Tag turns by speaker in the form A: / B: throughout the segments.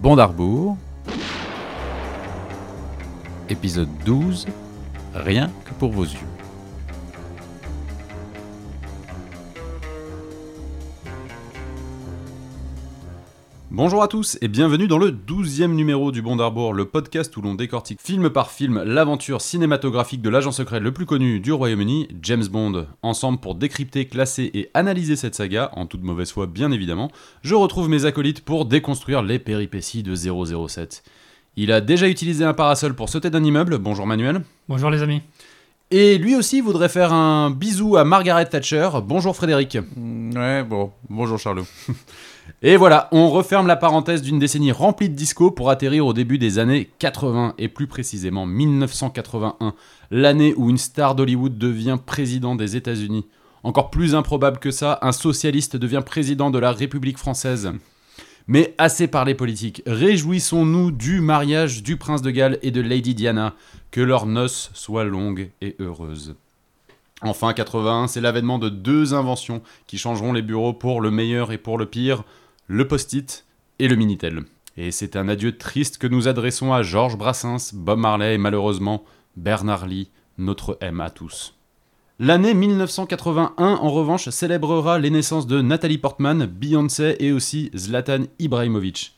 A: Bond Arbour, épisode 12, Rien que pour vos yeux. Bonjour à tous et bienvenue dans le 12e numéro du Bond d'Arbour, le podcast où l'on décortique film par film l'aventure cinématographique de l'agent secret le plus connu du Royaume-Uni, James Bond. Ensemble pour décrypter, classer et analyser cette saga, en toute mauvaise foi bien évidemment, je retrouve mes acolytes pour déconstruire les péripéties de 007. Il a déjà utilisé un parasol pour sauter d'un immeuble, bonjour Manuel.
B: Bonjour les amis.
A: Et lui aussi voudrait faire un bisou à Margaret Thatcher, bonjour Frédéric.
C: Mm, Ouais, bon, bonjour Charlot.
A: Et voilà, on referme la parenthèse d'une décennie remplie de disco pour atterrir au début des années 80 et plus précisément 1981, l'année où une star d'Hollywood devient président des États-Unis. Encore plus improbable que ça, un socialiste devient président de la République française. Mais assez parlé politique, réjouissons-nous du mariage du prince de Galles et de Lady Diana, que leurs noces soient longues et heureuses. Enfin, 81, c'est l'avènement de deux inventions qui changeront les bureaux pour le meilleur et pour le pire, le post-it et le Minitel. Et c'est un adieu triste que nous adressons à Georges Brassens, Bob Marley et malheureusement Bernard Lee, notre M à tous. L'année 1981, en revanche, célébrera les naissances de Nathalie Portman, Beyoncé et aussi Zlatan Ibrahimovic.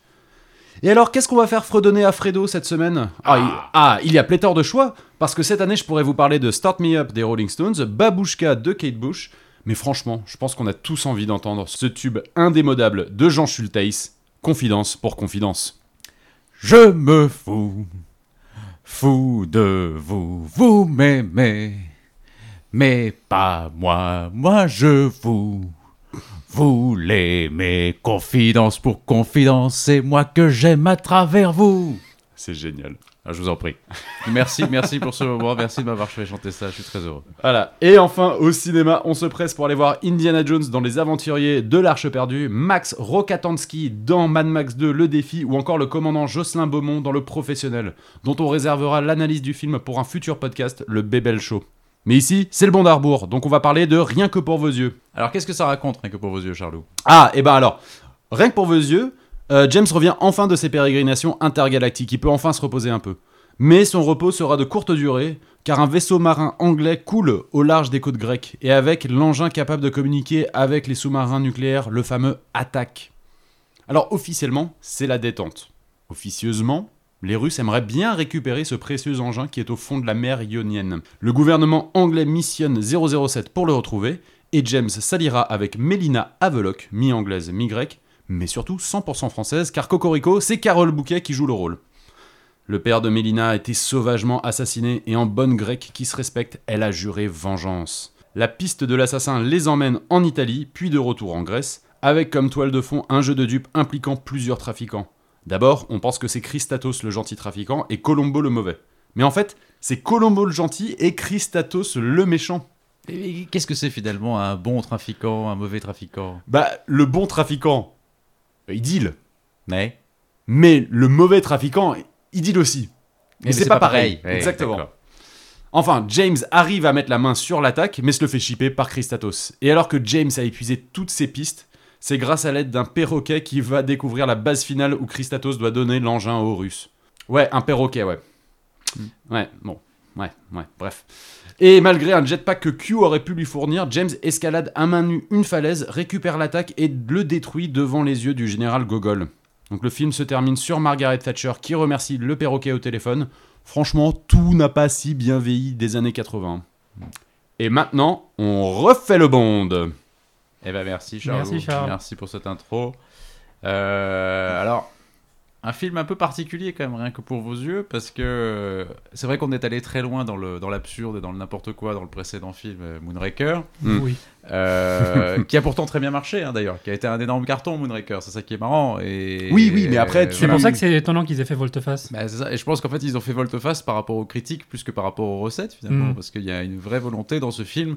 A: Et alors, qu'est-ce qu'on va faire fredonner à Fredo cette semaine ah il, ah, il y a pléthore de choix, parce que cette année, je pourrais vous parler de Start Me Up des Rolling Stones, Babushka de Kate Bush, mais franchement, je pense qu'on a tous envie d'entendre ce tube indémodable de Jean Schulteis, Confidence pour Confidence.
C: Je me fous, fou de vous, vous m'aimez, mais pas moi, moi je vous. Vous l'aimez, confidence pour confidence, c'est moi que j'aime à travers vous.
A: C'est génial.
C: Ah, je vous en prie. Merci, merci pour ce moment, merci de m'avoir fait chanter ça, je suis très heureux.
A: Voilà. Et enfin, au cinéma, on se presse pour aller voir Indiana Jones dans Les Aventuriers de l'Arche Perdue, Max Rokatansky dans Mad Max 2 Le Défi ou encore le commandant Jocelyn Beaumont dans Le Professionnel, dont on réservera l'analyse du film pour un futur podcast, le Bébel Show. Mais ici, c'est le bon d'Arbour, donc on va parler de Rien que pour vos yeux.
C: Alors qu'est-ce que ça raconte, rien que pour vos yeux, Charlot
A: Ah, et ben alors, rien que pour vos yeux, euh, James revient enfin de ses pérégrinations intergalactiques, il peut enfin se reposer un peu. Mais son repos sera de courte durée, car un vaisseau marin anglais coule au large des côtes grecques, et avec l'engin capable de communiquer avec les sous-marins nucléaires, le fameux attaque. Alors officiellement, c'est la détente. Officieusement, les Russes aimeraient bien récupérer ce précieux engin qui est au fond de la mer ionienne. Le gouvernement anglais missionne 007 pour le retrouver, et James s'alliera avec Mélina Havelock, mi-anglaise, mi-grecque, mais surtout 100% française, car Cocorico, c'est Carole Bouquet qui joue le rôle. Le père de Mélina a été sauvagement assassiné, et en bonne grecque qui se respecte, elle a juré vengeance. La piste de l'assassin les emmène en Italie, puis de retour en Grèce, avec comme toile de fond un jeu de dupes impliquant plusieurs trafiquants. D'abord, on pense que c'est Christatos le gentil trafiquant et Colombo le mauvais. Mais en fait, c'est Colombo le gentil et Christatos le méchant.
C: Et Eh, Qu'est-ce que c'est finalement un bon trafiquant, un mauvais trafiquant
A: Bah, le bon trafiquant, euh, il deal.
C: Mais
A: Mais le mauvais trafiquant, il deal aussi. Eh, Mais, c'est pas, pareil.
C: Ouais,
A: Exactement.
C: d'accord.
A: Enfin, James arrive à mettre la main sur l'attaque, mais se le fait chipper par Christatos. Et alors que James a épuisé toutes ses pistes, c'est grâce à l'aide d'un perroquet qui va découvrir la base finale où Christatos doit donner l'engin aux Russes. Ouais, un perroquet, ouais. Ouais, bon. Ouais, ouais, bref. Et malgré un jetpack que Q aurait pu lui fournir, James escalade à main nue une falaise, récupère l'attaque et le détruit devant les yeux du général Gogol. Donc le film se termine sur Margaret Thatcher qui remercie le perroquet au téléphone. Franchement, tout n'a pas si bien vieilli des années 80. Et maintenant, on refait le bond.
C: Eh ben merci Charles.
B: Merci, Charles.
C: Merci pour cette intro. Euh, alors, un film un peu particulier quand même, rien que pour vos yeux, parce que euh, c'est vrai qu'on est allé très loin dans le- dans l'absurde et dans le n'importe quoi dans le précédent film euh, Moonraker,
A: Hmm.
B: Oui.
C: euh, qui a pourtant très bien marché hein, d'ailleurs, qui a été un énorme carton Moonraker, c'est ça qui est marrant. Et,
A: Oui, oui, mais après,
C: et
A: tu-
B: C'est
C: voilà.
B: pour ça que c'est étonnant qu'ils aient fait volte-face.
C: Bah, c'est ça. Et je pense qu'en fait, ils ont fait volte-face par rapport aux critiques plus que par rapport aux recettes, finalement,
B: Mm.
C: parce qu'il y a une vraie volonté dans ce film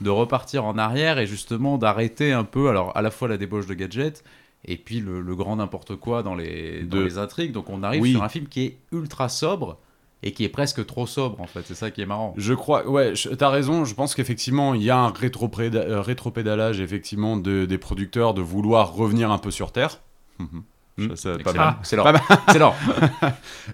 C: de repartir en arrière et justement d'arrêter un peu, alors à la fois la débauche de gadgets et puis le, le grand n'importe quoi dans les, dans
A: De-
C: les intrigues. Donc on arrive
A: Oui.
C: sur un film qui est ultra sobre et qui est presque trop sobre, en fait. C'est ça qui est marrant.
A: Je crois, ouais, je- t'as raison. Je pense qu'effectivement, il y a un rétropréda- euh, rétropédalage effectivement de- des producteurs de vouloir revenir un peu sur terre. Ça, ça, pas
C: Excellent.
A: mal.
C: C'est l'or.
A: Pas
C: C'est l'or.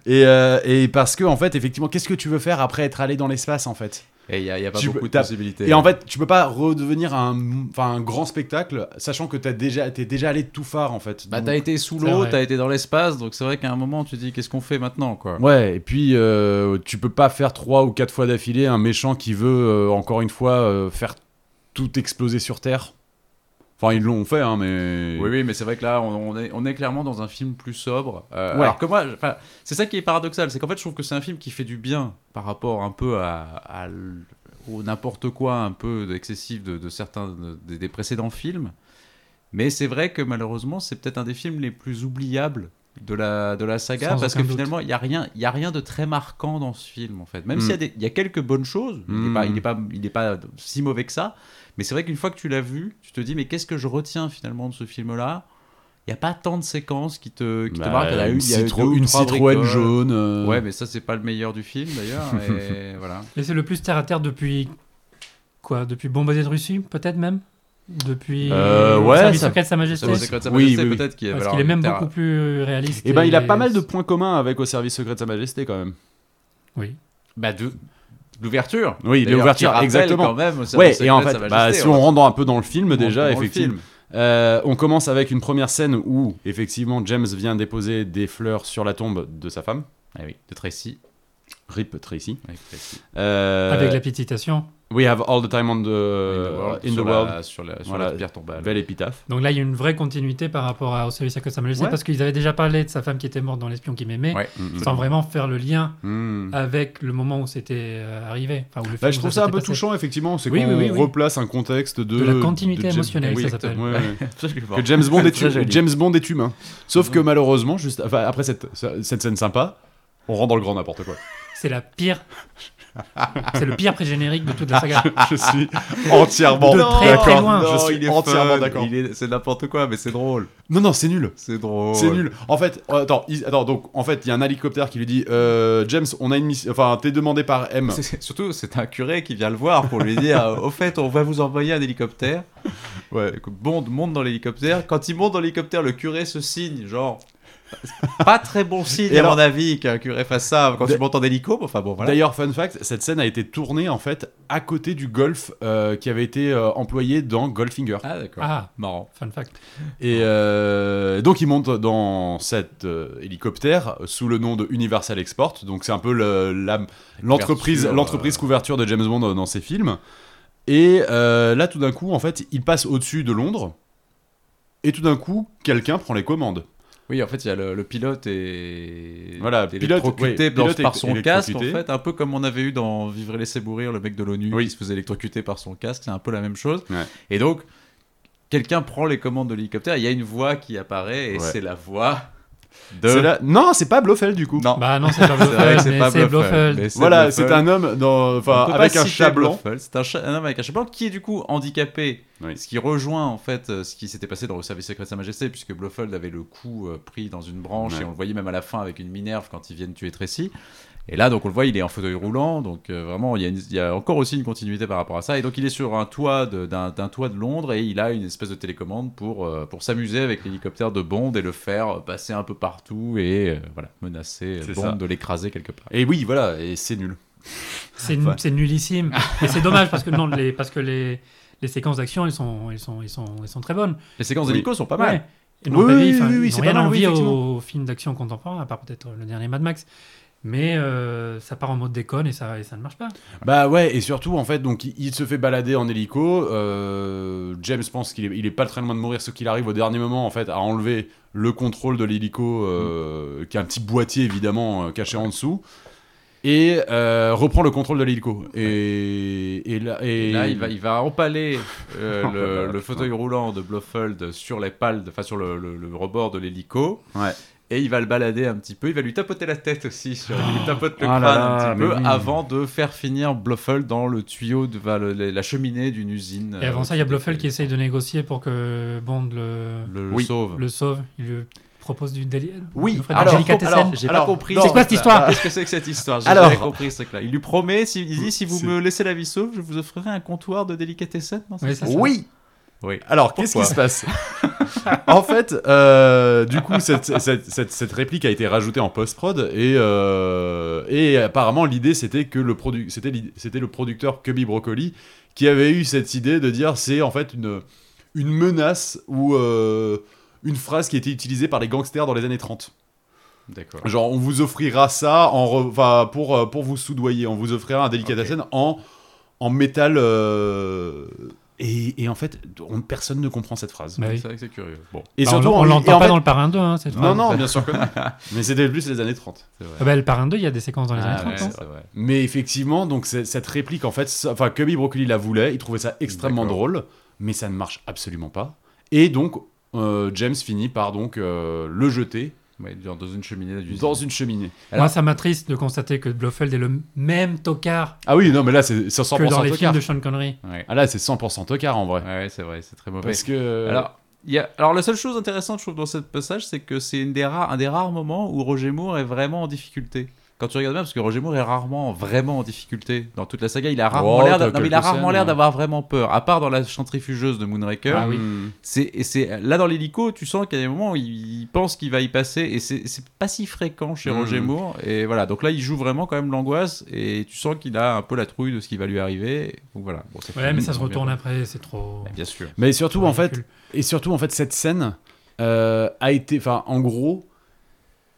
A: Et, euh, et parce que, en fait, effectivement, qu'est-ce que tu veux faire après être allé dans l'espace, en fait
C: Et il n'y a, y a pas
A: Tu peux-
C: beaucoup de
A: t'as-
C: possibilités.
A: Et en fait, tu peux pas redevenir un, enfin, un grand spectacle, sachant que t'as déjà, t'es déjà allé tout phare, en fait.
C: Bah,
A: Donc,
C: t'as été sous
B: C'est
C: l'eau,
B: vrai.
C: t'as été dans l'espace, donc c'est vrai qu'à un moment, tu dis qu'est-ce qu'on fait maintenant, quoi.
A: Ouais, et puis euh, tu peux pas faire trois ou quatre fois d'affilée un méchant qui veut euh, encore une fois euh, faire tout exploser sur Terre. Enfin, ils l'ont fait, hein, mais.
C: Oui, oui, mais c'est vrai que là, on, on est, on est clairement dans un film plus sobre. Euh,
A: Ouais.
C: Alors que moi, enfin, c'est ça qui est paradoxal, c'est qu'en fait, je trouve que c'est un film qui fait du bien par rapport un peu à, à l- au n'importe quoi un peu excessif de, de certains de- des- des précédents films. Mais c'est vrai que malheureusement, c'est peut-être un des films les plus oubliables de la, de la saga,
B: Sans
C: parce que
B: aucun doute.
C: finalement, il n'y a, rien- il y a rien de très marquant dans ce film, en fait. Même
A: Mm.
C: s'il y, a des- il y a quelques bonnes choses, il
A: Mm.
C: n'est pas, il est pas, il est pas si mauvais que ça, mais c'est vrai qu'une fois que tu l'as vu, tu te dis, mais qu'est-ce que je retiens finalement de ce film-là Il n'y a pas tant de séquences qui te, qui te
A: Bah,
C: marquent. Il y en a
A: une,
C: il y a eu
A: citro-
C: deux ou
A: une
C: trois
A: Citroën
C: bricoles.
A: jaune. euh,
C: Ouais, mais ça, c'est pas le meilleur du film d'ailleurs. et voilà.
B: Et c'est le plus terre à terre depuis. Quoi Depuis Bombardier de Russie, peut-être même Depuis.
A: Euh, ouais,
B: Service
A: ça-
B: secret de Sa Majesté.
C: Ça, c'est quand ça
A: Oui,
C: majesté,
A: oui, oui.
C: peut-être qu'il y a-
B: Parce
C: alors,
B: qu'il est même
C: t'as-
B: beaucoup plus réaliste.
A: Et ben, il a pas mal de points communs avec Au service secret de Sa Majesté, quand même.
B: Oui.
C: Bah, de- l'ouverture.
A: Oui,
C: D'ailleurs,
A: l'ouverture,
C: qui rappelle
A: exactement.
C: Quand même, ça,
A: Ouais,
C: ça,
A: et en
C: ça,
A: fait,
C: ça va
A: bah,
C: rester,
A: si
C: hein.
A: on rentre dans un peu dans le film,
C: On rentre
A: déjà,
C: dans le
A: effectivement.
C: film.
A: Euh, on commence avec une première scène où, effectivement, James vient déposer des fleurs sur la tombe de sa femme,
C: Ah oui, de Tracy.
A: Rip Tracy.
C: Avec Tracy.
A: Euh,
B: Avec la petite citation.
A: We have all the time on the, Euh, in the
C: sur
A: world.
C: La, sur la, sur
A: Voilà.
C: la pierre tombale.
A: Belle épitaphe.
B: Donc là, il y a une vraie continuité par rapport à, au service secret de Sa Majesté,
A: Ouais.
B: parce qu'ils avaient déjà parlé de sa femme qui était morte dans L'espion qui m'aimait,
C: Ouais.
B: sans Euh, vraiment faire le lien
A: Mm.
B: avec le moment où c'était euh, arrivé. Enfin, où le
A: Bah,
B: film
A: je
B: où
A: trouve ça un
B: s'était
A: peu
B: passé.
A: touchant, effectivement. C'est
B: Oui,
A: qu'on
B: oui, oui, oui.
A: replace un contexte de.
B: De la continuité
A: James-
B: émotionnelle,
A: oui,
B: ça s'appelle.
A: ouais, ouais.
C: Absolument.
A: Que James Bond, est,
C: Très joli. Mm.
A: James Bond est humain. Sauf
C: Non.
A: que malheureusement, juste enfin, après cette, cette scène sympa, on rentre dans le grand n'importe quoi.
B: C'est la pire. c'est le pire pré-générique de toute la saga.
C: Ah.
A: Je suis entièrement
B: De très, très
A: d'accord.
B: loin.
A: Je suis entièrement d'accord.
C: Il est- C'est n'importe quoi, mais c'est drôle.
A: Non, non, c'est nul.
C: C'est drôle.
A: C'est nul. En fait, euh, attends, il- attends, donc en fait, il y a un hélicoptère qui lui dit euh, James, on a une mission. Enfin, t'es demandé par M.
C: C'est- c'est- Surtout, c'est un curé qui vient le voir pour lui dire euh, Au fait, on va vous envoyer un hélicoptère.
A: Ouais.
C: Donc, Bond monte dans l'hélicoptère. Quand il monte dans l'hélicoptère, le curé se signe, genre. Pas très bon signe,
A: Et
C: à
A: alors-
C: mon avis, qu'un curé fasse ça quand
A: D'a-
C: tu montes en hélico. mais Enfin bon, voilà.
A: D'ailleurs, fun fact, cette scène a été tournée en fait à côté du golf euh, qui avait été euh, employé dans Goldfinger.
C: Ah, d'accord.
B: Ah,
C: Marrant.
B: fun fact.
A: Et euh, donc ils montent dans cet euh, hélicoptère sous le nom de Universal Export. Donc c'est un peu le- la- l'entreprise
C: Couverture,
A: l'entreprise
C: euh,
A: couverture de James Bond dans ses films. Et euh, là tout d'un coup en fait ils passent au-dessus de Londres. Et tout d'un coup quelqu'un prend les commandes.
C: Oui, en fait, il y a le, le pilote et
A: Voilà, pilote, oui,
C: électrocuté dans-
A: pilote
C: par son casque, en
A: électrocuté.
C: fait, un peu comme on avait eu dans Vivre et laisser mourir le mec de l'ONU
A: Oui.
C: qui se faisait électrocuter par son casque, c'est un peu la même chose.
A: Ouais.
C: Et donc, quelqu'un prend les commandes de l'hélicoptère, il y a une voix qui apparaît et
A: Ouais.
C: c'est la voix de.
A: C'est là- Non c'est pas Blofeld du coup.
C: Non,
B: Bah non, c'est pas
C: c'est vrai
B: Blofeld,
C: que c'est
B: mais
C: pas
B: c'est
C: Blofeld.
B: Blofeld.
C: mais c'est
A: Voilà
C: Blofeld.
A: c'est un homme dans,
C: On
A: enfin,
C: peut pas
A: avec un
C: citer
A: chat blanc.
C: Blofeld, C'est un, chat- un homme avec un chat blanc qui est du coup handicapé.
A: Oui.
C: Ce qui rejoint en fait euh, ce qui s'était passé dans le service secret de Sa Majesté, puisque Blofeld avait le coup euh, pris dans une branche
A: Ouais.
C: et on le voyait même à la fin avec une Minerve quand ils viennent tuer Tracy. Et là, donc on le voit, il est en fauteuil roulant, donc euh, vraiment il y, a une- il y a encore aussi une continuité par rapport à ça. Et donc il est sur un toit de- d'un d'un toit de Londres et il a une espèce de télécommande pour, euh, pour s'amuser avec l'hélicoptère de Bond et le faire passer un peu partout et euh, voilà menacer
A: C'est
C: Bond
A: ça.
C: de l'écraser quelque part.
A: Et oui voilà et c'est nul.
B: C'est nu- c'est nullissime. Mais c'est dommage parce que non, les, parce que les, les séquences d'action, elles sont, elles, sont, elles, sont, elles sont très bonnes.
C: Les séquences
A: Oui.
C: d'hélico sont pas mal.
B: Ouais. Et non,
A: Oui,
B: bah,
A: oui,
B: enfin,
A: oui, oui,
B: ils
A: c'est
B: n'ont
A: pas
B: rien
A: mal, oui,
B: envie
A: effectivement.
B: aux films d'action contemporains, à part peut-être le dernier Mad Max. Mais euh, ça part en mode déconne et ça, et ça ne marche pas.
A: Bah ouais, et surtout, en fait, donc il, il se fait balader en hélico. euh, James pense qu'il est, il est pas très loin de mourir, ce qu'il arrive au dernier moment, en fait, à enlever le contrôle de l'hélico, euh, qui est un petit boîtier, évidemment, euh, caché en dessous. Et euh, reprend le contrôle de l'hélico. Et, et là, et-
C: Et là, il va, il va empaler euh,
A: Oh là là,
C: le, le fauteuil roulant de Blofeld sur les pales, de- enfin sur le, le- le rebord de l'hélico.
A: Ouais.
C: Et il va le balader un petit peu. Il va lui tapoter la tête aussi. sur- il lui tapote le
A: Ah là
C: crâne
A: là,
C: un petit
A: mais
C: peu
A: oui.
C: avant de faire finir Blofeld dans le tuyau, de, enfin, le- le- la cheminée d'une usine. euh,
B: Et
A: Euh,
B: avant ça, il y a Blofeld qui essaye de négocier pour que Bond le,
C: le, le
A: Oui.
C: sauve.
B: le sauve. Il lui propose du délire.
A: Oui,
B: Alfred
A: alors,
B: Angelica Tessen.
C: alors, j'ai pas
A: Alors,
C: compris.
A: non,
B: C'est quoi cette histoire
C: Qu'est-ce que c'est que cette histoire J'ai
A: Alors.
C: jamais compris ce truc-là. Il lui promet, si, il dit si vous
A: C'est-
C: me laissez la vie sauve, je vous offrirai un comptoir de délicatessen. Non, c'est
B: Oui, c'est ça.
A: Oui
C: Oui.
A: Alors, qu'est-ce qui
C: Pourquoi
A: se passe en fait, euh, du coup, cette, cette, cette- cette réplique a été rajoutée en post-prod et, euh, et apparemment l'idée c'était que le, produ- c'était l'id- c'était le producteur Cubby Broccoli qui avait eu cette idée de dire c'est en fait une, une menace ou euh, une phrase qui était utilisée par les gangsters dans les années 30.
C: D'accord.
A: Genre on vous offrira ça en re- enfin, pour, euh, pour vous soudoyer, on vous offrira un délicatessen en, en métal. euh, et, et en fait, on- personne ne comprend cette phrase.
B: Bah oui.
C: C'est vrai que c'est curieux. Bon,
A: Et
B: Bah, on
A: surtout,
B: l'en- on
A: en- et
B: l'entend
A: en
B: pas
A: fait-
B: dans le parrain 2, hein, cette
A: Non,
B: phrase.
A: non, bien sûr que non. Mais c'était plus les années 30.
C: c'est vrai.
B: Ah bah, le parrain 2, il y a des séquences dans les
A: Ah
B: années hein.
A: ouais,
B: 30. non
A: c'est vrai. Mais effectivement, donc c'est- cette réplique, en fait, ça- enfin, Cubby Broccoli la voulait, il trouvait ça extrêmement
C: D'accord.
A: drôle, mais ça ne marche absolument pas. Et donc, euh, James finit par donc euh, le jeter
C: Ouais, genre dans une cheminée du
A: dans une cheminée.
B: Moi, ça m'attriste de constater que Blofeld est le même tocard
A: Ah oui, non, mais là, c'est c'est
B: que dans
A: 100%
B: les films
A: tocard.
B: de Sean Connery.
C: Ouais,
A: Ah là, c'est 100% tocard en vrai.
C: ouais c'est vrai, c'est très mauvais.
A: Parce que. euh,
C: Alors, il y a- alors, la seule chose intéressante, je trouve, dans ce passage, c'est que c'est une des rares- un des rares moments où Roger Moore est vraiment en difficulté. Quand tu regardes bien, parce que Roger Moore est rarement vraiment en difficulté dans toute la saga, il a rarement
A: Oh,
C: l'air
A: t'as
C: d'a- non, mais il a
A: quelques
C: rarement
A: scènes,
C: l'air
A: ouais.
C: d'avoir vraiment peur, à part dans la centrifugeuse de Moonraker.
B: Ah oui.
A: hmm,
C: C'est et c'est là dans l'hélico, tu sens qu'il y a des moments où il il pense qu'il va y passer et c'est c'est pas si fréquent chez
A: Mhm.
C: Roger Moore et voilà. Donc là, il joue vraiment quand même l'angoisse et tu sens qu'il a un peu la trouille de ce qui va lui arriver. Donc voilà. Bon, c'est
B: Ouais,
C: fini,
B: mais ça se
C: on
B: retourne
C: verra.
B: après, c'est trop.
C: Bien sûr.
A: Mais surtout,
B: trop
A: en fait,
B: ridicule.
A: Et surtout, en fait, cette scène euh, a été. Enfin, en gros,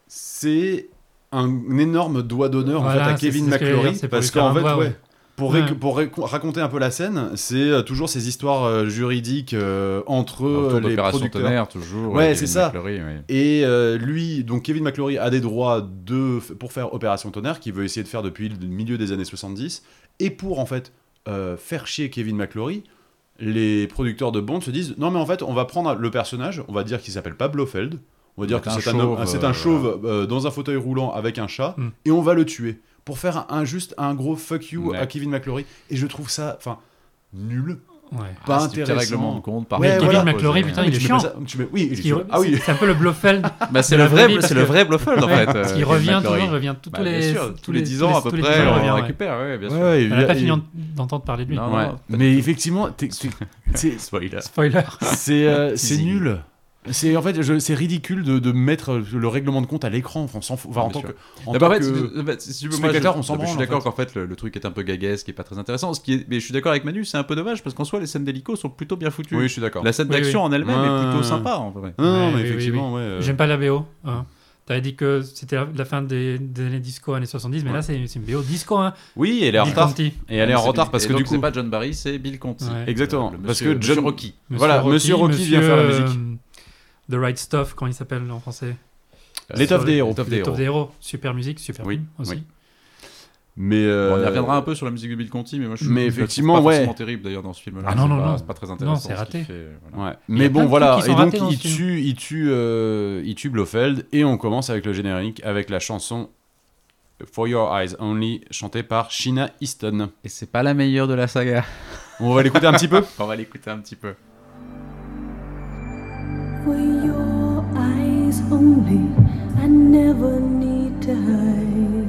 A: c'est un, énorme doigt d'honneur en
B: Voilà,
A: fait, à
B: c'est-
A: Kevin
B: c'est ce que j'allais
A: McClory.
B: dire, c'est pour
A: parce
B: lui faire
A: qu'en
B: un
A: fait,
B: doigt,
A: ouais,
B: ouais.
A: pour, ré-
B: Ouais.
A: pour ré- raconter un peu la scène, c'est euh, toujours ces histoires euh, juridiques euh, entre
C: Retour
A: euh, les
C: d'opération
A: producteurs.
C: tonnerre toujours.
A: Ouais,
C: Kevin
A: c'est ça.
C: McClory, ouais.
A: Et euh, lui, donc Kevin McClory a des droits de, pour faire Opération Tonnerre, qu'il veut essayer de faire depuis le milieu des années 70. Et pour en fait euh, faire chier Kevin McClory, les producteurs de Bond se disent Non, mais en fait, on va prendre le personnage, on va dire qu'il s'appelle pas Blofeld, on va dire que
C: C'est un
A: c'est un, homme-
C: chauve,
A: c'est un
C: euh,
A: chauve euh, dans un fauteuil roulant avec un chat,
B: Hmm.
A: et on va le tuer. Pour faire un, juste un gros fuck you
C: Ouais.
A: à Kevin McClory. Et je trouve ça, enfin, nul,
B: Ouais.
A: pas
C: Ah, c'est du petit règlement de
A: intéressant.
C: compte par
A: Ouais,
C: contre,
A: voilà.
C: proposé.
B: Kevin McClory, putain,
A: Ah,
B: il
A: mais
B: est
A: tu mets
B: chiant.
A: pas ça- tu mets- oui, il est
B: Qui
A: chiant.
B: re-
A: Ah oui,
B: C'est un peu le Blofeld.
C: Bah, c'est
B: la
C: le
B: vraie
C: vrai,
B: vie,
C: c'est
B: parce
C: le
B: que-
C: vrai Blofeld en
B: Ouais,
C: fait.
B: parce
C: euh,
B: qu'il
C: Kevin
B: revient
C: McClory.
B: toujours, il revient tous
C: Bah, bien
B: les
C: sûr,
B: tous
C: les 10 ans à peu
B: tous les
C: près,
B: ans, il
C: on
B: revient, ouais.
C: récupère, ouais, bien sûr.
A: Ouais, il
B: On n'a
A: a-
B: pas
A: il-
B: fini en- d'entendre parler de lui. Hein.
C: Non.
A: Ouais. Mais effectivement, t'es- t'es- c'est-
C: Spoiler.
B: Spoiler.
A: c'est euh, c'est
C: Teasing.
A: nul. C'est en fait, je- c'est ridicule de, de mettre le règlement de compte à l'écran. Enfin, on s'en fout. Enfin, en
C: Bien
A: tant
C: sûr.
A: que, en
C: Ah bah,
A: tant
C: en fait,
A: que-
C: si- bah, si tu veux, moi,
A: spectateur,
C: je-
A: on s'en
C: Je suis
A: branle, en
C: d'accord qu'en fait, le, le truc est un peu gaguesque, qui est pas très intéressant. Ce qui est, mais je suis d'accord avec Manu, c'est un peu dommage parce qu'en soi, les scènes d'hélico sont plutôt bien foutues.
A: Oui, je suis d'accord.
C: La scène
B: Oui,
C: d'action
B: oui.
C: en elle-même
A: Ouais.
C: est plutôt sympa en vrai.
A: Non, non, mais
B: Ouais, oui, oui,
A: effectivement, ouais. euh,
B: J'aime pas la BO. Hein. T'avais dit que c'était la- la fin des, des années disco, années 70, mais là, c'est c'est une BO disco. Hein.
A: Oui, elle est en
B: Bill
A: retard.
B: Conti.
A: Et elle est en
C: C'est
A: retard
C: Bill-
A: parce
C: et
A: que
C: donc,
A: du coup,
C: c'est pas John Barry, c'est Bill Conti. Euh,
B: Ouais.
A: Exactement,
C: Le
A: parce
C: monsieur-
A: que
C: Monsieur
A: John-
C: Rocky.
A: Voilà, Monsieur Rocky vient faire la musique.
B: euh, The Right Stuff, quand il s'appelle en français.
A: L'étoffe
B: Sur-
A: des héros.
C: Euh, L'étoffe
B: Les
C: des
B: Top
C: héros.
B: des héros. Super musique, super
A: Oui,
B: film aussi.
A: oui. mais euh,
C: Bon, on y reviendra un peu sur la musique de Bill Conti, mais moi je
A: mais
C: je la trouve
A: effectivement,
C: pas
A: ouais.
C: forcément terrible d'ailleurs dans ce film-là.
B: Ah non,
C: C'est
B: non,
C: pas-
B: non.
C: c'est pas très
B: Non,
C: intéressant.
B: c'est
C: ce qu'il
B: raté.
C: fait, voilà.
A: Ouais.
B: y
A: Mais
B: a
A: bon,
B: plein de
A: voilà.
B: trucs qui
A: Et
B: sont
A: donc,
B: ratés dans
A: il
B: ce film.
A: tue, il, tue, euh, il tue Blofeld. Et on commence avec le générique, avec la chanson For Your Eyes Only, chantée par Sheena Easton.
C: Et c'est pas la meilleure de la saga.
A: On va l'écouter un petit peu
C: On va l'écouter un petit peu.
D: For your eyes only, I never need to hide.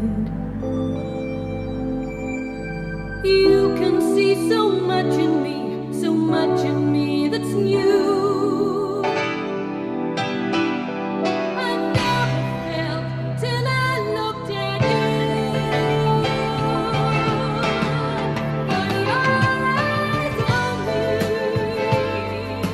D: You can see so much in me, so much in me that's new. I never felt till I looked at you. For your eyes only, only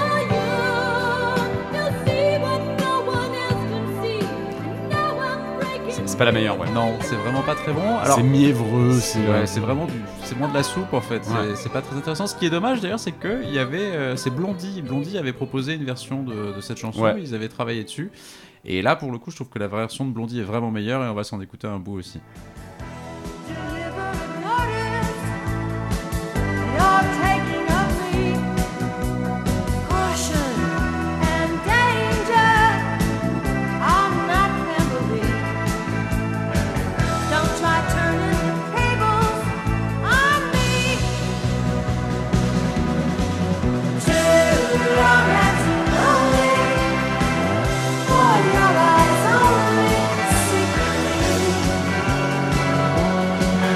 D: for you, you'll see what no one else can see. And now I'm breaking.
A: C'est pas la meilleure, ouais.
C: Non, c'est vraiment pas très bon. Alors,
A: c'est mièvreux, c'est.
C: C'est ouais, c'est vraiment du, c'est moins de la soupe en fait. C'est-
A: Ouais.
C: C'est pas très intéressant. Ce qui est dommage d'ailleurs, c'est que il y avait, euh, c'est Blondie. Blondie avait proposé une version de, de cette chanson.
A: Ouais.
C: Ils avaient travaillé dessus. Et là, pour le coup, je trouve que la version de Blondie est vraiment meilleure et on va s'en écouter un bout aussi.
D: For your eyes only, secretly.
E: Your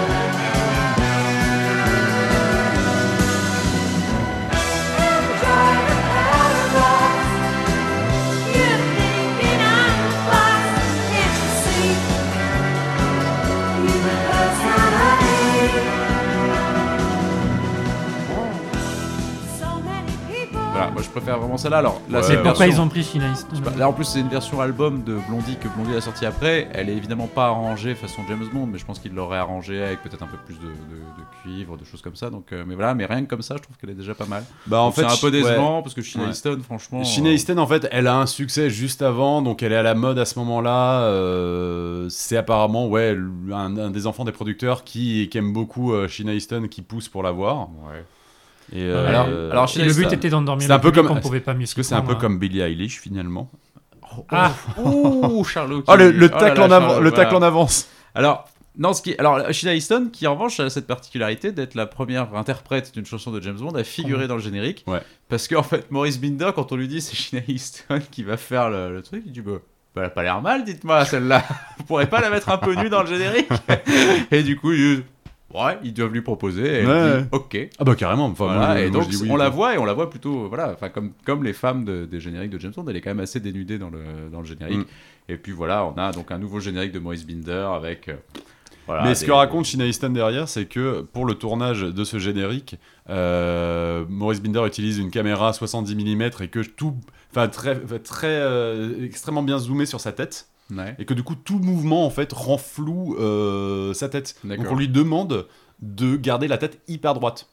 C: Voilà, moi je préfère vraiment celle-là. Alors là,
A: Ouais.
C: c'est
B: Mais
C: une
B: pourquoi ils
C: version-
B: ont pris China Easton
C: je sais pas, Là en plus c'est une version album de Blondie que Blondie a sorti après. Elle est évidemment pas arrangée façon James Bond, mais je pense qu'il l'aurait arrangée avec peut-être un peu plus de, de- de cuivre, de choses comme ça. Donc euh, mais voilà, mais rien que comme ça, je trouve qu'elle est déjà pas mal.
A: Bah en
C: Donc,
A: fait,
C: c'est un peu
A: ouais.
C: décevant parce que China
A: Ouais.
C: Easton, franchement.
A: China
C: euh,
A: Easton, en fait, elle a un succès juste avant, donc elle est à la mode à ce moment-là. euh, c'est apparemment ouais, l- un, un des enfants des producteurs qui, qui aime beaucoup euh, China Easton, qui pousse pour la voir.
C: ouais.
A: Et, euh,
B: Alors-
A: euh,
C: alors,
B: Et le
C: China
B: but
C: Easton.
B: était d'endormir.
A: C'est un
B: le
A: peu
B: public,
A: comme-
B: On pouvait pas mieux
A: est-ce que c'est un
C: hein
A: peu comme Billie Eilish finalement
B: Ah,
C: Ouh, Charlot.
A: Oh, le,
C: qui-
A: le
C: là
A: tacle,
C: là,
A: en, avant-
C: Charlot,
A: le
C: voilà.
A: tacle en avance
C: Alors, non, ce qui... Alors, Sheila Easton, qui en revanche a cette particularité d'être la première interprète d'une chanson de James Bond à figurer dans le générique.
A: Mm. Ouais.
C: Parce qu'en fait, Maurice Binder, quand on lui dit c'est Sheila Easton qui va faire le, le truc, il dit bah, bah, elle a pas l'air mal, dites-moi, celle-là. Vous pourrez pas la mettre un peu nue dans le générique Et du coup, il dit, ouais, ils doivent lui proposer. Et elle
A: Ouais.
C: dit, ok.
A: Ah bah carrément, enfin,
C: Voilà,
A: moi, je-
C: et
A: moi,
C: donc
A: je dis oui,
C: on la
A: quoi.
C: voit et on la voit plutôt euh, voilà enfin comme comme les femmes de- des génériques de James Bond elle est quand même assez dénudée dans le dans le générique
A: Mm.
C: et puis voilà on a donc un nouveau générique de Maurice Binder avec euh, voilà,
A: Mais ce
C: des-
A: que raconte China Easton derrière, c'est que pour le tournage de ce générique, euh, Maurice Binder utilise une caméra 70 mm et que tout, enfin très, très euh, extrêmement bien zoomé sur sa tête,
C: Ouais.
A: et que du coup tout mouvement en fait rend flou euh, sa tête.
C: D'accord.
A: Donc on lui demande de garder la tête hyper droite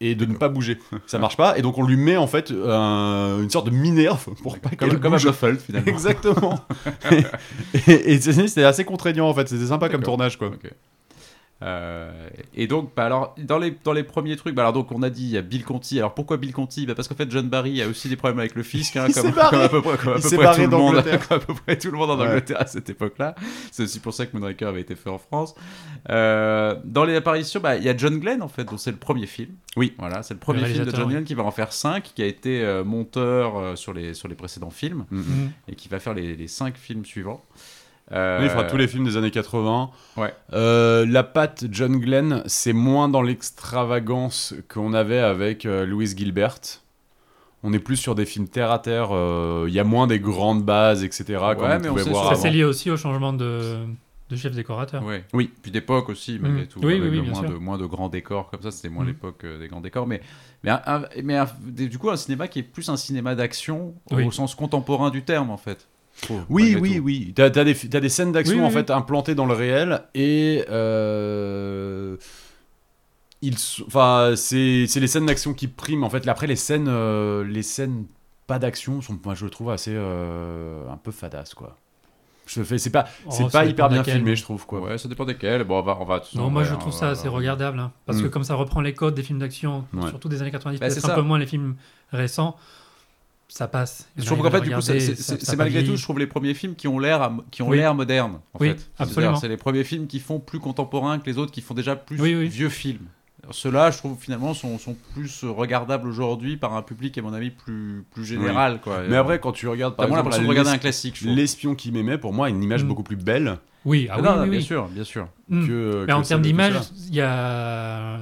A: et de ne pas bouger. Ça marche pas, et donc on lui met en fait un- une sorte de minerve pour pas
C: comme
A: qu'elle
C: comme à
A: bouge.
C: Blofeld finalement
A: Exactement. et et- et c'était assez contraignant en fait, c'était sympa comme
C: D'accord.
A: tournage quoi.
C: Ok. Euh, et donc, bah alors, dans les, dans les premiers trucs, bah alors donc on a dit il y a Bill Conti. Alors pourquoi Bill Conti bah Parce qu'en fait, John Barry a aussi des problèmes avec le fisc, hein,
A: Il
C: comme,
A: s'est barré.
C: comme à peu près, comme à
A: Il
C: peu
A: s'est
C: près tout
A: barré
C: le monde,
A: d'Angleterre.
C: comme à peu près tout le monde en
A: Ouais.
C: Angleterre à cette époque-là. C'est aussi pour ça que Moonraker avait été fait en France. Euh, dans les apparitions, bah, il y a John Glenn en fait, dont c'est le premier film.
A: Oui.
C: voilà, c'est le premier film de
B: réalisateur,
C: John
B: oui.
C: Glenn qui va en faire 5 qui a été euh, monteur euh, sur les sur les précédents films
B: hein.
C: et qui va faire les, les cinq films suivants. Euh,
A: Oui, il fera tous les films des années 80.
C: Ouais.
A: Euh, la patte John Glenn, c'est moins dans l'extravagance qu'on avait avec euh, Louise Gilbert. On est plus sur des films terre à terre. euh, Il y a moins des grandes bases, etc. comme
C: Ouais,
A: on
C: mais on
A: pouvait
C: sait-
A: voir
B: ça
A: avant.
B: c'est lié aussi au changement de, de chef décorateur.
C: Ouais. Oui, puis d'époque aussi, malgré
B: Mm.
C: tout.
B: Oui,
C: avec
B: oui, oui,
C: le
B: bien
C: moins,
B: sûr.
C: de, moins de grands décors comme ça, c'était moins
B: Mm.
C: l'époque euh, des grands décors. Mais, mais, un- un- mais un- des- du coup, un cinéma qui est plus un cinéma d'action
B: Oui.
C: au sens contemporain du terme, en fait.
A: Oui,
C: malgré
A: oui,
C: tout.
A: oui. T'as t'as des, t'as des scènes d'action
B: Oui, oui,
A: en
B: oui.
A: fait implantées dans le réel et euh, ils, sont- enfin, c'est c'est les scènes d'action qui priment en fait. Après, les scènes, euh, les scènes pas d'action sont, moi, je le trouve assez euh, un peu fadasse quoi. Je fais, c'est pas,
B: Oh,
A: c'est
B: ça
A: pas
B: dépend
A: hyper bien
B: laquelle.
A: filmé, je trouve quoi.
C: Ouais, ça dépend desquels. Bon, on va. hein, On va
B: Non, moi je trouve ça assez regardable, hein, parce que
A: Mm.
B: comme ça reprend les codes des films d'action,
A: Ouais.
B: surtout des années 90,
C: Bah, c'est
B: peut-être un
C: ça.
B: peu moins les films récents, ça passe.
C: Je
B: On
C: trouve
B: arrive
C: qu'en
B: à
C: fait,
B: le
C: du coup,
B: regarder,
C: c'est- c'est
B: ça- ça
C: c'est malgré tout,
B: vieillit.
C: je trouve les premiers films qui ont l'air à- qui ont
B: Oui.
C: l'air modernes. En
B: Oui,
C: fait. C'est-à-dire,
B: absolument.
C: C'est les premiers films qui font plus contemporains que les autres, qui font déjà plus
B: Oui, oui.
C: vieux films. Alors, Ceux-là, je trouve finalement sont, sont plus regardables aujourd'hui par un public, à mon avis, plus, plus général. Quoi.
A: Mais après, quand tu regardes par
C: T'as moins
A: exemple
C: l'impression de
A: la-
C: regarder un classique. je trouve.
A: l'espion qui m'aimait, pour moi, a une image
B: Mm.
A: beaucoup plus belle
B: Oui, ah oui,
C: Non, non,
B: oui,
C: bien
B: oui.
C: sûr, bien sûr.
B: Mm.
A: que.
B: Mais en
A: que
B: termes
A: celle de
B: d'image,
A: Kushner.
B: il y a...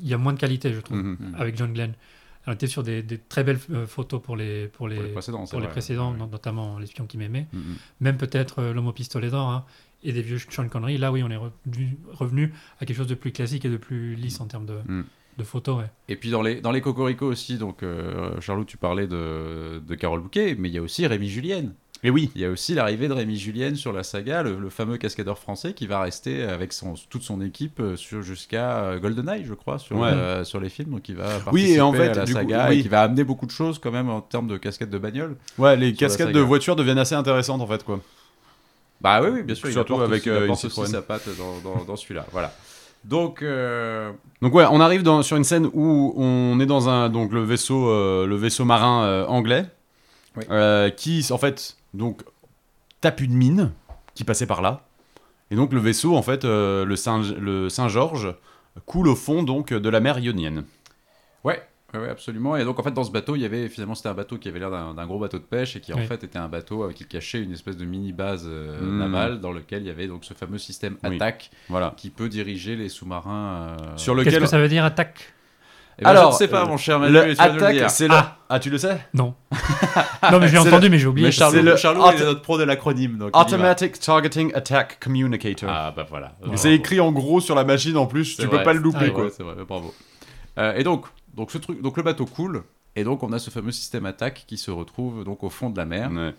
B: il y a moins de qualité, je
C: Mmh.
B: trouve,
A: Mhm.
B: avec John Glenn. On était sur des, des très belles euh, photos pour les, pour les,
C: Pour les précédents, c'est
B: pour les
C: vrai.
B: précédents,
C: Ouais. Mm-hmm.
B: no- notamment L'espion qui m'aimait,
A: Mhm.
B: même peut-être euh, L'homme au pistolet d'or hein, et des vieux Sean Connery. Là, oui, on est revenu, revenu à quelque chose de plus classique et de plus lisse en termes de,
C: Mm.
A: Mhm.
B: de photos. ouais.
C: Et puis dans les, dans les Cocorico aussi, donc euh, Charlot, tu parlais de, de Carole Bouquet, mais il y a aussi Rémi Julienne.
A: Et oui.
C: Il y a aussi l'arrivée de Rémi Julienne sur la saga, le, le fameux cascadeur français qui va rester avec son, toute son équipe euh, sur- jusqu'à euh, GoldenEye, je crois, sur,
A: Ouais.
C: euh, sur les films. Donc il va participer
A: Oui, et en fait,
C: à la
A: du coup,
C: saga
A: oui.
C: et qui va amener beaucoup de choses quand même en termes de casquettes de bagnole.
A: Ouais, les
C: Sur la
A: cascades de
C: saga.
A: voitures deviennent assez intéressantes en fait quoi.
C: Bah oui, oui, bien sûr. il
A: Surtout
C: apporte
A: avec,
C: aussi, il
A: euh, une
C: apporte aussi
A: Citroën.
C: sa patte dans, dans- dans celui-là. Voilà. Donc, euh,
A: Donc ouais, on arrive dans- sur une scène où on est dans un donc le vaisseau euh, le vaisseau marin euh, anglais
C: Oui.
A: euh, qui en fait donc tape une mine qui passait par là et donc le vaisseau en fait euh, le Saint le Saint Georges coule au fond donc de la mer Ionienne.
C: Ouais, ouais, ouais, absolument. Et donc en fait dans ce bateau, il y avait finalement c'était un bateau qui avait l'air d'un d'un gros bateau de pêche et qui en
B: Oui.
C: fait était un bateau euh, qui cachait une espèce de mini base euh,
A: Mm.
C: navale dans lequel il y avait donc ce fameux système
A: Oui.
C: attaque
A: Voilà.
C: qui peut diriger les sous-marins. euh,
A: Sur
B: Qu'est-ce
A: lequel
B: que ça veut dire, attaque
C: Eh ben,
A: Alors,
C: je ne sais pas
A: euh,
C: mon cher Manu, et
A: le
C: tu vas nous le
A: attaque
C: dire.
A: c'est là. Ah. tu le sais
B: Non. non, mais j'ai
A: C'est
B: entendu, mais j'ai oublié.
C: Mais Charlot,
A: c'est le-
C: Charlot,
A: Art-
C: il est notre pro de l'acronyme donc. il y va.
A: Ah, Automatic Targeting Attack Communicator.
C: Ah bah voilà.
A: C'est Ah, écrit en gros sur la machine en plus, tu peux pas le louper
B: vrai,
A: quoi.
C: C'est vrai, bravo. Euh, et donc donc ce truc donc le bateau coule. Et donc on a ce fameux système attaque qui se retrouve donc au fond de la mer.
A: Ouais.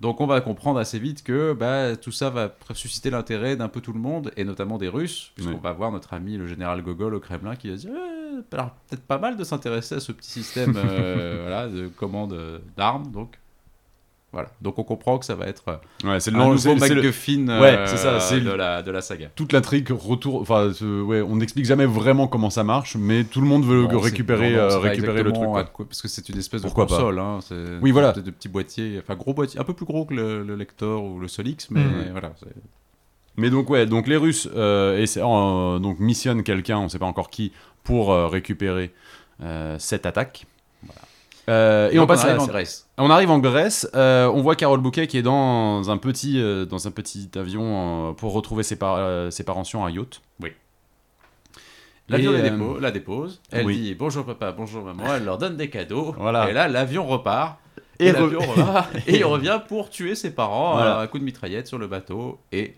C: Donc on va comprendre assez vite que bah, tout ça va susciter l'intérêt d'un peu tout le monde, et notamment des Russes, puisqu'on
A: Ouais.
C: va voir notre ami le général Gogol au Kremlin qui va se dire Eh, alors peut-être pas mal de s'intéresser à ce petit système euh, voilà, de commande euh, d'armes. Donc voilà, donc on comprend que ça va être euh,
A: Ouais, c'est
C: un
A: le non,
C: nouveau
A: c'est- c'est le-
C: MacGuffin euh,
A: Ouais, c'est ça, c'est
C: de,
A: le-
C: la, de la saga.
A: toute l'intrigue retour. Enfin, ce- ouais, on n'explique jamais vraiment comment ça marche, mais tout le monde veut
C: Bon, c'est-
A: récupérer,
C: non, non,
A: euh,
C: c'est pas
A: récupérer le truc.
C: exactement
A: quoi.
C: à quoi- parce que c'est une espèce
A: Pourquoi
C: de
A: pas.
C: console. Hein, c'est-
A: Oui, voilà.
C: De, de petits boîtiers, enfin gros boîtier, un peu plus gros que le, le Lector ou le Solix, mais
A: Mm.
B: Mhm.
C: voilà. c'est-
A: Mais donc ouais, donc les Russes euh, essaient- euh, donc missionnent quelqu'un, on ne sait pas encore qui, pour euh, récupérer euh, cette attaque. Euh, et
C: Donc,
A: on passe à
C: arrive
A: la-
C: en Grèce.
A: On arrive en Grèce, euh, on voit Carole Bouquet qui est dans un petit, euh, dans un petit avion euh, pour retrouver ses, par- euh, ses parents sur un yacht.
C: L'avion
A: Et,
C: les
A: euh,
C: dépo- la dépose, elle
A: oui.
C: dit bonjour papa, bonjour maman, elle leur donne des cadeaux.
A: Voilà.
C: Et là, l'avion repart.
A: Et
C: Et,
A: re-
C: l'avion repart. et il revient pour tuer ses parents
A: Voilà.
C: à un coup de mitraillette sur le bateau. Et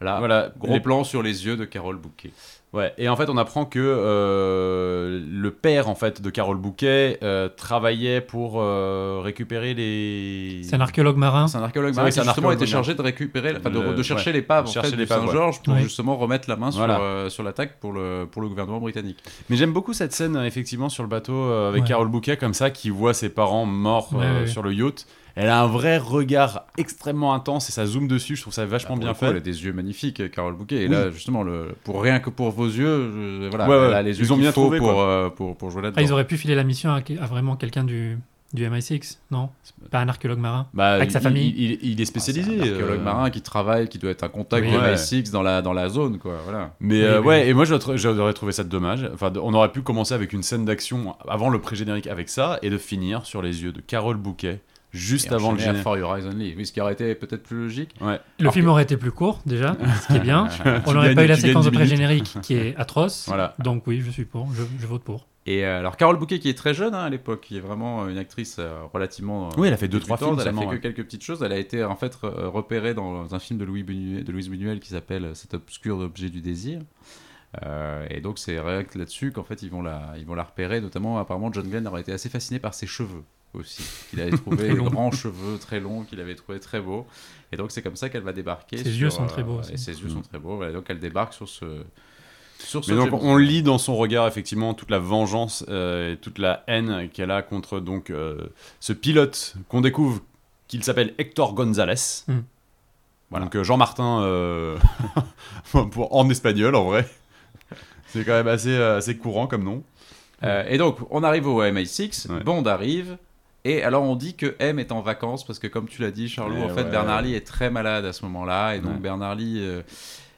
C: là,
A: Voilà,
C: gros
A: les-
C: plan sur les yeux de Carole Bouquet.
A: Ouais, et en fait, on apprend que euh, le père en fait de Carole Bouquet euh, travaillait pour euh, récupérer les.
B: C'est un archéologue marin.
C: C'est un archéologue
A: C'est
C: marin
A: vrai que
C: qui
A: c'est un
C: justement
A: archéologue
C: était chargé de récupérer, enfin, de,
A: Le-
C: de chercher
A: ouais.
C: l'épave
A: De
C: en
A: chercher
C: fait, du
A: l'épave, ouais.
C: Saint-Georges pour
B: Ouais.
C: justement remettre la main sur,
A: Voilà.
C: euh, sur l'attaque pour le, pour le gouvernement britannique.
A: Mais j'aime beaucoup cette scène euh, effectivement sur le bateau euh, avec
B: Ouais.
A: Carole Bouquet comme ça qui voit ses parents morts
B: Ouais,
A: euh,
B: ouais.
A: sur le yacht. Elle a un vrai regard extrêmement intense et ça zoome dessus. Je trouve ça vachement
C: Ah, Pour
A: Ah, bien
C: le coup,
A: fait.
C: Elle a des yeux magnifiques, Carole Bouquet. Et
A: Oui.
C: là, justement, le, pour rien que pour vos yeux, je- voilà,
A: Ouais, ouais.
C: elle a les
A: Ils
C: yeux
A: ont
C: qu'il
A: bien
C: faut
A: trouvé,
C: pour,
A: quoi.
C: euh, pour, pour jouer là-dedans.
B: Ah, ils auraient pu filer la mission à, à vraiment quelqu'un du, du MI6, non Pas un archéologue marin.
A: Bah,
B: Avec
A: il-
B: sa famille.
A: il, il- il est
C: Ah, c'est un
A: spécialisé.
C: archéologue
A: euh,
C: marin qui travaille, qui doit être un contact
B: Oui.
C: de
A: Ouais.
C: MI6 dans la, dans la zone, quoi. Voilà.
A: Mais
B: Oui,
A: euh,
B: oui.
A: ouais, et moi je tr- j'aurais trouvé ça dommage. Enfin, de- on aurait pu commencer avec une scène d'action avant le pré-générique avec ça et de finir sur les yeux de Carole Bouquet juste
C: Et
A: avant le
C: enchaîner à
A: générique.
C: For Your Eyes Only. Oui, ce qui aurait été peut-être plus logique.
A: Ouais.
B: Le film aurait été plus court, déjà, ce qui est bien. On
A: Tu
B: n'aurait
A: gagnes-
B: pas eu la
A: tu gagnes
B: séquence de
A: 10 minutes.
B: pré-générique qui est atroce.
A: Voilà.
B: Donc oui, je suis pour, je, je vote pour.
C: Et euh, alors, Carole Bouquet, qui est très jeune hein, à l'époque, qui est vraiment euh, une actrice euh, relativement. euh,
A: Oui, elle a fait deux, trois
C: 18 ans,
A: films
C: Elle a fait
A: seulement,
C: que
A: ouais.
C: quelques petites choses. Elle a été en fait re- euh, repérée dans un film de Louis Buñuel, de Louise Buñuel qui s'appelle euh, Cet obscur objet du désir. Euh, et donc c'est rien que là-dessus qu'en fait ils vont la, ils vont la repérer. Notamment apparemment John Glenn aurait été assez fasciné par ses cheveux aussi. Il avait trouvé
B: Très
C: des
B: long.
C: grands cheveux très longs qu'il avait trouvé très beaux. Et donc c'est comme ça qu'elle va débarquer.
B: Ses
C: sur,
B: yeux sont
C: euh,
B: très beaux aussi.
C: Et ses yeux
A: Mm.
C: sont très beaux. Voilà, donc elle débarque sur ce. Sur ce
A: Mais donc
C: James
A: on
C: Bond.
A: lit dans son regard effectivement toute la vengeance euh, et toute la haine qu'elle a contre donc euh, ce pilote qu'on découvre qu'il s'appelle Hector González.
B: Hmm.
A: Voilà. Donc euh, Jean Martin euh, pour, en espagnol en vrai. C'est quand même assez, euh, assez courant comme nom.
C: Euh, et donc, on arrive au MI6,
A: Ouais.
C: Bond arrive, et alors on dit que M est en vacances, parce que comme tu l'as dit, Charlot,
A: Eh
C: en fait,
A: ouais.
C: Bernard Lee est très malade à ce moment-là, et donc
A: Ouais.
C: Bernard Lee euh,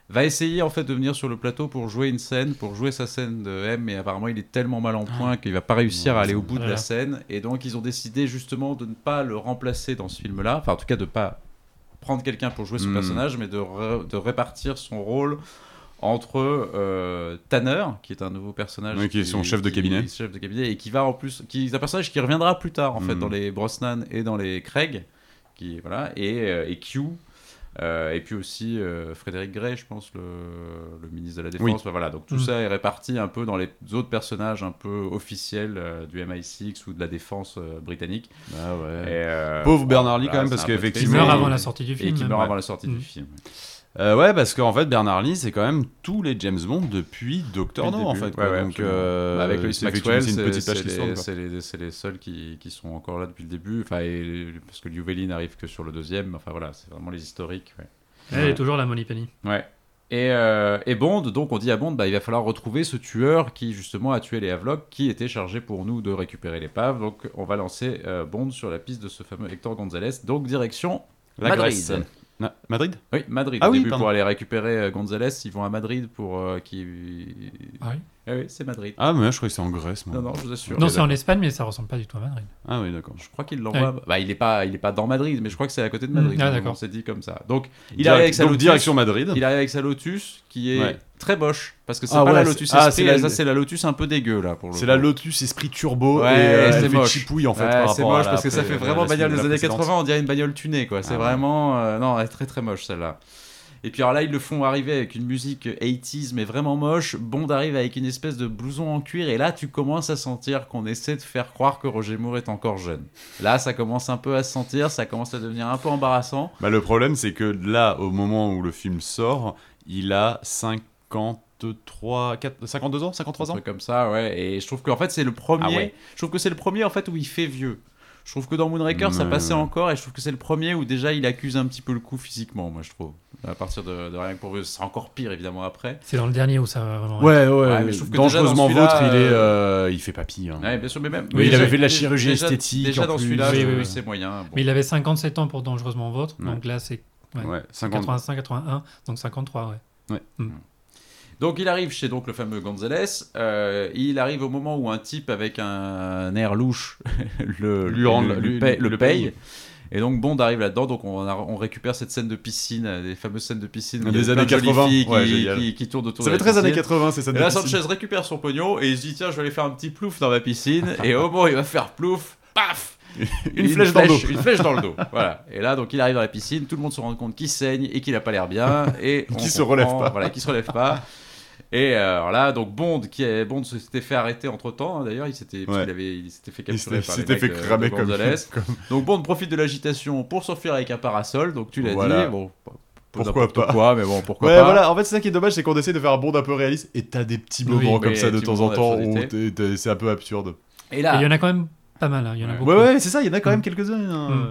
C: va essayer en fait de venir sur le plateau pour jouer une scène, pour jouer sa scène de M, mais apparemment il est tellement mal en point qu'il va pas réussir à aller au bout de
B: Voilà.
C: la scène, et donc ils ont décidé justement de ne pas le remplacer dans ce film-là, enfin en tout cas de pas prendre quelqu'un pour jouer ce
A: Hmm.
C: personnage, mais de, re- de répartir son rôle entre euh, Tanner, qui est un nouveau personnage,
A: Oui, qui est son chef de
C: qui-
A: cabinet.
C: chef de cabinet et qui va en plus, qui est un personnage qui reviendra plus tard en fait
A: Mm.
C: dans les Brosnan et dans les Craig, qui voilà et, euh, et Q. euh, et puis aussi euh, Frédéric Gray, je pense, le, le ministre de la Défense.
A: Oui.
C: Enfin, voilà, donc tout
B: Mm.
C: ça est réparti un peu dans les autres personnages un peu officiels euh, du MI6 ou de la Défense euh, britannique.
A: Ah
C: Et, euh,
A: Pauvre
C: bon,
A: Bernard Lee,
C: voilà,
A: quand même,
C: c'est
A: parce
C: un peu
B: Qui
A: qu'effectivement-
C: triste.
B: meurt
A: mais-
B: avant la sortie du
C: Et
B: film.
C: qui
B: même.
C: meurt avant la sortie
B: Mm.
C: du film.
A: Euh, ouais, parce qu'en fait, Bernard Lee, c'est quand même tous les James Bond depuis Doctor
C: Depuis le
A: No, en
C: début.
A: fait. quoi.
C: Ouais, ouais,
A: Donc,
C: absolument.
A: euh,
C: Bah, avec Lois
A: c'est
C: Maxwell,
A: effectivement, c'est une petite
C: c'est-
A: page qui se
C: c'est
A: tourne,
C: les-
A: quoi.
C: C'est les, c'est les seuls qui, qui sont encore là depuis le début. Enfin, et- parce que Llewellyn n'arrive que sur le deuxième. Enfin voilà, c'est vraiment les historiques. ouais.
B: Elle est toujours la Money Penny.
C: Ouais. Et, euh, et Bond, donc on dit à Bond, bah, il va falloir retrouver ce tueur qui justement a tué les Havelock, qui était chargé pour nous de récupérer l'épave. Donc on va lancer euh, Bond sur la piste de ce fameux Hector Gonzalez. Donc direction
A: La
C: Madrid.
A: Grèce. Na- Madrid
C: Oui, Madrid.
A: Ah
C: Au
A: oui,
C: début,
A: pardon.
C: pour aller récupérer euh, Gonzalez, ils vont à Madrid pour euh, qui.
B: Ah oui.
C: Ah oui, c'est Madrid.
A: Ah, mais je croyais que c'était en Grèce, moi.
C: Non, non, je vous assure.
B: Non, c'est en Espagne, mais ça ressemble pas du tout à Madrid.
A: Ah, oui, d'accord.
C: Je crois qu'il l'envoie. Bah, il est pas, il est pas dans Madrid, mais je crois que c'est à côté de Madrid.
B: Mm. Ah,
C: on-
B: d'accord.
C: On s'est dit comme ça. Donc, il
A: Direct-
C: arrive avec sa
A: donc,
C: Lotus.
A: direction Madrid.
C: il arrive avec sa Lotus qui est
A: Ouais.
C: très moche parce que c'est
A: Ah
C: pas
A: ouais,
C: la
A: c'est-
C: Lotus.
A: ah,
C: esprit,
A: c'est la-
C: ça, c'est la Lotus un peu dégueu là pour le.
A: C'est
C: coup.
A: la Lotus esprit turbo
C: Ouais,
A: et euh,
C: c'est
A: elle fait
C: moche.
A: chipouille en fait.
C: Ouais,
A: par
C: c'est
A: rapport à
C: moche
A: la-
C: parce que ça
A: après,
C: fait
A: euh,
C: vraiment
A: la
C: bagnole
A: suite de
C: des
A: la
C: années
A: précédente.
C: 80. On dirait une bagnole tunée quoi. C'est
A: Ah ouais.
C: vraiment euh, non, elle est très très moche celle-là. Et puis alors là, ils le font arriver avec une musique 80s, mais vraiment moche. Bond arrive avec une espèce de blouson en cuir, et là, tu commences à sentir qu'on essaie de faire croire que Roger Moore est encore jeune. Là, ça commence un peu à se sentir, ça commence à devenir un peu embarrassant.
A: Bah, le problème, c'est que là, au moment où le film sort, il a 53, 4, 52 ans 53
C: Un
A: ans
C: truc comme ça, ouais. Et je trouve qu'en fait, c'est le premier.
A: Ah ouais.
C: Je trouve que c'est le premier, en fait, où il fait vieux. Je trouve que dans Moonraker, ça
A: Ouais,
C: passait
A: ouais.
C: encore, et je trouve que c'est le premier où déjà il accuse un petit peu le coup physiquement, moi, je trouve. À partir de, de Rien que pour vous, c'est encore pire, évidemment, après.
B: C'est dans le dernier où ça va vraiment.
A: Ouais, ouais,
C: mais je trouve que déjà dans
A: dangereusement
C: celui-là,
A: vôtre, il, est,
C: euh,
A: euh, il fait papy. hein.
C: Ouais, bien sûr, mais même.
A: Oui, il
C: déjà-
A: avait fait de la
C: déjà-
A: chirurgie
C: déjà-
A: esthétique,
C: Déjà
A: en
C: dans
A: plus.
C: celui-là,
B: Oui,
C: je
B: oui,
C: trouve
B: oui.
C: que c'est moyen. bon.
B: Mais il avait 57 ans pour Dangereusement Vôtre,
A: Ouais.
B: donc là c'est
A: Ouais, 50.
B: 85, 81, donc 53, ouais.
C: Donc il arrive chez donc le fameux Gonzalez. euh, il arrive au moment où un type avec un air louche le,
A: Lui rend-
C: le- le
A: lui-
C: paye,
A: le
C: le
A: paye.
C: paye. Et donc Bond arrive là-dedans, donc on, a- on récupère cette scène de piscine, euh, les fameuses scènes de piscine où il y a
A: Des
C: plein
A: années
C: de jolies
A: 80,
C: filles qui,
A: ouais, génial.
C: qui- qui tournent autour
A: Ça
C: de
A: fait
C: la
A: 13 années
C: piscine.
A: 80, c'est ça.
C: Et là Sanchez récupère son pognon et il se dit tiens je vais aller faire un petit plouf dans ma piscine et au moment où il va faire plouf, paf
A: Une flèche dans le dos.
C: Une flèche dans le dos. Voilà. Et là, donc, il arrive dans la piscine, tout le monde se rend compte qu'il saigne et qu'il a pas l'air bien. Et on
A: Qu'il se relève
C: comprend,
A: pas.
C: Voilà, qu'il se relève pas. Et euh, alors là, donc Bond, qui est, Bond s'était fait arrêter entre temps, hein, d'ailleurs, il s'était parce
A: Ouais.
C: qu'il avait- il s'était fait
A: Il
C: capturer
A: s'était
C: par euh,
A: s'était fait cramer comme
C: Gonzalez.
A: euh, comme-
C: Donc Bond profite de l'agitation pour s'enfuir avec un parasol, donc tu l'as
A: Voilà.
C: dit, bon, pour
A: Pourquoi
C: n'importe
A: pas.
C: quoi, mais bon, pourquoi
A: Ouais,
C: pas.
A: voilà, en fait, c'est ça qui est dommage, c'est qu'on essaie de faire un bond un peu réaliste et t'as des petits
B: Oui,
A: moments
B: oui,
A: comme ça de
C: tu
A: temps
C: vois
A: en
C: la
A: temps où
C: absurdité.
A: t'es- t'es- c'est un peu absurde.
C: Et
B: Et
C: là,
B: il y en a quand même pas mal, hein, il y en a
C: Ah. Ouais.
B: beaucoup.
A: c'est ça, il y en a
B: quand même
A: quelques-uns.
C: Mm.
A: hein.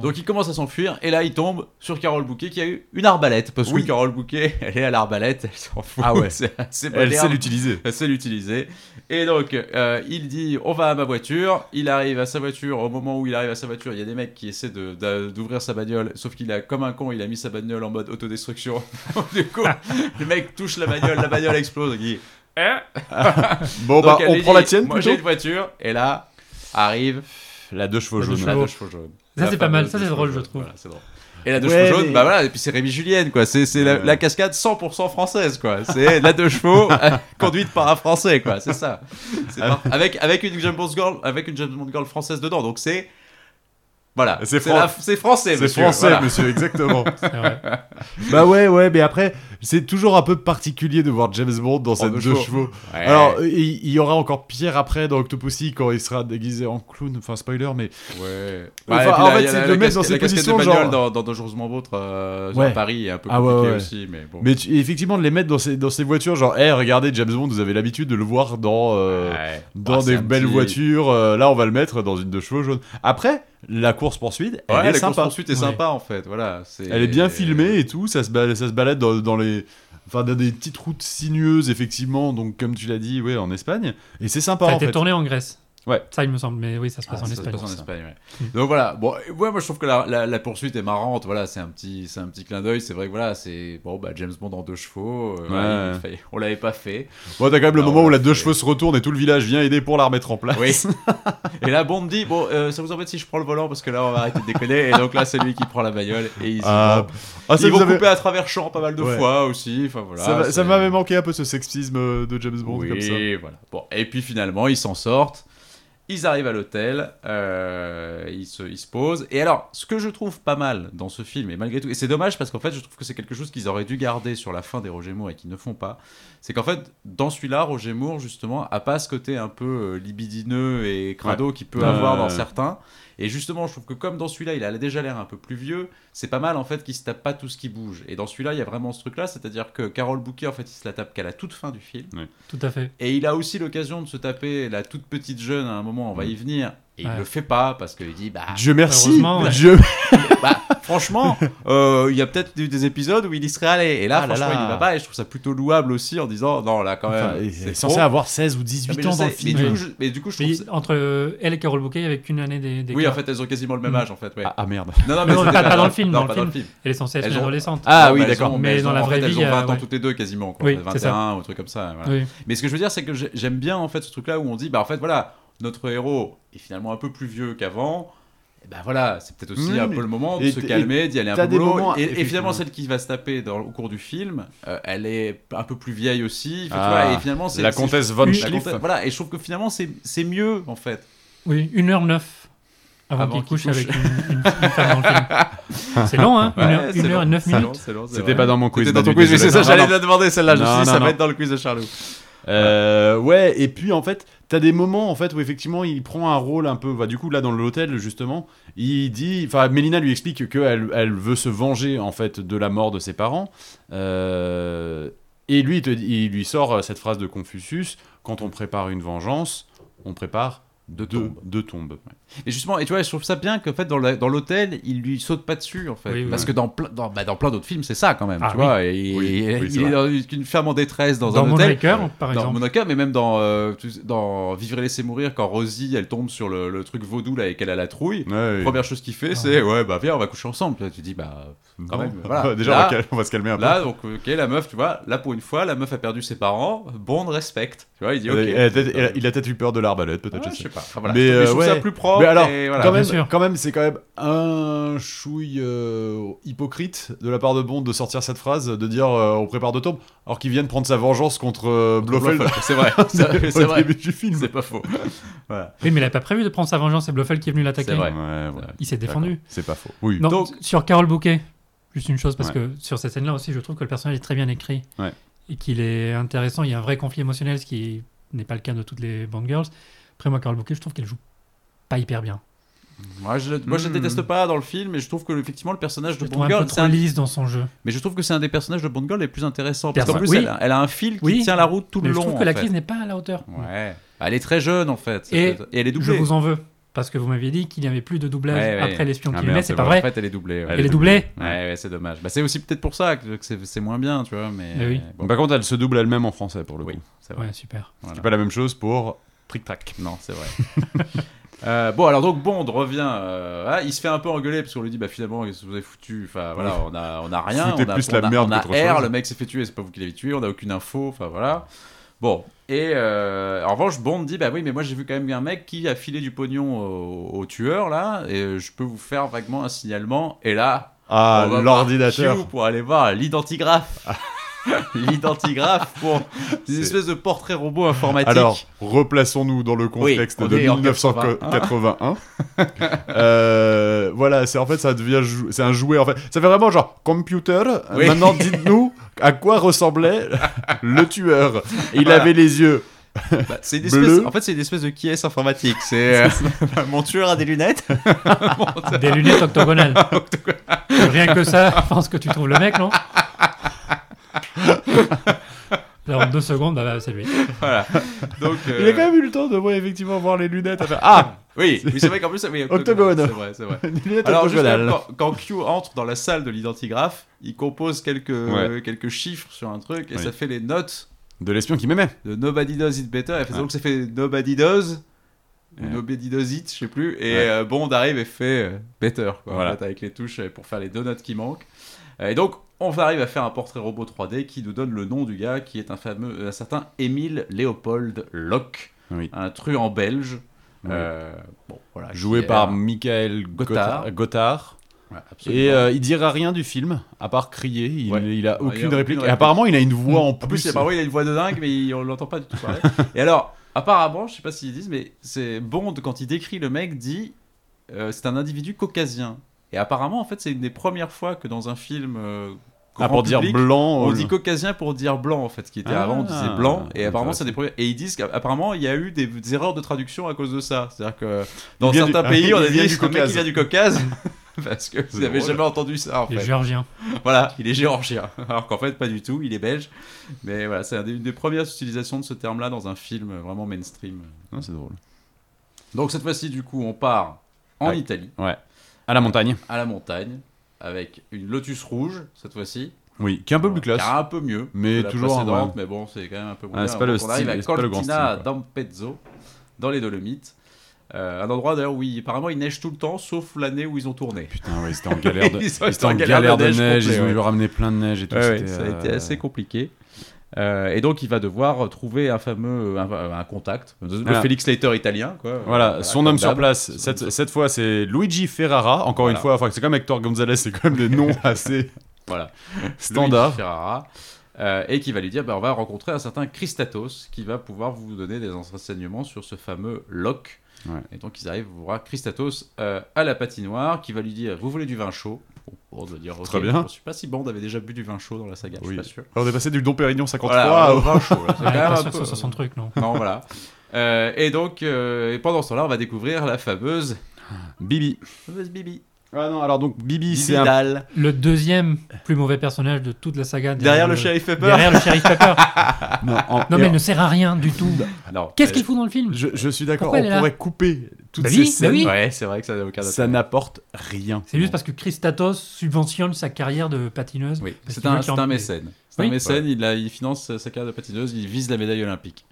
C: Donc il commence à s'enfuir et là il tombe sur Carole Bouquet qui a eu une arbalète parce
A: Oui.
C: que Carole Bouquet elle est à l'arbalète elle s'en fout
A: Ah ouais.
C: c'est c'est
A: elle sait
C: moderne.
A: l'utiliser.
C: elle sait l'utiliser et donc euh, il dit on va à ma voiture il arrive à sa voiture au moment où il arrive à sa voiture il y a des mecs qui essaient de- d'a- d'ouvrir sa bagnole sauf qu'il a comme un con il a mis sa bagnole en mode autodestruction du coup le mec touche la bagnole la bagnole explose il dit,
A: Bon,
C: Donc,
A: bah,
C: elle
A: on
C: lui
A: prend
C: dit,
A: la tienne
C: moi j'ai
A: plutôt.
C: une voiture et là arrive
A: La deux chevaux
B: La deux
A: jaunes.
B: chevaux.
C: la deux chevaux jaunes.
B: Ça,
C: La
B: c'est pas
C: fameuse
B: mal. Ça,
C: deux
B: c'est
C: chevaux
B: drôle, je
C: jaunes.
B: trouve.
C: Voilà, c'est drôle. Et la deux
A: Ouais,
C: chevaux jaunes,
A: mais-
C: bah voilà, et puis c'est Rémi Julienne, quoi. C'est c'est la,
A: Ouais.
C: la cascade 100% française, quoi. C'est la deux chevaux euh, conduite par un Français, quoi. C'est ça. C'est
A: Ah
C: par- Avec, avec une James Bond girl, avec une James Bond girl française dedans. Donc c'est voilà,
A: C'est
C: c'est
A: fran-
C: la- c'est français,
A: C'est
C: monsieur,
A: français,
C: voilà.
A: monsieur, exactement.
B: C'est vrai.
A: bah ouais, ouais, mais après, c'est toujours un peu particulier de voir James Bond dans cette
C: deux
A: deux
C: chevaux.
A: chevaux.
C: Ouais.
A: Alors, il il y, aura encore pire après dans Octopussy quand il sera déguisé en clown. Enfin, spoiler, mais.
C: ouais.
A: Enfin,
C: Ouais, et puis
A: en
C: la-
A: fait,
C: la-
A: c'est
C: la
A: de mettre
C: casquette-
A: dans ces
C: la casquette de
A: positions,
C: bagnole
A: genre-
C: dans, dans Dangereusement Vôtre euh, sur
A: Ouais.
C: Paris est un peu
A: Ah, ouais,
C: compliqué
A: ouais.
C: aussi, mais bon.
A: Mais tu- effectivement, de les mettre dans ces, dans ces voitures, genre, hé, regardez, James Bond, vous avez l'habitude de le voir dans. euh,
C: Ouais.
A: dans
C: Ah, c'est
A: des
C: un
A: belles
C: petit-
A: voitures. euh, là, on va le mettre dans une deux chevaux jaune. Après, la course poursuite, elle
C: Ouais,
A: est
C: la
A: sympa.
C: course-poursuite est sympa, en fait. Voilà, c'est-
A: Elle est bien filmée et tout. Ça se, bal- ça se balade dans, dans les, enfin, dans des petites routes sinueuses, effectivement. Donc, comme tu l'as dit, ouais, en Espagne. Et c'est sympa.
B: Ça a
A: en
B: été
A: fait.
B: tourné en Grèce.
A: Ouais.
B: Ça, il me semble, mais oui, ça se passe
C: Ah,
B: en
C: ça se
B: Espagne.
C: passe en Espagne, ouais. Donc voilà, bon, et ouais, moi je trouve que la, la- la poursuite est marrante, voilà, c'est un petit, c'est un petit clin d'œil, c'est vrai que voilà, c'est bon, bah James Bond en deux chevaux, euh,
A: Ouais.
C: voilà, il fallait- on l'avait pas fait.
A: Bon, t'as quand même le
C: Ah,
A: moment
C: ouais,
A: où la deux
C: c'est-
A: chevaux se retourne et tout le village vient aider pour la remettre en place.
C: Oui. et là, Bond dit, bon, euh, ça vous embête si je prends le volant parce que là on va arrêter de déconner, et donc là c'est lui qui prend la bagnole et il s'y
A: Ah,
C: prend.
A: ah, ça
C: Ils
A: vous
C: vont
A: avait-
C: couper à travers champs pas mal de
A: Ouais.
C: fois aussi, enfin voilà.
A: ça m'a-
C: c'est-
A: ça m'avait manqué un peu ce sexisme euh, de James Bond
C: oui,
A: comme ça.
C: voilà. Bon, et puis finalement, ils s'en sortent. Ils arrivent à l'hôtel, euh, ils, se, ils se posent. Et alors, ce que je trouve pas mal dans ce film, et malgré tout, et c'est dommage parce qu'en fait, je trouve que c'est quelque chose qu'ils auraient dû garder sur la fin des Roger Moore et qu'ils ne font pas, c'est qu'en fait, dans celui-là, Roger Moore, justement, a pas ce côté un peu euh, libidineux et crado qu'il peut
A: Ouais.
C: avoir
A: Ouais.
C: dans certains. Et justement, je trouve que comme dans celui-là, il a déjà l'air un peu plus vieux, c'est pas mal en fait qu'il se tape pas tout ce qui bouge. Et dans celui-là, il y a vraiment ce truc-là, c'est-à-dire que Carole Bouquet, en fait, il se la tape qu'à la toute fin du film.
B: Tout à fait.
C: Et il a aussi l'occasion de se taper la toute petite jeune à un moment, on
B: Mm.
C: va y venir. Et il
B: Ouais.
C: le fait pas parce qu'il dit bah,
A: Dieu merci,
B: Heureusement, ouais.
A: Dieu.
C: bah, franchement, euh, il y a peut-être eu des épisodes où il y serait allé. Et là,
A: Ah là
C: franchement,
A: là.
C: il y va pas. Et je trouve ça plutôt louable aussi en disant non, là quand même.
A: Enfin, il est
C: c'est
A: censé
C: trop.
A: avoir 16 ou
C: Non,
A: 18
C: mais je
A: ans dans le
C: sais,
A: film.
C: Mais du coup, je, mais du coup, je trouve
B: Mais
C: ça-
B: entre euh, elle et Carole Bouquet, avec une année des. des
C: Oui, en fait, elles ont quasiment le même âge en fait. ouais.
A: Ah, ah, merde.
C: Non, non, mais
B: Non,
C: c'était
B: pas- pas dans le film,
C: Non,
B: dans
C: pas
B: le
C: dans le film.
B: Elle est censée être
C: Elles
B: une
C: ont-
B: adolescente.
A: Ah oui,
C: Bah, elles
A: d'accord.
C: ont-
B: Mais
C: elles
B: dans
C: ont-
B: la
C: en
B: vraie
C: fait, elles
B: vie,
C: ont 20
B: euh,
C: ans
B: ouais.
C: toutes les deux quasiment. Quoi,
B: Oui, c'est ça.
C: 21 ou un truc comme ça. voilà.
B: Oui.
C: Mais ce que je veux dire, c'est que j'ai- j'aime bien en fait ce truc-là où on dit, bah en fait voilà, notre héros est finalement un peu plus vieux qu'avant. Et bah voilà, c'est peut-être aussi
A: Oui,
C: un
A: mais-
C: peu le moment de
A: et
C: se
A: t- et
C: calmer, d'y aller un
A: t'as
C: peu
A: des
C: mollo.
A: moments-
C: et, et
A: effectivement.
C: finalement, celle qui va se taper dans, au cours du film, euh, elle est un peu plus vieille aussi. Enfin, tu
A: Ah,
C: vois, et finalement, c'est
A: La
C: c'est-
A: comtesse von
B: Une-
C: la
A: Schliff.
C: comtesse- Voilà, et je trouve que finalement, c'est c'est mieux en fait.
B: Oui, 1h09. avant,
A: Avant
B: qu'il
A: qu'il
B: couche, avec une, une- une femme dans le film. C'est long, hein Une heure, une heure et neuf minutes.
A: C'était pas dans mon quiz.
C: C'était dans
A: Manu,
C: ton quiz, mais
A: désolé.
C: c'est ça,
A: Non,
C: j'allais
A: non.
C: te la demander celle-là. Je me
A: Non,
C: suis dit,
A: non,
C: ça
A: non.
C: va être dans le quiz de Charlot.
A: Euh, ouais, et puis en fait, t'as des moments en fait où effectivement il prend un rôle un peu. bah, du coup, là dans l'hôtel, justement, il dit. Enfin, Mélina lui explique qu'elle elle veut se venger en fait de la mort de ses parents. Euh, et lui, il, te- il lui sort euh, cette phrase de Confucius quand on prépare une vengeance, on prépare deux,
C: tombes.
A: deux tombes.
C: Et justement, et tu vois, je trouve ça bien qu'en fait, dans la- dans l'hôtel, il lui saute pas dessus, en fait.
B: Oui, oui.
C: Parce que dans, plein- dans, bah, dans plein d'autres films, c'est ça quand même,
B: Ah,
C: tu
B: oui.
C: vois. Et,
A: Oui,
C: et-
A: oui, c'est
C: il est
A: vrai.
C: dans une une femme en détresse dans,
B: Dans
C: un hôtel.
B: Moonraker, par
C: dans
B: exemple.
C: Monaco, mais même dans, euh, tu sais, dans Vivre et laisser mourir, quand Rosie, elle tombe sur le, le truc vaudou là et qu'elle a la trouille.
A: Ouais,
C: Première chose qu'il fait,
B: Ah.
C: c'est ouais, bah viens, on va coucher ensemble. Là, tu dis, bah quand
A: non.
C: même. Voilà.
A: Déjà, on va
C: là,
A: cal- on va se calmer un peu.
C: là, donc, ok, la meuf, tu vois, là pour une fois, la meuf a perdu ses parents. Bond respecte. Tu vois, il dit, ok.
A: Elle a peut-être- elle a- il a peut-être eu peur de l'arbalète, peut-être.
C: Ouais,
A: je sais.
C: Ah, je sais pas. Enfin, voilà.
A: Mais,
C: je
A: euh,
C: trouve- je trouve
A: ouais.
C: ça plus propre.
A: Mais alors,
C: et voilà.
A: quand,
B: bien
A: même,
B: sûr.
A: quand même, c'est quand même un chouille euh, hypocrite de la part de Bond de sortir cette phrase, de dire euh, on prépare deux tombes, alors qu'il vient de prendre sa vengeance contre, euh, Blofeld
C: C'est vrai, c'est vrai, c'est
A: au
C: vrai.
A: début du film.
C: C'est pas faux.
B: Oui, mais il a pas prévu de prendre sa vengeance. C'est Blofeld qui est venu l'attaquer.
C: C'est vrai.
A: Ouais, voilà.
B: Il s'est défendu.
A: C'est pas faux. Oui.
B: Non,
C: Donc-
B: sur Carole Bouquet, juste une chose, parce
A: Ouais.
B: que sur cette scène-là aussi, je trouve que le personnage est très bien écrit.
A: Ouais.
B: Et qu'il est intéressant. Il y a un vrai conflit émotionnel, ce qui n'est pas le cas de toutes les Bond Girls. Après, moi, Carole Bouquet, je trouve qu'elle joue pas hyper bien.
C: Moi, je, moi, je
A: Hmm.
C: déteste pas dans le film, mais je trouve que effectivement le personnage
B: Je
C: de
B: la trouve
C: Bond
B: un peu
C: Girl, c'est
B: trop
C: un-
B: lisse dans son jeu.
C: mais je trouve que c'est un des personnages de Bond Girl les plus intéressants. Parce
B: Perso-
C: qu'en plus,
B: oui.
C: elle, a- elle a un fil qui
B: Oui.
C: tient la route tout
B: Mais
C: le
B: je
C: long.
B: trouve
C: en
B: que
C: fait.
B: l'actrice n'est pas à la hauteur.
C: Ouais. Elle est très jeune en fait.
B: Et
C: elle est
B: Je
C: doublée.
B: vous en veux. Parce que vous m'aviez dit qu'il n'y avait plus de doublage
C: Ouais, ouais.
B: après l'espion
C: Ah,
B: qui
C: merde,
B: venait, c'est pas vrai.
C: En fait, elle est doublée. ouais.
B: Elle est doublée.
C: Ouais, ouais, c'est dommage. Bah, c'est aussi peut-être pour ça que que c'est c'est moins bien, tu vois. Mais
B: Eh oui.
C: bon,
A: Par contre, elle se double elle-même en français pour le
C: Oui.
A: coup.
C: c'est vrai.
B: Ouais, super.
A: C'est pas la même chose pour Trick Track.
C: Non, c'est vrai. Euh, bon alors donc Bond revient, euh, ah, il se fait un peu engueuler parce qu'on lui dit bah finalement qu'est-ce que vous avez foutu, enfin voilà on a on a rien,
A: Foutez
C: on a
A: plus
C: on
A: la
C: a-
A: merde
C: on a
A: qu'autre
C: R,
A: chose.
C: le mec s'est fait tuer, c'est pas vous qui l'avez tué, on a aucune info, enfin voilà. Bon et euh, en revanche Bond dit bah oui mais moi j'ai vu quand même un mec qui a filé du pognon au, au tueur là et euh, je peux vous faire vaguement un signalement et là
A: Ah,
C: on va
A: l'ordinateur.
C: voir Q pour aller voir l'identigraphe, l'identigraphe pour une espèce de portrait robot informatique.
A: Alors, replaçons-nous dans le contexte
C: on
A: de
C: est en
A: 1981. Euh, voilà, c'est en fait ça devient jou- c'est un jouet en fait. Ça fait vraiment genre computer.
C: Oui.
A: Maintenant, dites-nous à quoi ressemblait le tueur. Il
C: Voilà.
A: avait les yeux.
C: Bah, c'est une
A: Bleu.
C: espèce, en fait, c'est une espèce de qui est informatique. C'est euh, mon tueur a des lunettes.
B: Des lunettes octogonales. Rien que ça, je pense que tu trouves le mec, non Là, en deux secondes, bah, bah, c'est lui.
C: Donc, euh,
A: Il a quand même eu le temps de voir effectivement voir les lunettes. à faire, Ah,
C: oui, oui, c'est vrai qu'en plus, oui,
A: Octogone.
C: C'est vrai, c'est vrai.
A: les lunettes
C: Alors, juste
A: octogonales.
C: quand, quand Q entre dans la salle de l'identigraphe, il compose quelques
A: Ouais.
C: quelques chiffres sur un truc et
A: Oui.
C: ça fait les notes
A: de l'espion qui m'aimait.
C: de Nobody Does It Better. Et fait-
A: Ouais.
C: Donc, ça fait Nobody Does. ou
A: Ouais.
C: Nobody does it, je sais plus. Et
A: Ouais.
C: euh, Bond arrive et fait euh, better, quoi, en
A: Voilà.
C: fait, avec les touches euh, pour faire les deux notes qui manquent. Euh, Et donc, on arrive à faire un portrait robot 3D qui nous donne le nom du gars, qui est un fameux, euh, un certain Émile Léopold Locke,
A: Oui.
C: un truand belge.
A: Oui.
C: Euh, bon, voilà,
A: Joué
C: qui est
A: par
C: un-
A: Michael
C: Gothard.
A: Gothard. Gothard.
C: voilà, absolument.
A: Et euh, il dira rien du film, à part crier. Il,
C: Ouais.
A: Ah, il a
C: Ouais, il a
A: aucune réplique.
C: aucune
A: Et
C: réplique.
A: apparemment, il a bah une voix en
C: En
A: plus.
C: plus, il, parfois, il a une voix de dingue, mais il- on l'entend pas du tout parler. Et alors, apparemment, je sais pas s'ils disent, mais c'est Bond, quand il décrit le mec, dit euh, c'est un individu caucasien. Et apparemment, en fait, c'est une des premières fois que dans un film. euh,
A: Ah,
C: grand
A: pour dire
C: public,
A: blanc.
C: On
A: euh,
C: dit caucasien pour dire blanc en fait, ce qui était
A: Ah,
C: avant on disait blanc et apparemment
A: intéressant.
C: c'est des premiers et ils disent qu'apparemment il y a eu des, des erreurs de traduction à cause de ça, c'est-à-dire que dans
A: vient du-
C: certains pays on a
A: il vient
C: dit
A: du
C: ce mec
A: Caucase.
C: il vient du Caucase parce que vous
A: C'est
C: n'avez
A: drôle.
C: jamais entendu ça en
B: Les
C: fait.
B: Géorgiens.
C: Voilà, il est géorgien. Alors qu'en fait, pas du tout, il est belge. Mais voilà, c'est une des premières utilisations de ce terme-là dans un film vraiment mainstream.
A: Non, c'est drôle.
C: Donc cette fois-ci, du coup, on part en
A: Ouais.
C: Italie,
A: À la montagne.
C: à la montagne, avec une Lotus rouge, cette fois-ci.
A: Oui, qui est un peu plus classe.
C: Qui est un peu mieux.
A: Mais
C: que la
A: toujours,
C: précédente,
A: ouais.
C: mais bon, c'est quand même un peu moins
A: Ah,
C: bien.
A: c'est pas le
C: Donc, On
A: style,
C: arrive à
A: c'est pas le grand
C: Cortina
A: style,
C: d'Ampezzo, dans les Dolomites. Euh, un endroit d'ailleurs où il- apparemment il neige tout le temps, sauf l'année où ils ont tourné.
A: Putain, ouais, c'était en galère de,
C: Ils sont-
A: ils étaient en galère de neige, ils ont
C: complète,
A: dû ramener plein de neige et tout.
C: Ouais, ouais,
A: c'était,
C: ça a
A: euh,
C: été assez compliqué. Euh, et donc, il va devoir trouver un fameux un, un contact, le
A: Voilà.
C: Félix Leiter italien. Quoi.
A: Ah. Voilà,
C: Euh,
A: son
C: comme
A: homme sur
C: d'hab.
A: place, cette, cette fois c'est Luigi Ferrara, encore
C: Voilà.
A: une fois, enfin, c'est comme Hector Gonzalez, c'est quand même des noms assez
C: Voilà.
A: standards.
C: Luigi Ferrara. Euh, et qui va lui dire bah, on va rencontrer un certain Christatos qui va pouvoir vous donner des enseignements sur ce fameux Locke
A: Ouais.
C: Et donc ils arrivent voir Christatos euh, à la patinoire qui va lui dire Vous voulez du vin chaud Bon, On doit dire ok.
A: Très bien.
C: Je ne suis pas si bon, on avait déjà bu du vin chaud dans la saga,
A: Oui.
C: je suis pas sûr.
A: Alors, on est passé du Don Pérignon 53
C: Voilà,
A: au-
C: au vin chaud, là. c'est
B: Ouais,
C: quand même un
B: pas
C: Ah, peu- euh,
B: sûr que ce soit son truc, non.
C: Non, voilà. Euh, et donc, euh, et pendant ce temps-là, on va découvrir la fameuse,
A: Bibi.
C: fameuse Bibi.
A: Ah non, alors donc Bibi,
C: Bibi
A: c'est un.
C: Dalle.
B: Le deuxième plus mauvais personnage de toute la saga.
C: Euh, Derrière le shérif Pepper.
B: Derrière le shérif Pepper.
A: Non, en-
B: Non, mais elle ne sert à rien du tout.
C: Non,
B: Qu'est-ce
C: euh,
B: qu'il fout dans le film
A: je, je suis d'accord,
B: Pourquoi elle est
A: on
B: là
A: pourrait couper toutes
B: Bah
A: ces
B: oui, bah
A: scènes.
B: oui.
C: Ouais, c'est vrai que ça n'a aucun
A: Ça n'apporte rien.
B: C'est juste parce que Christatos subventionne sa carrière de patineuse.
C: Oui,
B: parce
C: c'est
B: qu'il
C: un,
B: veut qu'il
C: c'est un
B: en-
C: mécène. C'est un
B: Oui.
C: mécène, il, a- il finance sa carrière de patineuse, il vise la médaille olympique.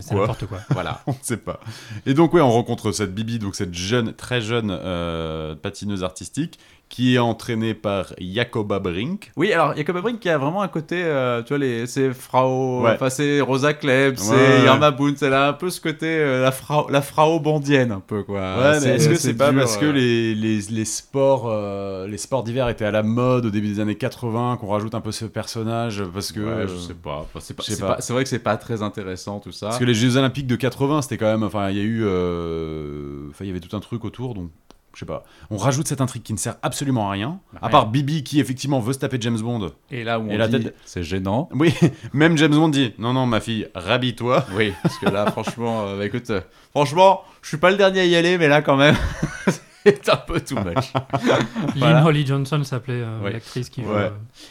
B: C'est n'importe quoi.
C: Voilà.
A: On ne sait pas. Et donc, ouais, on rencontre cette Bibi, donc cette jeune, très jeune euh, patineuse artistique, qui est entraînée par Jacoba Brink.
C: Oui, alors Jacob Abrink qui a vraiment un côté, euh, tu vois, les, c'est Frau,
A: Ouais.
C: enfin c'est Rosa Klebb,
A: Ouais, ouais.
C: c'est Irma Boon, elle a un peu ce côté, euh, la, frau, la Frau bandienne un peu quoi.
A: ouais, mais est-ce que Euh, c'est pas
C: dur,
A: parce que
C: euh,
A: les, les, les sports euh, les sports d'hiver étaient à la mode au début des années 80 qu'on rajoute un peu ce personnage parce que
C: Ouais,
A: euh,
C: je sais pas. Enfin, c'est pas-
A: je sais
C: c'est
A: pas.
C: pas- c'est vrai que c'est pas très intéressant tout ça.
A: parce que les Jeux Olympiques de 80 c'était quand même enfin il y a eu euh, enfin il y avait tout un truc autour donc je sais pas on rajoute cette intrigue qui ne sert absolument à Bah, rien à
C: Ouais.
A: part Bibi qui effectivement veut se taper James Bond
C: Et là où on
A: Et la
C: dit,
A: tête-
C: c'est gênant.
A: oui même James Bond dit non non ma fille rhabille-toi
C: Oui, parce que là, franchement, euh, bah, écoute, euh, franchement, je suis pas le dernier à y aller, mais là, quand même, c'est un peu too much. Voilà.
B: Lynn Holly Johnson s'appelait euh,
C: Oui.
B: l'actrice qui.
A: Ouais.
B: euh,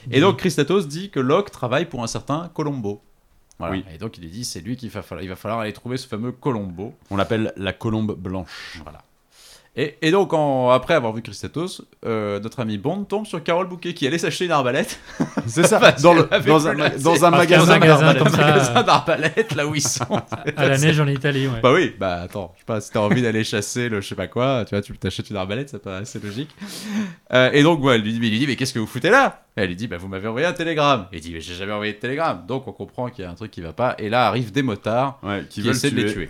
C: Et donc, Christatos dit que Locke travaille pour un certain Colombo. Voilà.
A: Oui.
C: Et donc, il lui dit, c'est lui qu'il va falloir, il va falloir aller trouver ce fameux Colombo.
A: on l'appelle la colombe blanche
C: Voilà. Et, et donc, en- après avoir vu Christatos, euh, notre ami Bond tombe sur Carole Bouquet qui allait s'acheter une arbalète.
A: c'est ça dans, le-
C: qu'elle avait
A: dans un,
C: plus la-
A: dans un
B: Parce qu'il y a un
A: magasin
B: magasin
A: d'arbalètes.
B: Comme
C: Un
B: ça,
C: magasin
B: euh,
C: d'arbalètes, là où ils sont.
B: à la neige en Italie, ouais.
C: Bah oui, bah attends, je sais pas, si t'as envie d'aller chasser le je sais pas quoi, tu vois, tu t'achètes une arbalète, ça paraît assez logique. Euh, et donc, ouais, elle lui dit, mais, il lui dit, mais qu'est-ce que vous foutez là Et Elle lui dit, bah vous m'avez envoyé un télégramme. Il dit, mais j'ai jamais envoyé de télégramme. Donc on comprend qu'il y a un truc qui va pas, et là arrivent des motards
A: Ouais, qui,
C: qui,
A: veulent
C: essaient de les
A: tuer
C: tuer.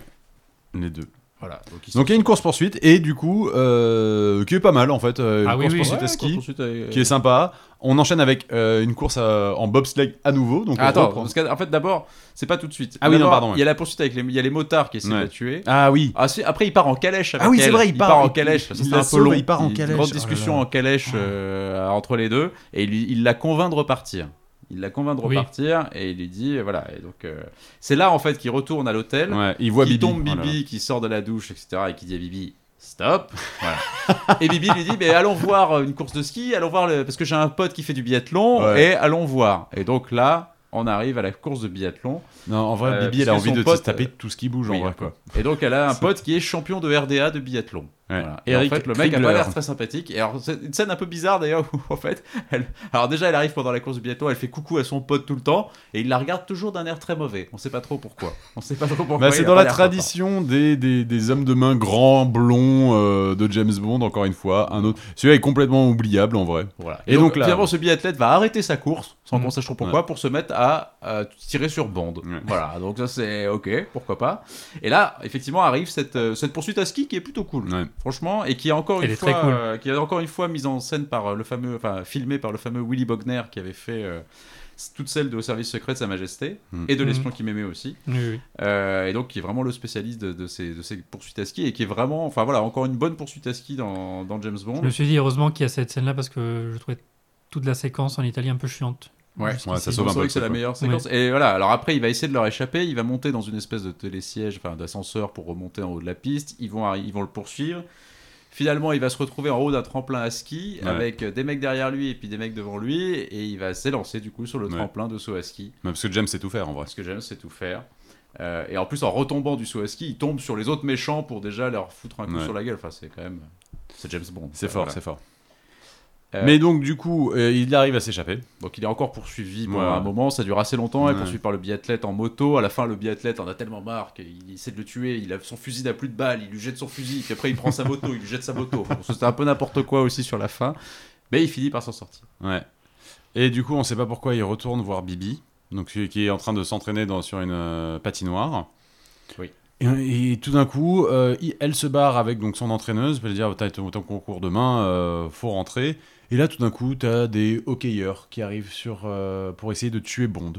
A: les deux
C: Voilà, donc ils sont-
A: Donc il y a une course poursuite et du coup euh, qui est pas mal en fait, euh, une
B: Ah oui,
A: course
B: oui.
A: poursuite
C: Ouais,
A: à ski
C: course-poursuite avec-
A: qui est sympa. On enchaîne avec euh, une course euh, en bobsleigh à nouveau. Donc
C: Ah,
A: on
C: attends,
A: reprend-
C: parce qu'en fait d'abord, c'est pas tout de suite.
A: Ah oui, non,
C: D'abord,
A: pardon, ouais.
C: Il y a la poursuite avec les, il y a les motards qui essaient de
A: Ouais.
C: la tuer.
A: ah oui,
C: Ah, si, après il part en calèche. Avec
A: Ah oui,
C: elle.
A: c'est vrai, il part-
C: en
A: il-
C: calèche.
A: il
C: Ça, c'est
A: la
C: un
A: sauve
C: peu long.
A: et il part en
C: une
A: calèche.
C: Grande
A: Oh là
C: discussion
B: là.
C: en calèche euh, entre les deux et il, il la convainc de repartir. Il la convainc de
B: Oui.
C: repartir et il lui dit euh, voilà. Et donc euh, c'est là en fait qu'il retourne à l'hôtel,
A: ouais, il voit
C: qu'il
A: Bibi.
C: tombe
A: Oh là là.
C: Bibi, qui sort de la douche, etc. et qui dit à Bibi stop. Voilà. et Bibi lui dit mais allons voir euh, une course de ski, allons voir le... parce que j'ai un pote qui fait du biathlon
A: Ouais.
C: et allons voir. Et donc là on arrive à la course de biathlon.
A: Non, en vrai,
C: Euh,
A: Bibi, elle a
C: parce que
A: envie
C: son
A: de
C: pote,
A: se taper tout ce qui bouge
C: oui,
A: en vrai
C: un peu.
A: quoi.
C: Et donc elle a un
A: C'est-
C: pote qui est champion de RDA de biathlon.
A: Ouais.
C: Voilà. Et en fait, le mec a pas
A: Krigler.
C: l'air très sympathique. Et alors, c'est une scène un peu bizarre d'ailleurs où, en fait, elle... alors déjà, elle arrive pendant la course du biathlon, elle fait coucou à son pote tout le temps, et il la regarde toujours d'un air très mauvais. On sait pas trop pourquoi. On sait pas trop pourquoi.
A: Bah,
C: il
A: c'est
C: a
A: dans
C: pas
A: la
C: l'air
A: tradition des, des, des hommes de main grands, blonds euh, de James Bond, encore une fois. Un autre. Celui-là est complètement oubliable en vrai.
C: content. Voilà.
A: Et
C: Et,
A: donc,
C: donc,
A: là,
C: finalement,
A: ouais.
C: ce biathlète va arrêter sa course, sans
B: Mhm.
C: qu'on sache trop pourquoi, pour se mettre à euh, tirer sur bande.
A: Ouais.
C: Voilà. Donc ça, c'est ok, pourquoi pas. Et là, effectivement, arrive cette, euh, cette poursuite à ski qui est plutôt cool.
A: Ouais.
C: Franchement, et qui est encore
B: Elle
C: une
B: est
C: fois,
B: très cool.
C: euh, qui est encore une fois mise en scène par euh, le fameux, enfin filmé par le fameux Willy Bogner qui avait fait euh, toutes celles de service secret de Sa Majesté
A: Mm.
C: et de
B: Mm.
C: l'espion qui m'aimait aussi,
B: Oui, oui.
C: Euh, et donc qui est vraiment le spécialiste de, de ces, de ces poursuites à ski et qui est vraiment, enfin voilà, encore une bonne poursuite à ski dans, dans James
B: Je me
C: Bond.
B: suis dit, heureusement qu'il y a cette scène-là parce que je trouvais toute la séquence en Italie un peu chiante.
C: Ouais.
B: Jusqu'ici.
A: Ouais, ça
C: C'est
A: sauve un
C: vrai
A: peu.
C: que c'est
A: ça,
C: la
A: quoi.
C: meilleure séquence. Et voilà, alors après, il va essayer de leur échapper. Il va monter dans une espèce de télésiège, enfin d'ascenseur pour remonter en haut de la piste. Ils vont, arri- ils vont le poursuivre. Finalement, il va se retrouver en haut d'un tremplin à ski
A: Ouais.
C: avec euh, des mecs derrière lui et puis des mecs devant lui. Et il va s'élancer du coup sur le
A: Ouais.
C: tremplin de saut à ski.
A: Ouais, Parce que James sait tout faire en vrai.
C: Parce que j'aime, c'est tout faire. Euh, et en plus, en retombant du saut à ski, il tombe sur les autres méchants pour déjà leur foutre un coup
A: Ouais.
C: sur la gueule. Enfin, c'est quand même. C'est James Bond.
A: C'est
C: Voilà.
A: fort, c'est fort.
C: Euh,
A: Mais donc, du coup, euh, il arrive à s'échapper.
C: Donc il est encore poursuivi pendant
A: Ouais.
C: un moment, ça dure assez longtemps, il est
A: Ouais.
C: poursuivi par le biathlète en moto, à la fin le biathlète en a tellement marre qu'il essaie de le tuer, il a son fusil n'a plus de balles, il lui jette son fusil, puis après il prend sa moto, il lui jette sa moto. Bon, C'était un peu n'importe quoi aussi sur la fin, mais il finit par s'en sortir.
A: Ouais. Et du coup, on sait pas pourquoi il retourne voir Bibi, donc qui qui est en train de s'entraîner dans- sur une euh, patinoire.
C: Oui.
A: Et, et tout d'un coup, euh, il- elle se barre avec donc son entraîneuse, pour lui dire t'as ton, ton concours demain, euh, faut rentrer. Et là, tout d'un coup, t'as des hockeyeurs qui arrivent sur euh, pour essayer de tuer Bond.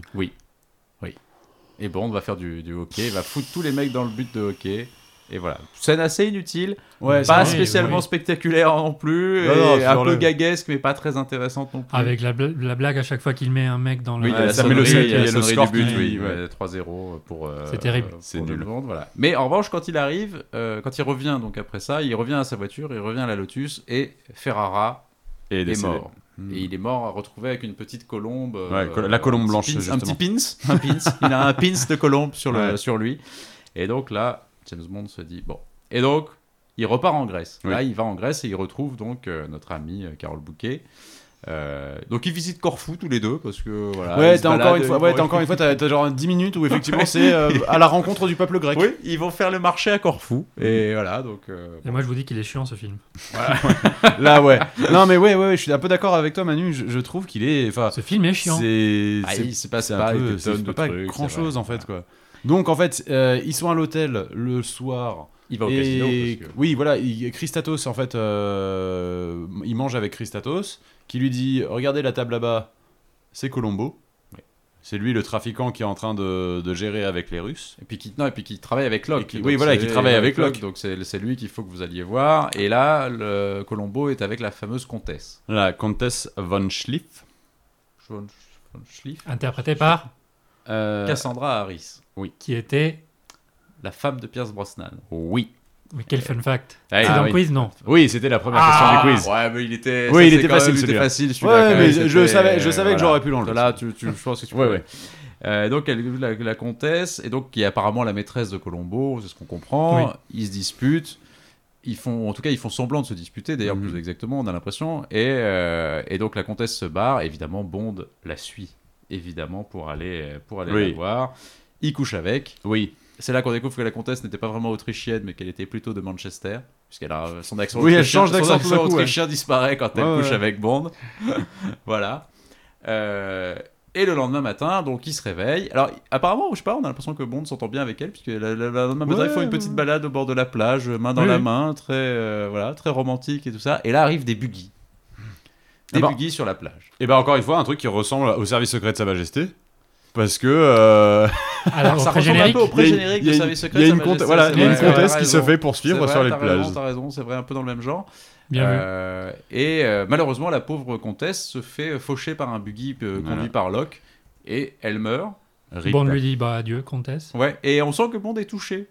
C: Et Bond va faire du, du hockey, il va foutre tous les mecs dans le but de hockey, Et voilà, scène assez inutile,
A: Ouais,
C: pas
B: c'est vrai,
C: spécialement
B: oui.
C: spectaculaire non plus,
F: Non,
C: et
F: non, sur
C: un peu
F: le-
C: gaguesque mais pas très intéressante non plus.
B: Avec la, bla- la blague à chaque fois qu'il met un mec dans le.
C: Oui,
A: Ah,
C: il y a la
A: ça met
C: sonnerie,
A: le
C: il
A: sec,
C: y a la
A: le
C: sonnerie
A: score
C: du but,
A: qui-
C: oui,
A: ouais.
C: ouais, 3-0 pour, euh,
B: C'est terrible.
C: pour
A: C'est
C: tout
A: nul.
C: le monde, voilà. Mais en revanche, quand il arrive, euh, quand il revient donc après ça, il revient à sa voiture, il revient à la Lotus et Ferrara
A: Et
C: est
A: décédé.
C: mort.
A: Mm.
C: Et il est mort retrouvé avec une petite colombe. euh,
A: Ouais, col- la colombe
C: un petit
A: blanche,
C: pins-
A: justement.
C: Un petit pins. Un pins. il a un pins de colombe sur, le,
A: Ouais.
C: sur lui. Et donc là, James Bond se dit bon. Et donc, il repart en Grèce.
A: Oui.
C: Là, il va en Grèce et il retrouve donc euh, notre ami euh, Carole Bouquet. Euh, donc ils visitent Corfou tous les deux parce que voilà.
A: ouais,
C: ils se
A: t'as encore
C: baladent,
A: une fois,
C: ils
A: ouais,
C: vont-
A: t'as encore une fois, t'as t'as genre 10 minutes où effectivement c'est euh, à la rencontre du peuple grec.
C: Oui, ils vont faire le marché à Corfou.
A: Mhm.
C: Et voilà, donc. euh,
B: Et moi, je vous dis qu'il est chiant ce film.
A: Là, ouais. Non, mais ouais, ouais, ouais, je suis un peu d'accord avec toi, Manu. Je, je trouve qu'il est, enfin,
B: Ce film est chiant.
A: c'est,
C: Ah,
A: c'est
C: il se passe
A: c'est un
C: pas
A: peu-
C: des
A: ça
C: tonnes
A: se
C: de
A: peut pas
C: trucs,
A: grand
C: c'est vrai.
A: chose en fait, quoi. Donc en fait, euh, ils sont à l'hôtel le soir.
C: Il va au casino.
A: et
C: parce que-
A: oui, voilà, il- Christatos en fait, euh, il mange avec Christatos, qui lui dit regardez la table là-bas, c'est Colombo.
C: Ouais.
A: C'est lui le trafiquant qui est en train de, de gérer avec les Russes.
C: Et puis qui, non, et puis qui travaille avec
A: Et
C: Locke.
A: qui-
C: Donc
A: oui, voilà,
C: c'est-
A: qui travaille avec Locke.
C: Donc c'est c'est lui qu'il faut que vous alliez voir. Et là, le Colombo est avec la fameuse comtesse.
A: La comtesse von Schliff.
C: Von- von Schliff.
B: Interprété par
A: Euh,
C: Cassandra Harris,
B: qui était.
C: la femme de Pierce Brosnan.
A: oui.
B: Mais quel fun fact.
A: Ah,
C: Eh,
B: c'est
A: ah
B: dans
A: oui.
B: le quiz, non
A: Oui, c'était la première
B: Ah,
A: question du quiz.
C: Ouais, mais il était.
A: Oui,
C: ça,
A: il
C: c'est
A: était
C: quand même-
A: facile,
C: il était
A: celui-là.
C: facile. celui-là,
A: Ouais,
C: quand même,
A: mais
C: c'était- euh,
A: je savais- je savais que
C: voilà.
A: j'aurais pu l'enlever.
C: Là, tu, tu- je pense que tu.
A: Ouais,
C: peux.
A: ouais.
C: Euh, donc elle, la, la comtesse et donc qui est apparemment la maîtresse de Colombo, c'est ce qu'on comprend.
B: Oui.
C: Ils se disputent. Ils font, en tout cas, ils font semblant de se disputer. D'ailleurs,
A: Mhm.
C: plus exactement, on a l'impression. Et, euh, et donc la comtesse se barre. Évidemment, Bond la suit, évidemment, pour aller pour aller
A: Oui.
C: la voir. Il couche avec.
A: Oui.
C: C'est là qu'on découvre que la comtesse n'était pas vraiment autrichienne, mais qu'elle était plutôt de Manchester, puisqu'elle a son accent.
A: Oui, elle
C: autrichien-
A: change d'accent
C: Son
A: tout
C: accent
A: d'un coup,
C: autrichien disparaît quand elle
A: Ouais,
C: couche
A: ouais.
C: avec Bond. voilà. Euh, et le lendemain matin, donc, il se réveille. Alors, apparemment, je sais pas, on a l'impression que Bond s'entend bien avec elle, puisque le le- le lendemain matin,
A: Ouais,
C: ils font une petite
A: ouais.
C: balade au bord de la plage, euh, main dans
B: Oui,
C: la
B: oui.
C: main, très euh, voilà, très romantique et tout ça. Et là arrivent des buggies. Des
A: Ah bah.
C: buggies sur la plage.
A: Et bah encore une fois, un truc qui ressemble au service secret de Sa Majesté. Parce que. euh,
B: Alors, au
C: Ça ressemble un
B: pré-générique,
C: peu
A: il y
C: au
A: a une-
C: pré-générique
A: il y a
C: de
A: une-
C: Service Secret.
A: Il y a
C: ça
A: une,
C: m'a-
A: comte-
C: ça-
A: voilà,
C: ça
A: il y a une
C: m'a-
B: ouais, ouais,
A: comtesse qui se
C: raison.
A: fait poursuivre
C: C'est
A: sur
C: vrai,
A: les
C: t'as
A: plages.
C: raison, T'as raison, c'est vrai, un peu dans le même genre.
B: bien vu.
C: Euh, et euh, malheureusement, la pauvre comtesse se fait faucher par un buggy euh,
A: Voilà.
C: conduit par Locke et elle meurt.
A: Rip.
B: Bond lui dit bah adieu, comtesse.
C: Ouais, et on sent que Bond est touché.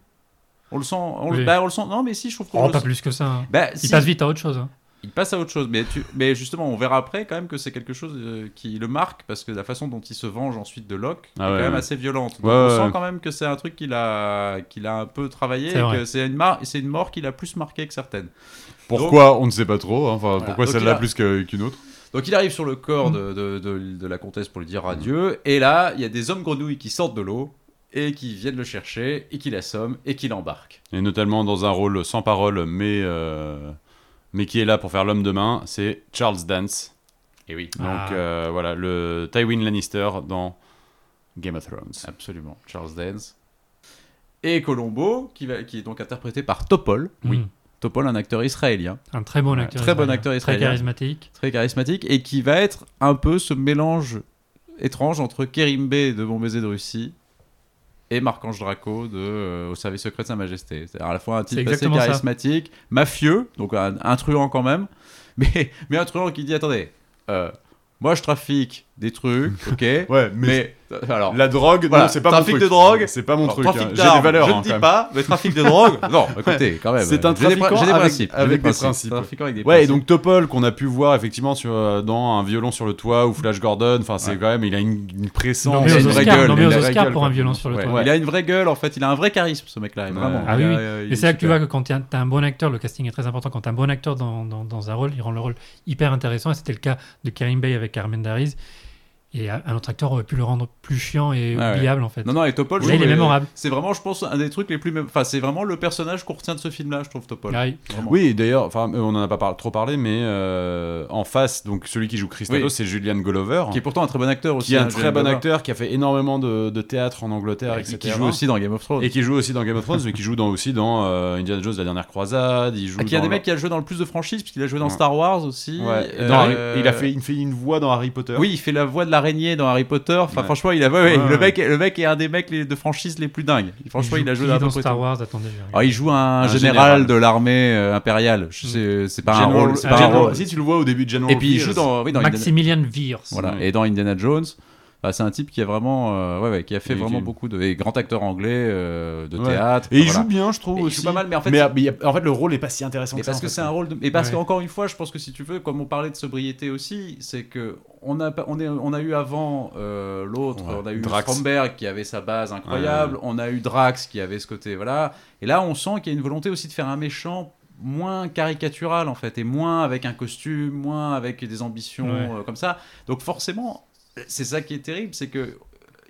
C: On le sent, on, le-
B: Oui.
C: bah, on le sent. Non, mais si, je trouve qu'on
B: Oh,
C: le
B: pas
C: sent-
B: plus que ça. hein.
C: Bah,
B: Il
C: si,
B: passe vite à autre chose. hein.
C: il passe à autre chose, mais, tu- mais justement, on verra après quand même que c'est quelque chose euh, qui le marque parce que la façon dont il se venge ensuite de Locke
A: Ah
C: est
A: ouais,
C: quand même
A: ouais.
C: assez violente. Donc,
A: Ouais,
C: on
A: ouais,
C: sent
A: ouais.
C: quand même que c'est un truc qu'il a, qu'il a un peu travaillé
B: C'est
C: et
B: vrai.
C: que c'est une, mar- c'est une mort qu'il a plus marquée que certaines.
A: Pourquoi On ne sait pas trop. hein. Enfin, pourquoi
C: Donc, il
A: celle-là
C: a-
A: plus que- qu'une autre
C: Donc il arrive sur le corps de, de- de- de la comtesse pour lui dire adieu, et là, il y a des hommes grenouilles qui sortent de l'eau, et qui viennent le chercher, et qui l'assomment, et qui l'embarquent.
A: Et notamment dans un rôle sans parole, mais, euh, mais qui est là pour faire l'homme de main, c'est Charles Dance.
C: Et oui,
A: Donc
B: Ah.
A: euh, voilà, le Tywin Lannister dans Game of Thrones.
C: absolument, Charles Dance. Et Colombo, qui, va- qui est donc interprété par Topol.
B: Mm.
C: Topol, un acteur israélien,
B: Un très bon
C: Ouais,
B: acteur.
C: très bon
B: israélien.
C: acteur
B: Très
C: israélien.
B: charismatique.
C: très charismatique, et qui va être un peu ce mélange étrange entre Kerim Bey de Bon Baiser de Russie et Marc-Ange Draco de euh, Au service secret de Sa Majesté. C'est à la fois un type
B: C'est
C: assez
B: exactement ça.
C: charismatique, mafieux, donc un, un truand quand même, mais, mais un truand qui dit attendez, euh, moi je trafique des trucs, ok,
A: Ouais,
C: mais, euh, alors.
A: la drogue,
C: Voilà,
A: non, c'est pas
C: trafic
A: mon truc.
C: de drogue.
A: C'est pas mon
C: alors,
A: truc.
C: trafic
A: hein. J'ai
C: d'armes,
A: des valeurs.
C: je
A: hein,
C: ne dis
A: quand même.
C: pas, mais trafic de drogue, non, écoutez, quand même.
A: C'est un
C: j'ai des prin-
A: trafiquant
C: j'ai des
A: avec-
C: principes, j'ai
A: avec des
C: principes.
A: principes.
C: Trafiquant avec des
A: Ouais, et
C: principes.
A: donc Topol qu'on a pu voir effectivement sur, euh, dans un violon sur le toit ou Flash Gordon, enfin c'est
C: Ouais.
A: quand même, il a une, une
B: Non
A: présence,
C: il
B: mais
C: a
B: aux
C: une vraie
B: Oscars,
C: gueule,
B: nommé
C: il a
B: aux
C: une vraie
B: Oscars
C: gueule,
B: pour un
C: quoi.
B: violon sur le
C: Ouais.
B: toit.
C: Il a une vraie gueule en fait, il a un vrai charisme ce mec-là, et vraiment. euh,
B: Ah oui, oui.
C: Et
B: Mais c'est là que tu vois que quand tu as un bon acteur, le casting est très important. Quand tu as un bon acteur dans, dans- dans un rôle, il rend le rôle hyper intéressant. Et c'était le cas de Karim Bey avec Carmen Dariz. Et euh, un autre acteur aurait pu le rendre plus chiant et
C: Ah ouais.
B: oubliable en fait.
C: Non, non, et Topol,
B: Là,
C: je
B: il
C: trouve,
B: est mémorable.
C: C'est vraiment, je pense, un des trucs les plus. mém- Enfin, c'est vraiment le personnage qu'on retient de ce film-là, je trouve, Topol.
B: Ah oui.
C: Vraiment.
A: Oui, d'ailleurs, enfin, euh, on en a pas par- trop parlé, mais euh, en face, donc celui qui joue Christatos,
C: Oui.
A: c'est Julian Golover,
C: Qui est pourtant un très bon acteur aussi.
A: qui est un
C: hein,
A: très
C: Julian
A: bon
C: Glover.
A: acteur, qui a fait énormément de, de théâtre en Angleterre,
C: Et
A: etc.
C: qui joue aussi dans Game of Thrones.
A: Et qui joue aussi dans Game of Thrones, mais qui joue dans, aussi dans euh, Indiana Jones, la dernière croisade. Il joue.
C: Ah, qui a
A: dans
C: des
A: le-
C: mecs qui a joué dans le plus de franchises, puisqu'il a joué dans
A: Ouais.
C: Star Wars aussi.
A: Ouais.
C: euh,
A: Dans Harry- Il a fait, il fait une voix dans Harry Potter.
C: Oui, il fait la voix de la l'araignée dans Harry Potter. Enfin,
A: Ouais.
C: franchement, il a. ouais, ouais,
A: Ouais,
C: Le,
A: ouais.
C: mec, le mec est un des mecs les- de franchise les plus dingues. Franchement, il, a joué
B: qui
C: dans,
B: dans
C: à peu près
B: Star
C: tout.
B: Wars. Attendez, je
C: Ah, il joue un,
A: Un
C: général,
A: général.
C: de l'armée euh, impériale. Je sais, euh, C'est pas un
A: General-
C: rôle. c'est pas un
A: General-
C: rôle.
A: Si tu le vois au début de General
C: Et puis il joue
A: Affairs.
C: dans, oui, dans Indiana-
B: Maximilian Viers.
C: voilà.
A: Mm.
C: Et dans Indiana Jones, bah, c'est un type qui a vraiment, euh, ouais, ouais, qui a fait
A: Et
C: vraiment
A: qui-
C: beaucoup de, et grand acteur anglais euh, de
A: Ouais.
C: théâtre.
A: Et il
C: voilà.
A: joue bien, je trouve
C: Et il
A: aussi.
C: joue pas mal, mais en fait,
A: mais, mais il y a- en fait, le rôle est pas si intéressant.
C: Mais
A: que ça,
C: parce que
A: en fait.
C: c'est un rôle de... et parce
B: Ouais.
C: qu'encore une fois, je pense que si tu veux, comme on parlait de sobriété aussi, c'est que on a pas- on est on a eu avant euh, l'autre,
A: Ouais.
C: on a eu
A: Drax.
C: Stromberg qui avait sa base incroyable, on a eu Drax qui avait ce côté voilà, et là on sent qu'il y a une volonté aussi de faire un méchant moins caricatural en fait et moins avec un costume, moins avec des ambitions
B: Ouais.
C: euh, comme ça. Donc forcément, c'est ça qui est terrible, c'est que euh,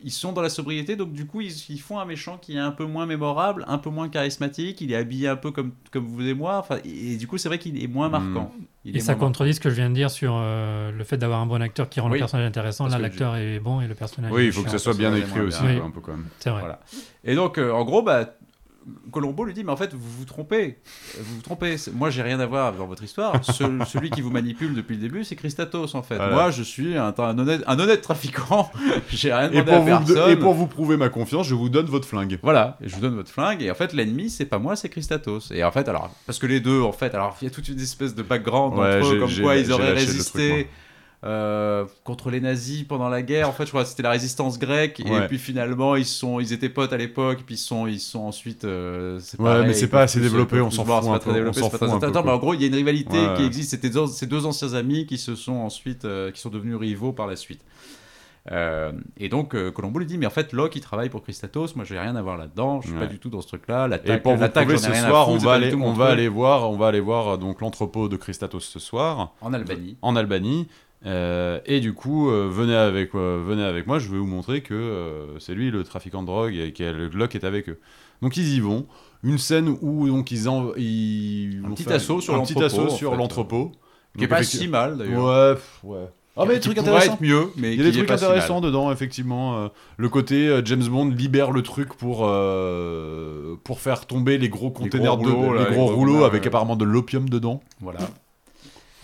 C: ils sont dans la sobriété, donc du coup, ils, ils font un méchant qui est un peu moins mémorable, un peu moins charismatique, il est habillé un peu comme, comme vous et moi, enfin, et, et du coup, c'est vrai qu'il est moins
A: Mhm.
C: marquant. Il
B: Et
C: est
B: ça
C: moins marquant.
B: contredit ce que je viens de dire sur euh, le fait d'avoir un bon acteur qui rend
C: Oui.
B: le personnage intéressant.
C: Parce
B: Là,
C: que
B: l'acteur est bon et le personnage
A: Oui,
B: est
A: il faut que
B: chiant.
A: ça soit bien
C: Oui.
A: écrit aussi,
B: Oui.
A: quoi, un peu quand même.
B: C'est vrai.
C: Voilà. Et donc, euh, en gros, bah, Colombo lui dit, mais en fait, vous vous trompez, vous vous trompez, C'est- moi, j'ai rien à voir dans votre histoire, Seul- celui qui vous manipule depuis le début, c'est Christatos, en fait.
A: Voilà.
C: Moi, je suis un, un honnête, un honnête trafiquant, j'ai rien
A: Et
C: demandé
A: pour,
C: à
A: vous,
C: personne.
A: et pour vous prouver ma confiance, je vous donne votre flingue.
C: Voilà, et je vous donne votre flingue, et en fait, l'ennemi, c'est pas moi, c'est Christatos. Et en fait, alors, parce que les deux, en fait, alors, il y a toute une espèce de background
A: Ouais,
C: entre
A: j'ai-
C: eux, comme
A: j'ai-
C: quoi
A: j'ai
C: ils auraient
A: lâché le
C: résisté
A: truc,
C: euh, contre les nazis pendant la guerre. En fait, je crois que c'était la résistance grecque,
A: Ouais.
C: et puis finalement, ils, sont, ils étaient potes à l'époque, puis ils sont, ils sont ensuite. euh,
A: Ouais,
C: séparés,
A: mais c'est
C: ils
A: pas
C: peuvent
A: assez
C: plus-
A: développé,
C: ils peuvent
A: on
C: plus
A: s'en
C: se voir,
A: fout
C: c'est
A: un
C: pas très
A: peu,
C: développé,
A: on
C: c'est
A: s'en
C: pas très
A: fout un
C: intéressant.
A: peu,
C: Mais en gros, il y a une rivalité
A: Ouais,
C: qui
A: ouais.
C: existe. C'était deux- ces deux anciens amis qui se sont ensuite, euh, qui sont devenus rivaux par la suite. Euh, et donc euh, Colombo lui dit mais en fait Locke il travaille pour Christatos moi j'ai rien à voir là-dedans je suis
A: Ouais.
C: pas du tout dans ce truc là
A: Et pour vous
C: l'attaque
A: prouver
C: j'en ai
A: ce
C: rien à
A: soir, on
C: foutre, c'est
A: va
C: pas du
A: aller,
C: tout mon
A: on va
C: truc.
A: aller voir, on va aller voir euh, donc l'entrepôt de Christatos ce soir
C: en Albanie
A: en Albanie. Euh, et du coup, euh, venez avec, euh, venez avec moi. Je vais vous montrer que euh, c'est lui le trafiquant de drogue et que le Glock est avec eux. Donc ils y vont. Une scène où donc ils en, ils
C: Un
A: vont
C: petit
A: faire-
C: assaut sur
A: un petit
C: l'entrepôt,
A: assaut
C: en
A: sur
C: fait.
A: l'entrepôt.
C: qui est
A: Donc,
C: pas
A: effectivement-
C: si mal d'ailleurs
A: Ouais, pff, ouais. Ah mais des
C: Qui
A: trucs
C: pourrait
A: intéressants.
C: être mieux mais
A: Il y a des
C: qui est
A: trucs
C: pas si mal.
A: intéressants dedans, effectivement. Euh, le côté euh, James Bond libère le truc pour, euh, pour faire tomber les gros containers
C: gros
A: de
C: rouleaux, là,
A: les
C: les
A: gros
C: gros
A: rouleaux
C: containers,
A: avec
C: ouais.
A: apparemment de l'opium dedans.
C: voilà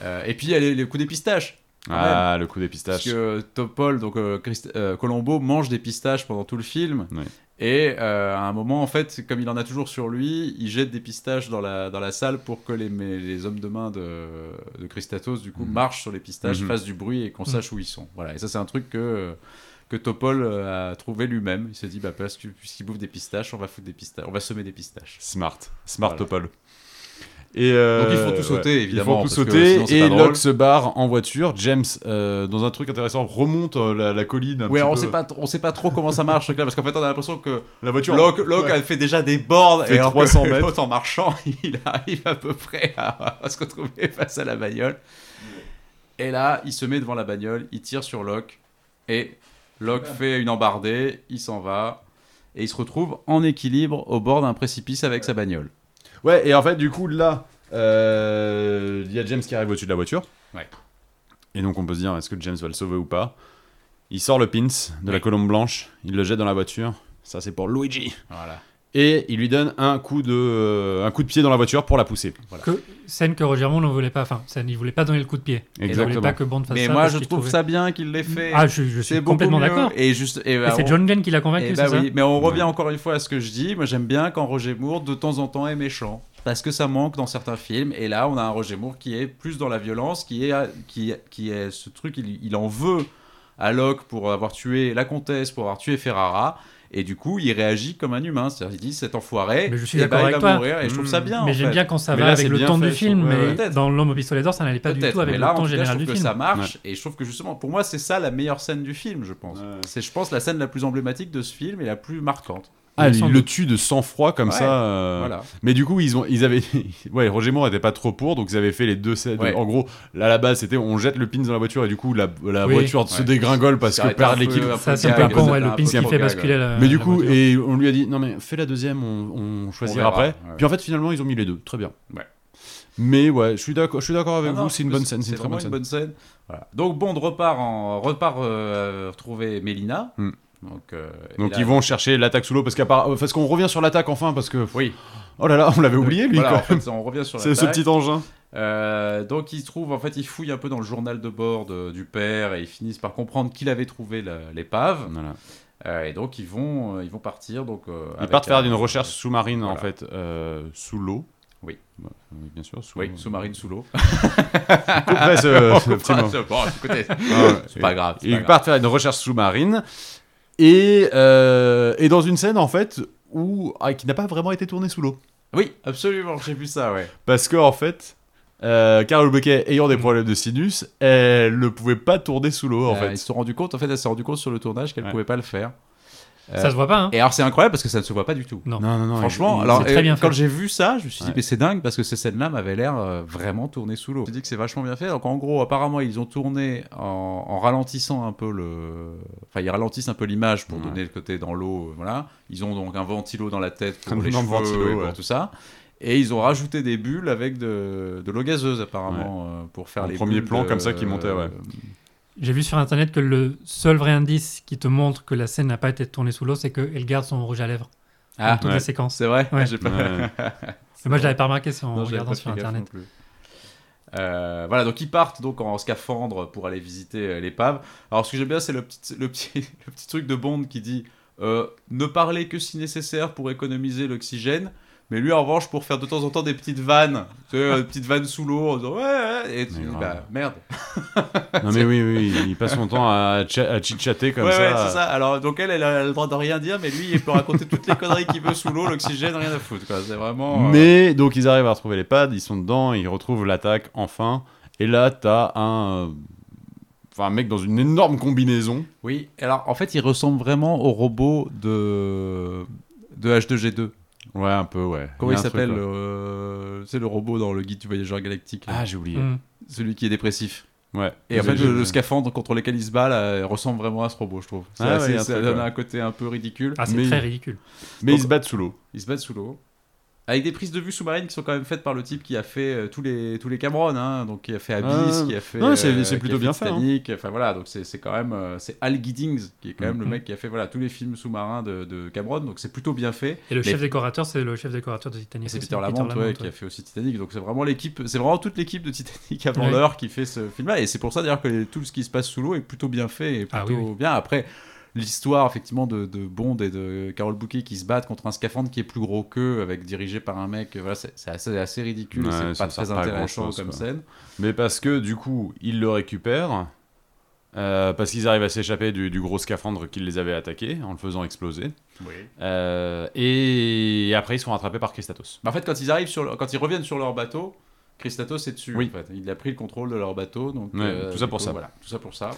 C: Euh, et puis il y a les, les coups des pistaches
A: Ah, le coup des
C: parce
A: pistaches.
C: que euh, Topol donc euh, Christ- euh, Colombo mange des pistaches pendant tout le film
A: Ouais.
C: et euh, à un moment en fait comme il en a toujours sur lui il jette des pistaches dans la, dans la salle pour que les, mais les hommes de main de, de Christatos du coup
A: Mhm.
C: marchent sur les pistaches
A: Mhm.
C: fassent du bruit et qu'on
B: Mhm.
C: sache où ils sont voilà et ça c'est un truc que que Topol euh, a trouvé lui-même il s'est dit bah parce que puisqu'il bouffe des pistaches on va foutre des pistaches on va semer des pistaches
A: Smart. Smart
C: Voilà.
A: Opal. Et euh,
C: Donc, ils font tout
A: ouais.
C: sauter,
A: Ils
C: évidemment,
A: font tout
C: parce que
A: sauter
C: sinon, c'est
A: et
C: pas drôle.
A: Locke se barre en voiture. James, euh, dans un truc intéressant, remonte euh, la, la colline. un
C: ouais
A: petit
C: on
A: peu.
C: sait pas t- on sait pas trop comment ça marche ce truc-là, parce qu'en fait on a l'impression que
A: La voiture.
C: Locke, Locke
A: Ouais.
C: elle fait déjà des bornes
A: Fait
C: et alors que
A: 300 mètres.
C: l'autre, en marchant, il arrive à peu près à, à se retrouver face à la bagnole. Et là, il se met devant la bagnole, il tire sur Locke et Locke fait une embardée, il s'en va et il se retrouve en équilibre au bord d'un précipice avec sa bagnole.
A: Ouais, et en fait, du coup, là, euh, il y a James qui arrive au-dessus de la voiture.
C: Ouais.
A: Et donc, on peut se dire, est-ce que James va le sauver ou pas Il sort le pins de la colombe blanche, il le jette dans la voiture. Ça, c'est pour Luigi.
C: Voilà.
A: Et il lui donne un coup de, euh, un coup de pied dans la voiture pour la pousser.
B: Que, scène que Roger Moore ne voulait pas. Enfin, scène, il voulait pas donner le coup de pied. Il voulait
A: Exactement.
B: pas que Bond fasse
C: Mais
B: ça.
C: moi,
B: parce
C: je
B: qu'il
C: trouve
B: trouvait-
C: ça bien qu'il l'ait fait.
B: Ah, je, je
C: c'est
B: suis
C: beaucoup
B: complètement
C: mieux.
B: d'accord.
C: Et juste, et
B: Et
C: bah,
B: c'est
C: on-
B: John Glenn qui l'a
C: Eh
B: convaincu,
C: bah
B: c'est ça
C: oui, mais on revient encore une fois à ce que je dis. Moi, j'aime bien quand Roger Moore, de temps en temps, est méchant. Parce que ça manque dans certains films. Et là, on a un Roger Moore qui est plus dans la violence, qui est, qui, qui est ce truc, il, il en veut à Locke pour avoir tué la comtesse, pour avoir tué Ferrara. Et du coup, il réagit comme un humain. C'est-à-dire, il dit cet enfoiré,
B: Mais je suis
C: eh
B: d'accord
C: ben, il
B: avec
C: va
B: toi. Hmm.
C: mourir. Et je trouve ça
A: Mm.
C: bien. en
B: Mais j'aime
C: fait.
B: bien quand ça
A: Mais
B: va
A: là, c'est
B: avec le
A: bien
B: temps
A: fait,
B: du film.
A: ouais, ouais.
B: Mais
C: Peut-être.
B: dans L'homme au pistolet d'or, ça n'allait pas du
C: Peut-être,
B: tout avec
C: mais
B: le
C: là, en
B: temps
C: tout cas, je
B: général
C: trouve
B: du
C: que
B: film.
C: ça marche, et je trouve que justement, pour moi, c'est ça la meilleure scène du film, je pense.
A: Ouais.
C: C'est, je pense, la scène la plus emblématique de ce film et la plus marquante.
A: Ah, il
B: Sans
A: le
B: doute.
A: tue de sang-froid comme
C: Ouais,
A: ça. euh,
C: Voilà.
A: Mais du coup, ils, ont, ils avaient. ouais, Roger Moore n'était pas trop pour, donc ils avaient fait les deux scènes.
C: Ouais.
A: En gros, là, à la base, c'était on jette le pins dans la voiture et du coup, la, la
B: Oui.
A: voiture se
C: Ouais.
A: dégringole parce
C: Ça
A: que
C: aurait été un
A: perd
C: peu-
A: l'équilibre.
C: un peu
B: Ça, c'est un
C: gag,
B: peu con, ouais,
C: un
B: le
C: peu
B: pin qui
C: trop
B: fait
C: gag, ouais.
B: basculer la.
A: Mais du
B: la
A: coup,
B: voiture.
A: et on lui a dit non mais fais la deuxième, on, on choisira
C: verra,
A: après.
C: ouais.
A: Puis en fait finalement ils ont mis les deux, très bien.
C: Ouais.
A: Mais ouais, je suis d'accord, je suis d'accord avec
C: Non, non,
A: vous, c'est une bonne scène, c'est une très
C: vraiment
A: bonne
C: une
A: scène.
C: bonne scène. Voilà. Donc Bond repart en repart euh, retrouver Mélina.
A: Hmm.
C: Donc, euh,
A: Donc
C: et là-
A: ils vont chercher l'attaque sous l'eau parce qu'à part- parce qu'on revient sur l'attaque enfin parce que
C: Oui.
A: oh là là on l'avait oublié lui
C: euh, Voilà,
A: quand
C: en fait, on revient sur
A: C'est ce
C: l'attaque.
A: petit engin.
C: Euh, donc ils trouvent, en fait, ils fouillent un peu dans le journal de bord de- du père et ils finissent par comprendre qu'il avait trouvé la- l'épave.
A: Voilà.
C: Euh, et donc ils vont, euh, ils vont partir. Donc euh,
A: Ils
C: avec
A: partent faire
C: un-
A: une recherche sous-marine en
C: Voilà.
A: fait, euh, sous l'eau.
C: Oui.
A: Bah, oui, bien sûr. Sous
C: Oui, sous-marine sous l'eau.
A: Après, ce- ce petit mot.
C: Enfin, bon, écoutez,
A: Ah,
C: c'est pas grave. c'est
A: Ils
C: pas grave.
A: partent faire une recherche sous-marine et, euh, et dans une scène en fait où ah, qui n'a pas vraiment été tournée sous l'eau
C: Oui, absolument, j'ai vu ça, ouais.
A: parce que en fait. Euh, Carole Bouquet ayant des problèmes de sinus, elle ne pouvait pas tourner sous l'eau en
C: Euh, Ils
A: fait.
C: se sont rendus compte, en fait, elle s'est rendue compte sur le tournage qu'elle
A: Ouais.
C: pouvait pas le faire.
B: Ça se voit pas, hein
C: Et alors c'est incroyable parce que ça ne se voit pas du tout.
B: Non.
A: non, non.
C: Franchement,
A: il- il-
C: alors
B: c'est très
C: euh,
B: bien
C: quand
B: fait.
C: j'ai vu ça, je me suis dit
A: Ouais.
C: mais c'est dingue parce que ces scènes-là m'avaient l'air euh, vraiment tournées sous l'eau. Je me dis que c'est vachement bien fait. Donc en gros, apparemment ils ont tourné en, en ralentissant un peu le, enfin ils ralentissent un peu l'image pour
A: Ouais.
C: donner le côté dans l'eau. euh, Voilà, ils ont donc un ventilo dans la tête pour
A: Un
C: les
A: énorme
C: cheveux
A: ventilo,
C: et pour
A: ouais.
C: tout ça. Et ils ont rajouté des bulles avec de, de l'eau gazeuse apparemment euh, pour faire
A: Un
C: les
A: premier
C: bulles
A: plan
C: de-
A: comme ça qui montait, ouais.
B: J'ai vu sur internet que le seul vrai indice qui te montre que la scène n'a pas été tournée sous l'eau, c'est qu'elle garde son rouge à lèvres. dans
C: Ah,
B: toute
A: ouais.
B: la séquence.
C: c'est vrai.
B: Ouais.
C: J'ai pas.
A: Ouais.
B: Mais moi, je l'avais pas remarqué c'est en
C: Non, j'avais
B: regardant
C: pas
B: sur
C: fait gaffe
B: internet.
C: non plus. Euh, voilà, donc ils partent donc en scaphandre pour aller visiter euh, l'épave. Alors ce que j'aime bien, c'est le petit, le, petit, le petit truc de Bond qui dit euh, ne parler que si nécessaire pour économiser l'oxygène. Mais lui, en revanche, pour faire de temps en temps des petites vannes, tu sais, euh, des petites vannes sous l'eau, en disant ouais, ouais, et tu
A: Mais
C: dis,
A: grave.
C: bah merde.
A: Non mais oui, oui, oui, il passe son temps à, tcha- à chit-chatter comme
C: ouais,
A: ça.
C: ouais, c'est ça. Alors, donc elle, elle a le droit de rien dire, mais lui, il peut raconter toutes les conneries qu'il veut sous l'eau, l'oxygène, rien à foutre. quoi. C'est vraiment. euh,
A: Mais donc ils arrivent à retrouver les pads, ils sont dedans, ils retrouvent l'attaque enfin. Et là, t'as un, euh, enfin, un mec dans une énorme combinaison.
C: Oui, alors en fait, il ressemble vraiment au robot de, de H2G2.
A: Ouais, un peu, ouais.
C: Comment il
A: y a un truc,
C: s'appelle
A: ouais.
C: euh, C'est le robot dans le guide du voyageur galactique. là.
A: Ah, j'ai oublié.
B: Hum.
C: Celui qui est dépressif.
A: Ouais.
C: Et en fait,
A: J'ai-
C: le, le scaphandre contre lequel il se bat là, ressemble vraiment à ce robot, je trouve. C'est
A: Ah ouais,
C: assez-
A: il y a un
C: ça
A: truc,
C: donne
A: ouais.
C: un côté un peu ridicule.
B: Ah, c'est
A: Mais-
B: très ridicule.
A: Mais ils se battent sous l'eau.
C: Ils se battent sous l'eau. Avec des prises de vue sous-marines qui sont quand même faites par le type qui a fait euh, tous les, tous les Cameron, hein, donc qui a fait Abyss,
A: Ah,
C: qui a fait. euh,
A: non, c'est- c'est
C: qui a
A: plutôt
C: fait
A: bien fait, hein.
C: Titanic, enfin voilà, donc c'est c'est quand même. euh, c'est Al Giddings qui est quand même le
B: Mhm.
C: mec qui a fait voilà, tous les films sous-marins de, de Cameron, donc c'est plutôt bien fait.
B: Et le
C: Mais-
B: chef décorateur, c'est le chef décorateur de
C: Et
B: Titanic.
C: c'est
B: aussi,
C: Peter Lamont ouais,
B: Lamont,
C: qui
B: ouais.
C: a fait aussi Titanic. Donc c'est vraiment l'équipe, c'est vraiment toute l'équipe de Titanic avant
B: Ouais.
C: l'heure qui fait ce film-là. Et c'est pour ça d'ailleurs que les- tout ce qui se passe sous l'eau est plutôt bien fait et plutôt
B: Ah oui,
C: bien. Après, l'histoire effectivement de, de Bond et de Carol Bouquet qui se battent contre un scaphandre qui est plus gros qu'eux, avec dirigé par un mec, voilà, c'est c'est assez, assez ridicule. et
A: Ouais,
C: c'est
A: ça
C: pas
A: sert
C: très
A: pas à
C: intéressant
A: grand-chose,
C: comme
A: quoi.
C: scène.
A: Mais parce que du coup, ils le récupèrent. euh, parce qu'ils arrivent à s'échapper du, du gros scaphandre qui les avait attaqués en le faisant exploser. Euh, et après, ils sont rattrapés par Christatos.
C: Mais en fait, quand ils arrivent sur, le- quand ils reviennent sur leur bateau. Christatos est dessus.
A: Oui.
C: en fait. Il a pris le contrôle de leur bateau. Donc, euh,
A: Ouais, tout ça
C: du
A: pour
C: coup,
A: ça.
C: Voilà, tout ça pour ça.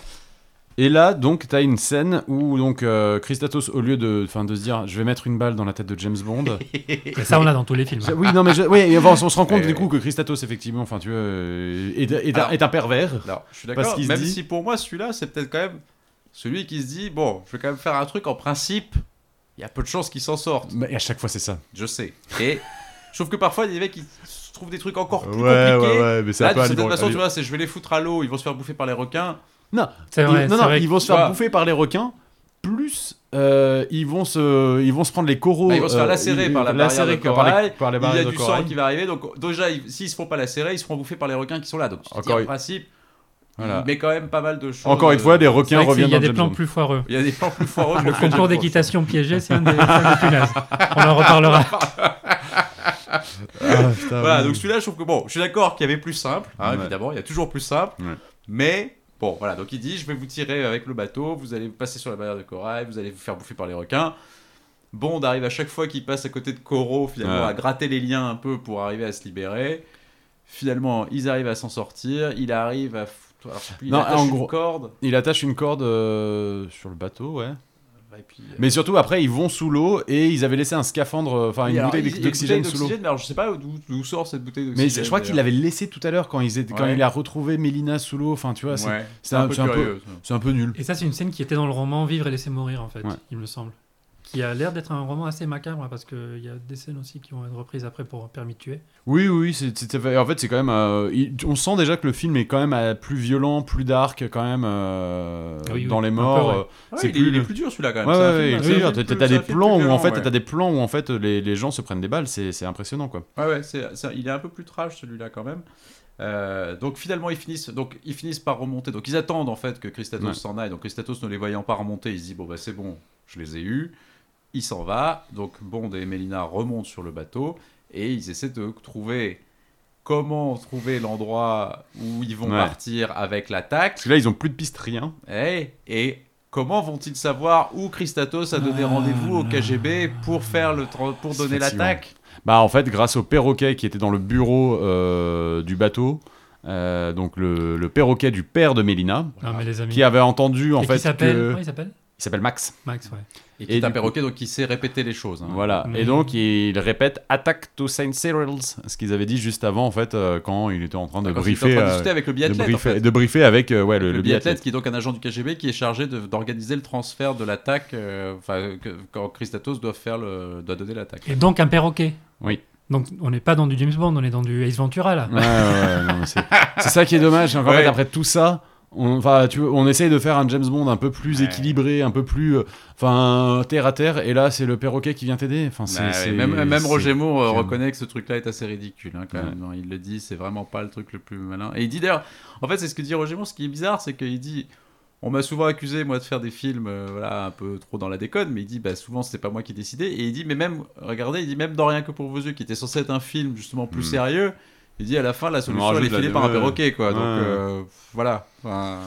A: Et là, donc, t'as une scène où donc euh, Christatos, au lieu de, enfin, de se dire, je vais mettre une balle dans la tête de James Bond.
B: Et ça, on l'a dans tous les films.
A: Je- oui, non, mais je- oui, et enfin, on se rend compte
C: Ouais,
A: du
C: ouais.
A: coup que Christatos, effectivement, enfin, tu vois, euh, est, est-
C: Alors-
A: est un pervers.
C: Non, je suis
A: Parce
C: d'accord.
A: qu'il se
C: Même
A: dit-
C: si pour moi, celui-là, c'est peut-être quand même celui qui se dit bon, je vais quand même faire un truc en principe. Il y a peu de chances qu'il s'en sorte.
A: Mais à chaque fois, c'est ça.
C: Je sais. Et je trouve que parfois, il y a des mecs qui se trouvent des trucs encore plus compliqués.
A: mais
C: Là, de cette façon, tu vois, c'est je vais les foutre à l'eau, ils vont se faire bouffer par les requins.
B: C'est vrai,
A: non,
B: c'est
A: non,
B: vrai.
A: ils vont se
C: tu
A: faire
C: vois.
A: bouffer par les requins. Plus, euh, ils vont se, ils vont se prendre les coraux.
C: Bah, ils vont se faire
A: euh,
C: lacérer par la
A: lacérer
C: barrière de
A: que par les-
C: corail.
A: par les
C: Il y a
A: barrières de
C: du sang
A: corail.
C: qui va arriver. Donc, déjà, ils- s'ils se font pas lacérer, ils se feront bouffer par les requins qui sont là. Donc, tu te dis,
A: Encore
C: en
A: une-
C: principe,
A: Voilà.
C: il met quand même pas mal de choses.
A: Encore une fois, les
B: C'est
A: requins
B: vrai que c'est-
A: reviennent
B: il y a
A: dans
B: des
A: James
B: plans
A: Bond.
B: plus foireux.
C: Il y a des plans
A: Ah,
C: plus foireux.
B: Le concours d'équitation piégé, c'est un des, c'est un des plus nazes. On en reparlera.
A: Ah, putain,
C: Voilà,
A: oui.
C: donc celui-là, je trouve que bon, je suis d'accord qu'il y avait plus simple, hein,
A: Ouais.
C: évidemment, il y a toujours plus simple,
A: Ouais.
C: mais bon, voilà, donc il dit je vais vous tirer avec le bateau, vous allez passer sur la barrière de corail, vous allez vous faire bouffer par les requins. Bond arrive à chaque fois qu'il passe à côté de Corot, finalement,
A: Ouais.
C: à gratter les liens un peu pour arriver à se libérer. Finalement, ils arrivent à s'en sortir, il arrive à. foutre- Alors, je sais plus, il
A: Non,
C: attache
A: en
C: une
A: gros-
C: corde.
A: Il attache une corde euh, sur le bateau, ouais.
C: et puis, euh,
A: Mais surtout, après, ils vont sous l'eau et ils avaient laissé un scaphandre, euh, enfin,
C: il y
A: une
C: a-
A: bouteille
C: il- il y a une
A: d'oxygène
C: bouteille
A: sous l'eau.
C: d'oxygène, Mais alors, je sais pas d'où d'où sort cette bouteille d'oxygène.
A: Mais je crois qu'il l'avait laissé tout à l'heure quand, ils étaient- quand
C: Ouais.
A: il a retrouvé Mélina sous l'eau. Enfin, tu vois,
C: d'ailleurs.
A: c'est
C: Ouais,
A: c'est un- c'est un peu-
C: curieux, ça.
A: c'est un peu nul.
B: Et ça, c'est une scène qui était dans le roman Vivre et laisser mourir, en fait,
A: Ouais.
B: il me semble. Qui a l'air d'être un roman assez macabre, hein, parce qu'il y a des scènes aussi qui vont être reprises après pour Permis de tuer.
A: Oui, oui, c'est- c'est- c'est- en fait, c'est quand même. euh, il- on sent déjà que le film est quand même euh, plus violent, plus dark, quand même, euh,
B: Oui, oui,
A: dans les
B: un peu,
A: morts.
B: ouais.
A: euh,
C: Ah Ouais,
A: c'est
C: il est-
A: plus
C: il est
A: le-
C: plus dur celui-là quand
A: Ouais,
C: même.
A: ouais,
C: C'est
A: ouais,
C: un film-
A: il est
C: c'est
A: plus
C: un
A: dur. T'as
C: film plus-
A: t'as
C: c'est un
A: des
C: film
A: plans
C: plus
A: où en
C: violent,
A: fait,
C: ouais.
A: t'as des plans où en fait les, les gens se prennent des balles. C'est c'est impressionnant, quoi.
C: Ouais, ouais, c'est, c'est- il est un peu plus trash celui-là quand même. Euh, donc finalement ils finissent, donc ils finissent par remonter. Donc ils attendent en fait que Christatos
A: Ouais.
C: s'en aille. Donc Christatos ne les voyant pas remonter, il se dit bon bah c'est bon, je les ai eus. Il s'en va. Donc Bond et Melina remontent sur le bateau et ils essaient de trouver comment trouver l'endroit où ils vont
A: Ouais.
C: partir avec l'attaque.
A: Parce que là, ils ont plus de piste, rien.
C: Eh, et comment vont-ils savoir où Christatos a donné
B: Ah
C: rendez-vous au
B: là
C: KGB pour faire le tra- pour
A: C'est
C: donner
A: fatigant.
C: l'attaque
A: Bah, en fait, grâce au perroquet qui était dans le bureau euh, du bateau, euh, donc le, le perroquet du père de Mélina,
B: Non, mais les amis.
A: qui avait entendu en
B: Et
A: fait
B: qui s'appelle
A: que-
B: comment il s'appelle
A: il s'appelle Max.
B: Max, ouais.
C: Et qui
A: Et
C: est un
A: du coup-
C: perroquet, donc il sait répéter les choses. hein.
A: Voilà.
B: Mm.
A: Et donc il répète Attack to Saint Cyril's, ce qu'ils avaient dit juste avant en fait euh, quand il était en train de
C: Parce qu'il est en
A: briefer,
C: train de
A: euh,
C: discuter avec le
A: de,
C: biathlète. en
A: briefer
C: fait.
A: de briefer avec euh, ouais le,
C: Le,
A: le
C: biathlète,
A: biathlète.
C: qui est donc un agent du KGB qui est chargé de- d'organiser le transfert de l'attaque euh, enfin, que- quand Christatos doit, faire le, doit donner l'attaque.
B: Et donc un perroquet.
A: Oui.
B: Donc on n'est pas dans du James Bond, on est dans du Ace Ventura là.
A: Ouais, ouais, ouais, non, mais c'est c'est ça qui est dommage. c'est qu'en
C: Ouais.
A: fait, après tout ça. On, enfin, tu, on essaye de faire un James Bond un peu plus
C: Ouais.
A: équilibré, un peu plus euh, enfin terre à terre, et là c'est le perroquet qui vient t'aider. Enfin, c'est-
C: Bah Ouais,
A: c'est-
C: même, même
A: c'est-
C: Roger Moore euh,
A: c'est-
C: reconnaît que ce truc-là est assez ridicule hein, quand
A: Ouais.
C: même. Non, Il le dit, c'est vraiment pas le truc le plus malin. Et il dit d'ailleurs, en fait, c'est ce que dit Roger Moore. Ce qui est bizarre, c'est qu'il dit, on m'a souvent accusé moi de faire des films, euh, voilà, un peu trop dans la déconne, mais il dit, bah souvent c'est pas moi qui décidais. Et il dit, mais même, regardez, il dit même dans rien que pour vos yeux, qui était censé être un film justement plus
A: Hmm.
C: sérieux. Il dit à la fin la solution elle est
A: rajoute la-
C: filée par un
A: ouais.
C: perroquet quoi donc
A: Ouais.
C: euh, voilà Enfin,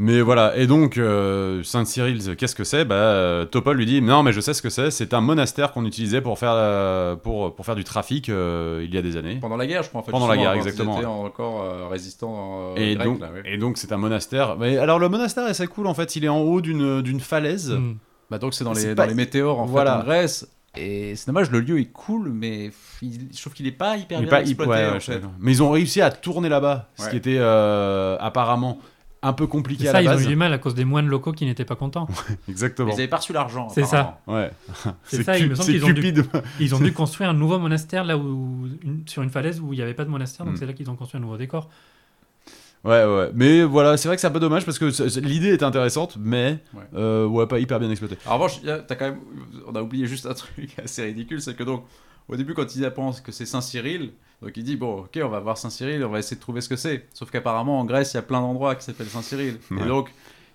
A: Mais voilà, et donc euh, Saint Cyril, qu'est-ce que c'est Bah, euh, Topol lui dit non, mais je sais ce que c'est. C'est un monastère qu'on utilisait pour faire euh, pour pour faire du trafic euh, il y a des années.
C: pendant la guerre je crois en fait
A: Pendant la
C: justement,
A: guerre,
C: quand ils
A: exactement,
C: étaient
A: ouais.
C: encore euh, résistants euh,
A: Et
C: grecs,
A: donc,
C: là, ouais.
A: et donc c'est un monastère. Mais alors le monastère, c'est cool en fait. Il est en haut d'une d'une falaise.
B: Hmm.
C: Bah donc c'est dans,
A: C'est
C: les,
A: pas-
C: dans les météores en
A: Voilà.
C: fait en Grèce. Et c'est dommage, le lieu est cool, mais pff, il- je trouve qu'il est pas hyper
A: Il est
C: bien
A: pas
C: exploité.
A: ouais,
C: en
A: ouais, je
C: fait.
A: sais pas. Mais ils ont réussi à tourner là-bas, ce
C: Ouais.
A: qui était euh, apparemment un peu compliqué
B: Et
A: à
B: ça,
A: la
B: ils ont
A: base.
B: eu du mal à cause des moines locaux qui n'étaient pas contents.
C: Mais
A: Exactement.
C: Ils avaient pas reçu l'argent.
B: C'est ça.
C: apparemment.
A: Ouais.
B: C'est
A: C'est
B: ça, il
A: cu-
B: me semble
A: c'est
B: qu'ils ont dû-
A: cupide.
B: Ils ont dû construire un nouveau monastère là où une- sur une falaise où il n'y avait pas de monastère, donc
A: Hmm.
B: c'est là qu'ils ont construit un nouveau décor.
A: Ouais, ouais. Mais voilà, c'est vrai que c'est un peu dommage parce que c'est- c'est- l'idée est intéressante, mais
C: Ouais.
A: euh, ouais, pas hyper bien exploitée.
C: En revanche, il y a- t'as quand même, on a oublié juste un truc assez ridicule, c'est que donc au début quand il pense que c'est Saint Cyril, donc il dit bon ok on va voir Saint Cyril, on va essayer de trouver ce que c'est. Sauf qu'apparemment en Grèce il y a plein d'endroits qui s'appellent Saint Cyril.
A: Ouais.
C: Et donc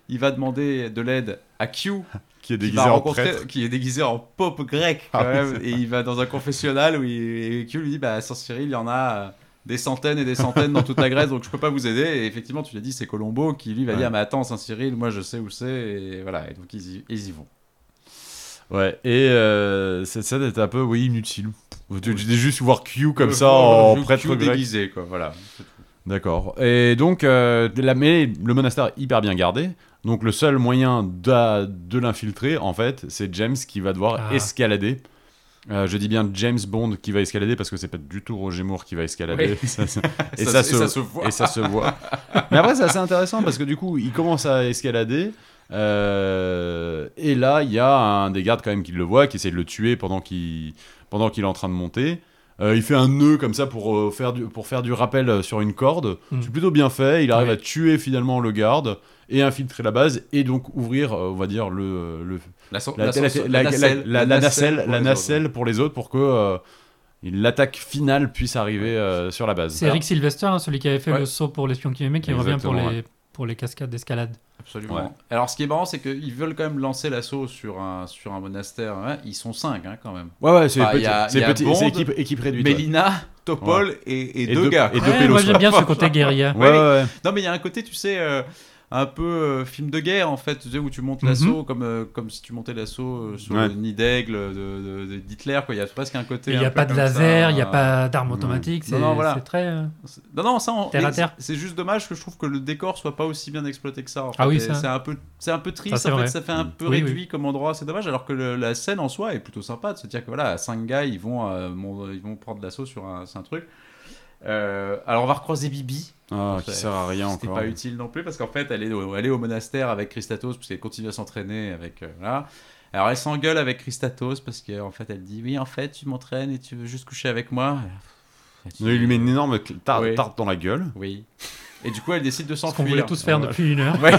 C: il va demander de l'aide à Q,
A: Qui est
C: qui,
A: déguisé
C: va
A: en
C: rencontrer-
A: prêtre.
C: qui est déguisé en pop grec quand
A: Ah oui,
C: même, et il va dans un confessionnal où il, et Q lui dit bah sans Cyril il y en a euh, des centaines et des centaines dans toute la Grèce donc je peux pas vous aider et effectivement tu l'as dit c'est Colombo qui lui va
A: Ouais.
C: dire mais attends Saint Cyril moi je sais où c'est et voilà et donc ils y, ils y vont
A: Ouais, et euh, cette scène est un peu, oui, inutile. Tu tu dis juste voir Q comme ça
C: Euh,
A: en
C: Q
A: prêtre grec.
C: déguisé quoi voilà C'est tout.
A: D'accord. Et donc, euh, la, mais le monastère est hyper bien gardé. Donc, le seul moyen d'a- de l'infiltrer, en fait, c'est James qui va devoir
B: Ah.
A: escalader. Euh, je dis bien James Bond qui va escalader parce que c'est pas du tout Roger Moore qui va escalader. Ça, ça- et, ça, se,
C: voit
A: et ça se voit. Mais après, c'est assez intéressant parce que du coup, il commence à escalader. euh, et là, il y a un des gardes quand même qui le voit, qui essaie de le tuer pendant qu'il pendant qu'il est en train de monter. Euh, il fait un nœud comme ça pour, euh, faire, du, pour faire du rappel euh, sur une corde.
B: Mm.
A: C'est plutôt bien fait. Il arrive
B: Ouais.
A: à tuer finalement le garde et infiltrer la base et donc ouvrir, euh, on va dire, le, le,
C: la, so-
A: la,
C: la so-
A: la- la-
C: la nacelle
A: la- la nacelle,
C: pour
A: la
C: les
A: nacelle pour les autres pour que euh, l'attaque finale puisse arriver euh, sur la base.
B: C'est Eric Sylvester, hein, celui qui avait fait
C: Ouais.
B: le saut pour l'espion qui aimait, qui revient pour
A: Exactement,
B: les pour les cascades d'escalade.
C: Absolument.
A: Ouais.
C: Alors, ce qui est marrant, c'est qu'ils veulent quand même lancer l'assaut sur un, sur un monastère. hein. Ils sont cinq, hein, quand même.
A: Ouais, ouais, c'est
C: Bah,
A: petit-
C: y a-
A: c'est
C: y a
A: petit-
C: Bond,
A: c'est équipe, équipe réduite. ouais.
C: Mélina, Topol et, et
A: Et
C: deux
A: deux-
C: gars.
A: et
C: quoi.
A: deux
B: moi
A: pélos,
B: j'aime
A: quoi.
B: bien ce côté guerrier.
A: Ouais, ouais, ouais.
C: Non, mais il y a un côté, tu sais, euh, un peu euh, film de guerre, en fait, tu sais, où tu montes
B: Mhm.
C: l'assaut comme, euh, comme si tu montais l'assaut euh, sur
A: Ouais.
C: le nid d'aigle de, de- de- d'Hitler. quoi. Il y a presque un côté.
B: Il
C: n'y
B: n'y a pas de laser, il n'y a pas d'armes automatiques,
C: Non,
B: c'est
C: non, voilà.
B: c'est très. euh,
C: Non, non, ça, on-
B: Terre à
C: et
B: terre.
C: C'est juste dommage que je trouve que le décor soit pas aussi bien exploité que ça. en
B: Ah
C: fait.
B: oui,
C: Et
B: ça.
C: C'est un peu, c'est un peu triste.
B: Ça, c'est
C: en fait,
B: vrai.
C: ça fait un
A: Mm.
C: peu
B: Oui,
C: réduit comme endroit. C'est dommage. Alors que le- la scène en soi est plutôt sympa de se dire que voilà, à cinq gars, ils vont, euh, mon- ils vont prendre l'assaut sur un, c'est un truc. Euh, alors on va recroiser Bibi.
A: Ah, qui sert à rien
C: C'était
A: encore.
C: pas utile non plus parce qu'en fait, elle est, au, elle est au monastère avec Christatos parce qu'elle continue à s'entraîner avec euh, voilà. Alors elle s'engueule avec Christatos parce qu'en fait, elle dit oui, en fait, tu m'entraînes et tu veux juste coucher avec moi.
A: Il lui met une énorme cl- tar-
C: Ouais.
A: tarte dans la gueule.
C: Oui. Et du coup, elle décide de
B: Ce qu'on voulait
C: s'enfuir.
B: tous faire depuis une heure.
C: Ouais.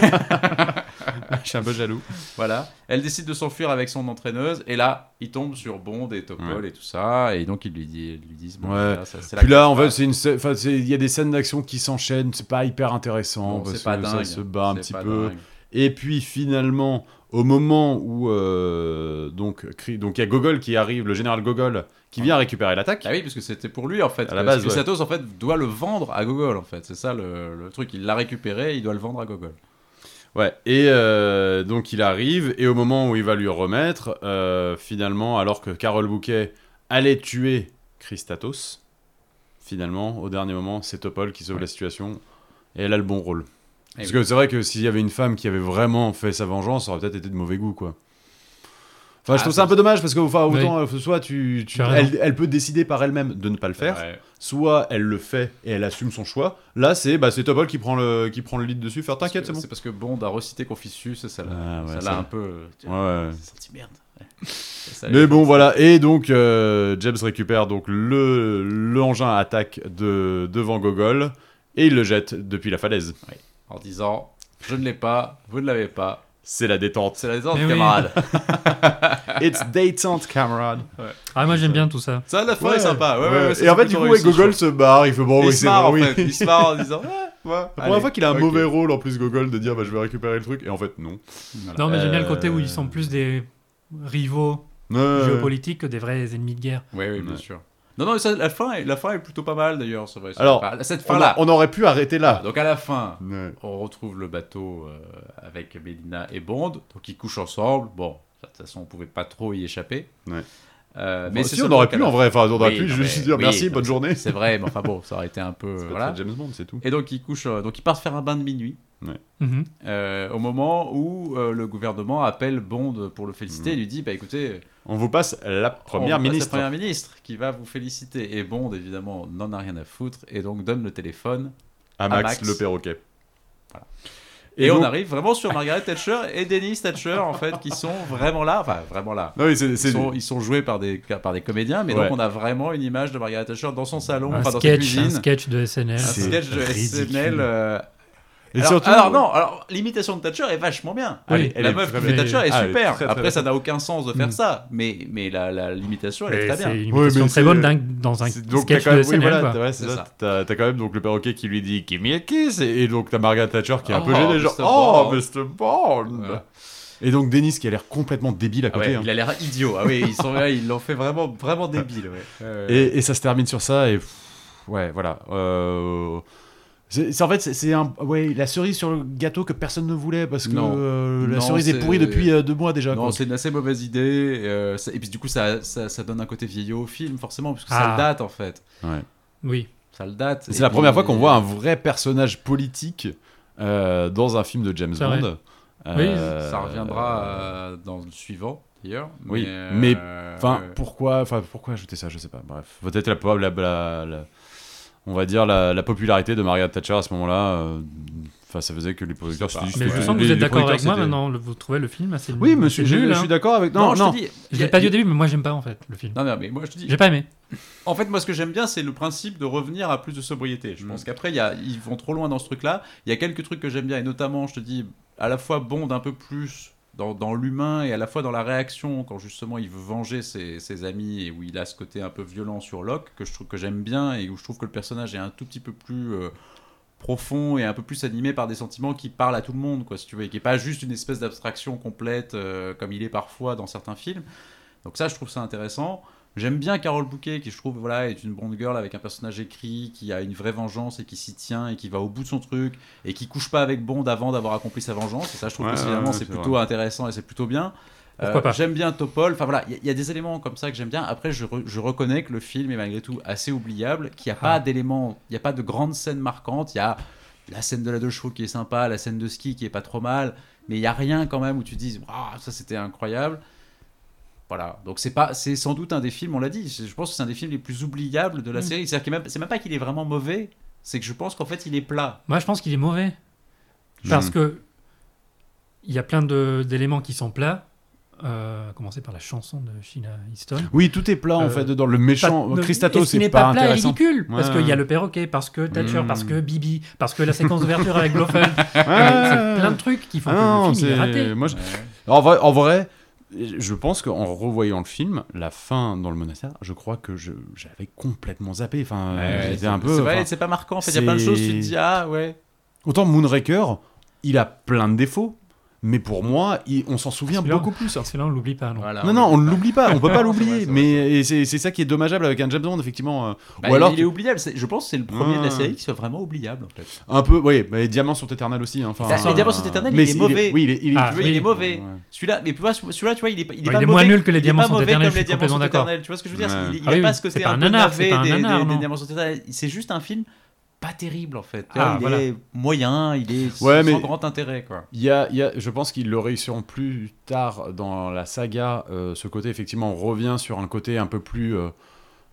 A: Je suis un peu jaloux.
C: Voilà. Elle décide de s'enfuir avec son entraîneuse et là, il tombe sur Bond et Topol et tout ça et donc ils lui, dit, ils lui disent bon,
A: Ouais.
C: voilà, ça, c'est
A: Puis là, en
C: catastrophe.
A: fait, c'est une, scè- enfin, c'est- il y a des scènes d'action qui s'enchaînent, c'est pas hyper intéressant,
C: Non,
A: parce
C: c'est pas
A: que
C: dingue.
A: ça se bat un
C: C'est
A: petit
C: pas
A: peu.
C: dingue.
A: Et puis finalement, au moment où euh, donc cri- donc il y a Gogol qui arrive, le général Gogol qui vient récupérer l'attaque.
C: Ah oui, parce que c'était pour lui en fait.
A: À la
C: Parce
A: base,
C: que
A: ouais.
C: Satos en fait doit le vendre à Gogol en fait. C'est ça le, le truc. Il l'a récupéré, il doit le vendre à Gogol.
A: Ouais. Et euh, donc il arrive et au moment où il va lui remettre, euh, finalement, alors que Carole Bouquet allait tuer Christatos, finalement au dernier moment, c'est Topol qui sauve la situation et elle a le bon rôle.
C: Eh
A: Parce
C: oui.
A: que c'est vrai que s'il y avait une femme qui avait vraiment fait sa vengeance, ça aurait peut-être été de mauvais goût, quoi. Enfin, je
C: Ah,
A: trouve ça un
C: ça-
A: peu dommage parce que, enfin,
B: Oui.
A: autant, euh, soit tu, tu-
B: Tu as raison.
A: elle, elle peut décider par elle-même de ne pas le faire,
C: Ouais.
A: soit elle le fait et elle assume son choix. Là, c'est bah, c'est Topol qui prend le qui prend le lead dessus. Faire
C: Parce
A: t'inquiète,
C: que
A: c'est bon.
C: C'est parce que Bond a recité Confucius et ça l'a
A: Ah, ouais,
C: ça
A: ça-
C: l'a un peu.
A: Ouais, ouais.
C: C'est senti merde. Ouais. Ça-
A: Mais bon, voilà. Et donc, euh, James récupère donc le l'engin à attaque de devant Gogol et il le jette depuis la falaise.
C: En disant Je ne l'ai pas, vous ne l'avez pas.
A: C'est la détente.
C: C'est la désordre,
B: Mais oui.
C: camarade.
A: It's détente, camarade.
B: Ah, moi j'aime bien tout ça.
C: Ça, la fin est sympa. Ouais, ouais, ouais, ça,
A: et en
C: c'est
A: fait, du
C: plutôt
A: coup, ouais,
C: réussi, je
A: Gogol se barre. Il fait bon,
C: trouve.
A: oui,
C: Il se
A: c'est
C: marre
A: bon,
C: en
A: oui.
C: fait. Il se marre en disant Ah, Ouais, ouais.
A: La première
C: allez,
A: fois qu'il a un
C: ok.
A: mauvais rôle en plus Gogol de dire bah je vais récupérer le truc et en fait non.
B: Non, mais j'aime bien le côté où
A: Euh,
B: ils sont plus des rivaux géopolitiques que des vrais ennemis de guerre.
C: Oui, oui, bien
A: Ouais.
C: sûr. Non, non, mais ça, la, fin est, la fin est plutôt pas mal d'ailleurs. c'est vrai, c'est
A: Alors,
C: pas- cette
A: on,
C: fin-là.
A: a- on aurait pu arrêter là.
C: Donc à la fin,
A: Ouais.
C: on retrouve le bateau euh, avec Mélina et Bond. Donc ils couchent ensemble. Bon, de toute façon, on pouvait pas trop y échapper.
A: Ouais.
C: Euh,
A: mais
C: mais
A: si
C: c'est
A: on
C: seulement
A: aurait
C: qu'à
A: pu
C: la
A: en vrai, enfin on aurait
C: Oui,
A: pu
C: non,
A: juste
C: mais-
A: dire
C: oui,
A: merci,
C: non,
A: bonne journée.
C: C'est vrai, mais enfin bon, ça aurait été un peu. euh, voilà.
A: Voilà. James Bond, c'est tout.
C: Et donc ils couchent, euh, donc ils partent faire un bain de minuit
B: Mhm.
C: euh, au moment où euh, le gouvernement appelle Bond pour le féliciter
A: Mhm.
C: et lui dit bah écoutez,
A: On vous passe la première
C: on vous passe la
A: ministre.
C: première ministre qui va vous féliciter et Bond évidemment n'en a rien à foutre et donc donne le téléphone
A: à Max,
C: Max.
A: le perroquet.
C: Voilà.
A: Et,
C: et, on
A: donc-
C: arrive vraiment sur Margaret Thatcher et Dennis Thatcher en fait qui sont vraiment là, enfin vraiment là.
A: Non, oui, c'est
C: Ils
A: c'est-
C: sont, ils sont joués par des, par des comédiens, mais
A: Ouais.
C: donc on a vraiment une image de Margaret Thatcher dans son salon,
B: Un
C: enfin dans sa
B: sketch, un
C: cuisine.
B: sketch de SNL.
C: Un
A: C'est
C: sketch de
A: ridicule.
C: SNL euh,
A: et
C: alors,
A: surtout-
C: alors non, alors l'imitation de Thatcher est vachement bien.
B: Oui,
A: Allez, elle
C: la
A: est
C: meuf
A: très
C: qui
A: belle.
C: fait Thatcher est
A: Ah, elle est
C: super.
A: très, très
C: Après,
A: belle.
C: ça n'a aucun sens de faire
B: Mm.
C: ça, mais mais la la- l'imitation elle est
B: Mais
C: très
B: C'est
C: bien.
B: une
A: Ouais,
B: imitation
A: mais
B: très
A: c'est-
B: bonne dingue dans un
A: C'est- donc t'as
B: sketch
A: quand même,
B: de
A: oui,
B: SNL.
A: voilà,
B: quoi.
A: t'as- ouais, c'est
C: C'est
A: ça.
C: ça.
A: T'as- t'as quand même donc le perroquet qui lui dit Give me a kiss et et donc t'as Margaret Thatcher qui est un peu
C: Oh,
A: gênée genre
C: Mr.
A: Oh
C: Bond.
A: Mr Bond
C: Voilà.
A: et donc Dennis qui a l'air complètement débile à
C: Ah
A: côté
C: ouais,
A: hein.
C: Il a l'air idiot. Ah oui, ils sont là, ils l'ont fait vraiment vraiment débile. ouais. Euh,
A: Et, et ça se termine sur ça, et pff, ouais, voilà. Euh, c'est c'est- en fait, c'est- c'est un, ouais, la cerise sur le gâteau que personne ne voulait parce que
C: Non.
A: euh, la
C: Non,
A: cerise est
C: c'est-
A: pourrie depuis euh, deux mois déjà.
C: non,
A: quoi.
C: c'est une assez mauvaise idée. euh, ça- et puis du coup, ça, ça, ça donne un côté vieillot au film, forcément, parce que ça
B: Ah.
C: le date en fait.
B: Oui.
C: Ça le date.
A: C'est
C: Et
A: la
C: puis-
A: première fois qu'on voit un vrai personnage politique euh, dans un film de James
B: C'est vrai.
A: Bond.
B: Oui,
C: Ça reviendra euh, dans le suivant d'ailleurs.
A: Oui,
C: euh,
A: mais, Enfin,
C: euh,
A: pourquoi, enfin, pourquoi ajouter ça Je sais pas. Bref, peut-être la, la, la- la- on va dire la, la popularité de Margaret Thatcher à ce moment-là. euh, Enfin, ça faisait que les producteurs.
C: pas.
A: se disent-
B: Mais je
A: ouais,
B: sens que
A: les-
B: vous êtes
A: les
B: d'accord avec
A: producteurs,
B: moi
A: c'était-
B: maintenant. le- Vous trouvez le film assez
A: Oui, monsieur,
B: c'est
A: je,
B: nul,
A: je
B: hein.
A: suis d'accord avec.
C: Non,
A: Non,
C: je
A: non.
C: te dis.
B: Je
C: y a-
B: l'ai pas dit
C: y-
B: au début, mais moi j'aime pas en fait le film.
C: Non, non, mais moi je te dis,
B: J'ai pas aimé.
C: En fait, moi, ce que j'aime bien, c'est le principe de revenir à plus de sobriété. Je pense qu'après, il y a- ils vont trop loin dans ce truc-là. Il y a quelques trucs que j'aime bien, et notamment, je te dis, à la fois Bond un peu plus dans, dans l'humain et à la fois dans la réaction, quand justement il veut venger ses, ses amis et où il a ce côté un peu violent sur Locke, que je trouve que j'aime bien et où je trouve que le personnage est un tout petit peu plus. euh, profond et un peu plus animé par des sentiments qui parlent à tout le monde, quoi, si tu veux, et qui n'est pas juste une espèce d'abstraction complète euh, comme il est parfois dans certains films. Donc ça, je trouve ça intéressant. J'aime bien Carole Bouquet, qui je trouve voilà, est une Bond girl avec un personnage écrit, qui a une vraie vengeance et qui s'y tient et qui va au bout de son truc et qui couche pas avec Bond avant d'avoir accompli sa vengeance. Et ça, je trouve
A: Ouais,
C: que finalement,
A: ouais,
C: c'est
A: c'est
C: plutôt intéressant et c'est plutôt bien.
B: Pourquoi pas
C: Euh, J'aime bien Topol. Enfin voilà, il y a- il y, a des éléments comme ça que j'aime bien. Après, je, re- je reconnais que le film est malgré tout assez oubliable, qu'il n'y a
B: Ah.
C: pas d'éléments, il n'y a pas de grandes scènes marquantes. Il y a la scène de la deux chevaux qui est sympa, la scène de ski qui est pas trop mal, mais il y a rien quand même où tu te dis ah ça c'était incroyable. Voilà, donc c'est pas, c'est sans doute un des films, on l'a dit. Je je pense que c'est un des films les plus oubliables de la
B: Mm.
C: série. C'est-à-dire qu'il est même, c'est même pas qu'il est vraiment mauvais, c'est que je pense qu'en fait il est plat.
B: Moi je pense qu'il est mauvais. Parce que il y a plein de- d'éléments qui sont plats. euh, à commencer par la chanson de Sheena Easton.
A: Oui, tout est plat en
B: Euh,
A: fait dedans. Le méchant
B: Pas- ne-
A: Christato,
B: et ce
A: c'est
B: n'est
A: euh, pas,
B: plat et
A: intéressant.
B: ridicule, parce
A: Ouais,
B: qu'il y
A: ouais.
B: a le perroquet, parce que Thatcher,
A: Mm.
B: parce que Bibi, parce que la séquence d'ouverture avec Blofeld. Euh,
A: Ouais.
B: C'est plein de trucs qui font
A: Ah non,
B: que le film il est
A: c'est-
B: raté.
A: moi, je- en, vrai, en vrai, je pense qu'en revoyant le film, la fin dans le monastère, je crois que je- j'avais complètement zappé. Enfin,
C: Ouais,
A: j'étais
C: c'est-
A: un peu.
C: C'est vrai,
A: enfin,
C: c'est pas marquant. En fait, il y a plein de choses. Tu te dis, ah ouais.
A: Autant Moonraker, il a plein de défauts, mais pour moi, il- on s'en souvient
B: Celui-là,
A: beaucoup plus.
B: Celui-là, on l'oublie pas. Non.
C: Voilà,
A: Non, non, on ne l'oublie pas, on peut pas
C: C'est
A: l'oublier.
C: vrai, c'est vrai,
A: mais et c'est c'est ça qui est dommageable avec un James Bond, effectivement. euh,
C: Bah,
A: Ou alors,
C: il est oubliable. c'est- Je pense que c'est le premier de
A: Ah.
C: la série qui soit vraiment oubliable en fait.
A: un peu, oui, mais les diamants sont éternels aussi. hein, enfin,
C: Ah, les
A: euh,
C: Diamants sont éternels, il est
A: c'est-
C: mauvais.
A: oui, il est, il est-
B: Ah,
C: tu vois, il
B: oui.
C: est mauvais.
A: Ouais.
C: Celui-là, mais tu vois, celui-là, tu vois, il est, pas- il
B: Ah,
C: est
B: Il
C: pas
B: est moins
C: mauvais.
B: nul que les
C: il est
B: diamants
C: pas
B: sont
C: mauvais
B: éternels,
C: comme
B: je
C: les
B: suis
C: diamants
B: complètement
C: sont
B: d'accord.
C: éternels. Tu vois ce que je veux dire
A: Ouais.
C: Il n'y
B: Ah
C: a
B: oui,
C: pas
B: oui,
C: ce côté
B: c'est
C: un,
B: pas un
C: peu
B: nanar, c'est
C: navet
B: pas un
C: des, des-
B: nanar,
C: des
B: non.
C: diamants sont éternels. C'est juste un film pas terrible en fait.
B: Ah,
C: il
B: voilà.
C: est moyen, il est
A: Ouais,
C: sans
A: mais-
C: grand intérêt quoi.
A: Il y a, il y a- je pense qu'ils le réussiront plus tard dans la saga. euh, ce côté, effectivement, on revient sur un côté un peu plus euh,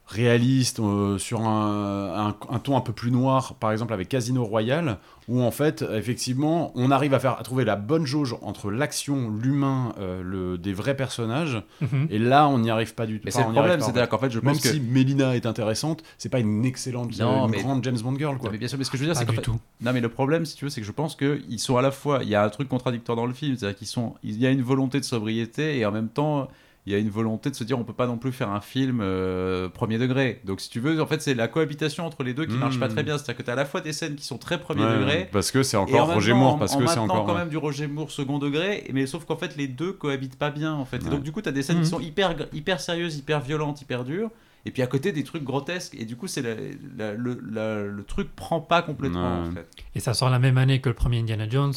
A: réaliste, euh, sur un, un- un ton un peu plus noir, par exemple avec Casino Royale, où en fait, effectivement, on arrive à, faire, à trouver la bonne jauge entre l'action, l'humain, euh, le, des vrais personnages.
B: Mhm.
A: Et là, on n'y arrive pas du tout.
C: Mais
A: Enfin,
C: c'est le
A: on n'y
C: problème,
A: arrive pas, en
C: c'est-à-dire qu'en fait, je
A: Même
C: pense que.
A: si Mélina est intéressante, c'est pas une excellente,
C: Non,
A: euh, une
C: mais-
A: grande James Bond girl,
C: Non,
A: quoi.
C: mais bien sûr, mais ce que je veux dire,
B: Pas
C: c'est qu'en
B: Ah, du
C: fait,
B: tout.
C: Non, mais le problème, si tu veux, c'est que je pense qu'ils sont à la fois. Il y a un truc contradictoire dans le film, c'est-à-dire qu'ils sont. Il y a une volonté de sobriété et en même temps, il y a une volonté de se dire on peut pas non plus faire un film euh, premier degré. Donc, si tu veux, en fait, c'est la cohabitation entre les deux qui
A: Mmh.
C: marche pas très bien. C'est-à-dire que tu as à la fois des scènes qui sont très premier
A: Ouais,
C: degré.
A: parce que c'est
C: Et en
A: encore
C: même
A: Roger
C: temps,
A: Moore,
C: en-
A: parce
C: en
A: que c'est
C: maintenant,
A: encore.
C: quand même du Roger Moore second degré, mais sauf qu'en fait les deux cohabitent pas bien en fait. Et
A: Ouais. Hmm.
C: donc du coup t'as des scènes
B: Mhm.
C: qui sont hyper gr- hyper sérieuses, hyper violentes, hyper dures, et puis à côté des trucs grotesques. Et du coup c'est la- la- le, la- le truc prend pas complètement
A: Ouais.
C: en fait.
B: Et ça sort la même année que le premier Indiana Jones.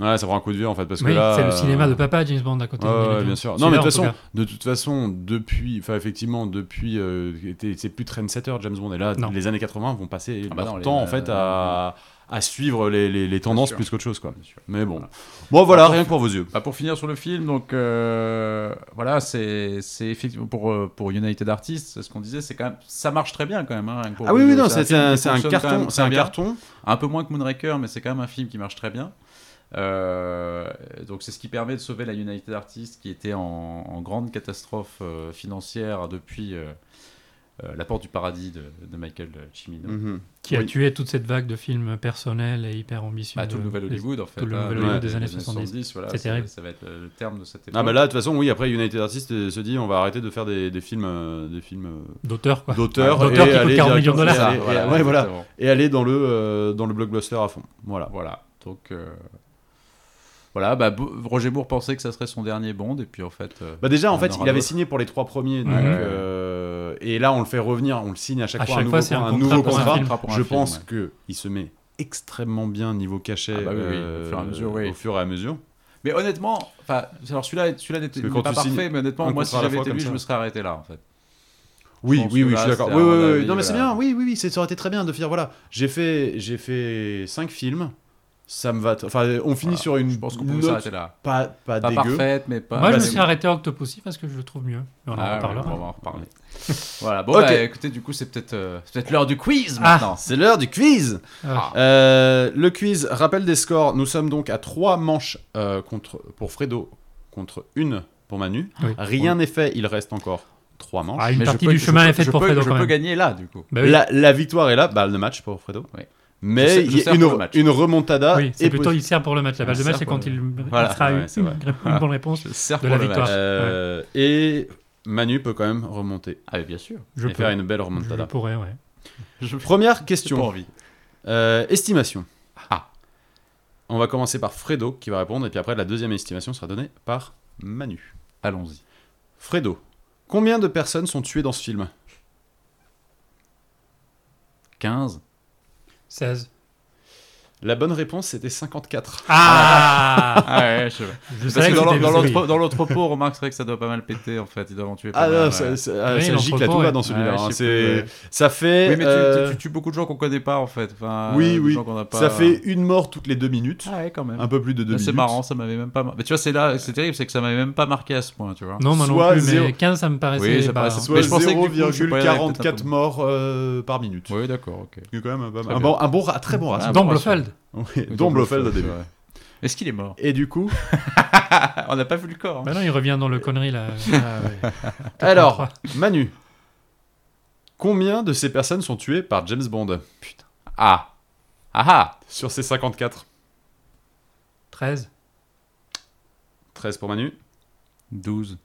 A: Ouais, ça prend un coup de vieux en fait, parce
B: Oui,
A: que là.
B: c'est le cinéma
A: euh,
B: de papa James Bond à côté.
A: Ouais,
B: d'Indiana
A: ouais,
B: Jones.
A: bien sûr. Non,
B: Celui-là,
A: mais de
B: en
A: toute
B: tout
A: façon,
B: cas.
A: de toute façon, depuis, enfin effectivement, depuis, euh, était- c'est plus trendsetter James Bond. Et là,
B: Non.
A: les années 80 vont passer
C: Ah bah
A: leur
C: non, les-
A: temps en fait à, à suivre les, les- les tendances
C: sûr.
A: plus qu'autre chose, quoi.
C: Bien sûr.
A: Mais bon, bon voilà,
C: Bah,
A: rien que pour vos yeux.
C: Bah, pour finir sur le film, donc euh, voilà, c'est c'est effectivement pour, euh, pour United Artists, ce qu'on disait, c'est quand même ça marche très bien quand même. hein, rien que pour
A: Ah oui, oui,
C: vous,
A: non, c'est
C: film
A: un,
C: qui
A: c'est un
C: fonctionne quand
A: carton,
C: même
A: c'est un
C: très bien.
A: carton.
C: Un peu moins que Moonraker, mais c'est quand même un film qui marche très bien. Euh, donc c'est ce qui permet de sauver la United Artists qui était en, en grande catastrophe euh, financière depuis euh, euh, La Porte du Paradis de, de Michael Cimino.
A: Mhm.
B: Qui a
A: Oui.
B: tué toute cette vague de films personnels et hyper ambitieux.
C: Bah, tout le
B: de-
C: Nouvel
B: des-
C: Hollywood en fait.
B: tout le
C: hein,
B: Nouvel
A: Hollywood
B: des années 70.
C: voilà,
B: C'est
C: ça-
B: terrible.
C: Ça va être le le terme de cette époque.
A: Ah bah là, de toute façon, oui. Après, United Artists euh, se dit, on va arrêter de faire des, des films, euh, des films euh,
B: D'auteur, quoi.
A: d'auteurs,
B: D'auteurs
A: et
B: qui coûtent
A: aller
B: 40 millions de
A: directement-
B: dollars.
A: et aller- et- ouais, voilà.
C: exactement.
A: et aller dans le euh, dans le blockbuster à fond. Voilà.
C: Voilà. Donc euh, voilà, bah, Bo- Roger Moore pensait que ça serait son dernier Bond et puis en fait. euh,
A: Bah déjà en
C: Il y en
A: fait
C: aura
A: il avait
C: d'autres.
A: signé pour les trois premiers donc,
B: Ouais.
A: euh, et là on le fait revenir on le signe à chaque
B: À
A: fois un
B: chaque
A: nouveau,
B: fois, c'est
A: con-
B: un
A: un
B: contrat
A: nouveau
B: Bah, pour un
A: contrat
B: film.
C: pour un
A: je
C: film,
A: pense
C: ouais.
A: que il se met extrêmement bien niveau cachet euh,
C: Ah bah oui, oui, au fur et à mesure, oui.
A: au fur et à mesure
C: Mais honnêtement, enfin, alors celui-là, celui-là n'était
A: Parce que quand
C: n'est pas
A: tu signes
C: parfait, mais
A: un
C: honnêtement, moi si
A: contrat à la
C: j'avais
A: fois
C: été
A: comme
C: lui,
A: ça.
C: je me serais arrêté là en fait.
A: oui
C: pense
A: oui
C: que
A: oui je
C: là,
A: suis d'accord
C: c'est
A: oui,
C: un
A: oui,
C: bon
A: oui,
C: avis,
A: non mais c'est
C: voilà.
A: bien oui oui oui c'est- ça aurait été très bien de dire voilà j'ai fait j'ai fait cinq films ça me va t- enfin on finit
C: Voilà.
A: sur une
C: Je pense qu'on
A: note
C: pouvait s'arrêter là.
A: pas pas,
C: Pas
A: dégueu
C: parfaite, mais pas.
B: Moi, je me
C: mais
B: suis
C: bon.
B: arrêté à Octopussy parce que je le trouve mieux. Mais on en
C: Ah, ouais,
B: reparlera.
C: on va en reparler. voilà, bon,
A: Ok.
C: bah, écoutez, du coup, c'est peut-être euh, c'est peut-être l'heure du quiz
B: Ah.
C: maintenant.
A: c'est l'heure du quiz
B: Ah.
A: Euh, le quiz, rappel des scores. Nous sommes donc à 3 manches euh, contre, pour Fredo, contre une pour Manu.
B: Oui.
A: Rien n'est fait, il reste encore 3 manches.
B: Ah, une
C: Mais je
B: partie
C: peux-
B: du
C: je
B: chemin
C: peux-
B: est faite
C: je
B: pour
C: peux-
B: Fredo
C: Je
B: quand
C: peux
B: même.
C: gagner là, du coup.
B: Bah oui.
A: la, la victoire est là, bah, le match pour Fredo.
C: Oui. Je
A: Mais
C: sais-
A: il
C: je
A: y a
C: sers
A: une,
C: pour le match.
A: une remontada.
B: Oui, c'est
A: est
B: plutôt il
A: possible.
B: sert pour le match. La balle
A: Il
B: de match,
A: sert
B: c'est
A: pour
B: quand
A: le-
B: il
C: Voilà,
B: sera
A: ouais, c'est vrai.
B: une, une bonne réponse.
C: Je sers
B: De
C: pour
B: la
C: le
B: victoire.
C: match.
A: Euh, Et Manu peut quand même remonter
C: Ah, mais bien sûr.
B: Je
A: et
B: peux.
A: faire une belle
B: Je
A: remontada.
B: pourrais, ouais.
C: Je
A: Première
C: j'ai pas
A: question.
C: envie.
A: Euh, estimation.
C: Ah,
A: On va commencer par Fredo qui va répondre et puis après la deuxième estimation sera donnée par Manu.
C: Allons-y.
A: Fredo, combien de personnes sont tuées dans ce film
C: 15.
B: 16.
A: La bonne réponse, c'était 54.
B: Ah
C: Ah ouais, je sais pas.
B: Je
C: Parce
B: savais
C: que
B: que
C: dans l'en-
B: c'était-
C: dans
B: oui.
C: l'entre- dans l'entrepôt, remarque, c'est vrai que ça doit pas mal péter en fait. Ils doivent en tuer pas
A: Ah
C: mal.
A: non,
C: ouais.
A: ça, ça,
B: Oui,
A: ça gicle à
B: l'entrepôt,
A: tout va
B: ouais.
A: dans celui-là.
C: Ouais, je
A: hein.
C: sais
A: C'est-
C: plus,
A: Ça fait,
C: Oui, mais tu-
A: euh,
C: tu, tu tues beaucoup de gens qu'on connaît pas en fait. Enfin,
A: Oui,
C: euh, des
A: oui.
C: gens qu'on n'a pas-
A: ça fait une mort toutes les deux minutes,
C: Ah ouais, quand même.
A: un peu plus de deux
C: Ça,
A: minutes.
C: C'est marrant, ça m'avait même pas. mar- Mais tu vois, c'est là, c'est terrible, c'est que ça m'avait même pas marqué à ce point, tu vois.
B: Non, moi non
A: Soit
B: plus,
A: zéro-
B: mais 15, ça me paraissait.
C: Oui, ça
B: pas-
C: paraissait-
A: Soit
C: hein. Mais je pensais que du coup, je suis pas allé avec peut-être un
A: 0,44
C: peu.
A: morts euh, par minute.
C: Oui, d'accord, ok.
A: C'est quand même pas
C: Très
A: mal. Un, bon, un bon ra- très bon ratio.
C: Ah,
B: Dans
C: bon,
B: Blofeld.
A: Oui, dont Blofeld au début.
C: Est-ce qu'il est mort Ah,
A: Et du coup,
C: On n'a pas vu le corps. hein.
B: Bah non, il revient dans le connerie là. Ah,
A: alors, Manu, combien de ces personnes sont tuées par James Bond Putain. Ah Ah ah Sur ces 54,
B: 13.
A: 13 pour Manu.
C: 12.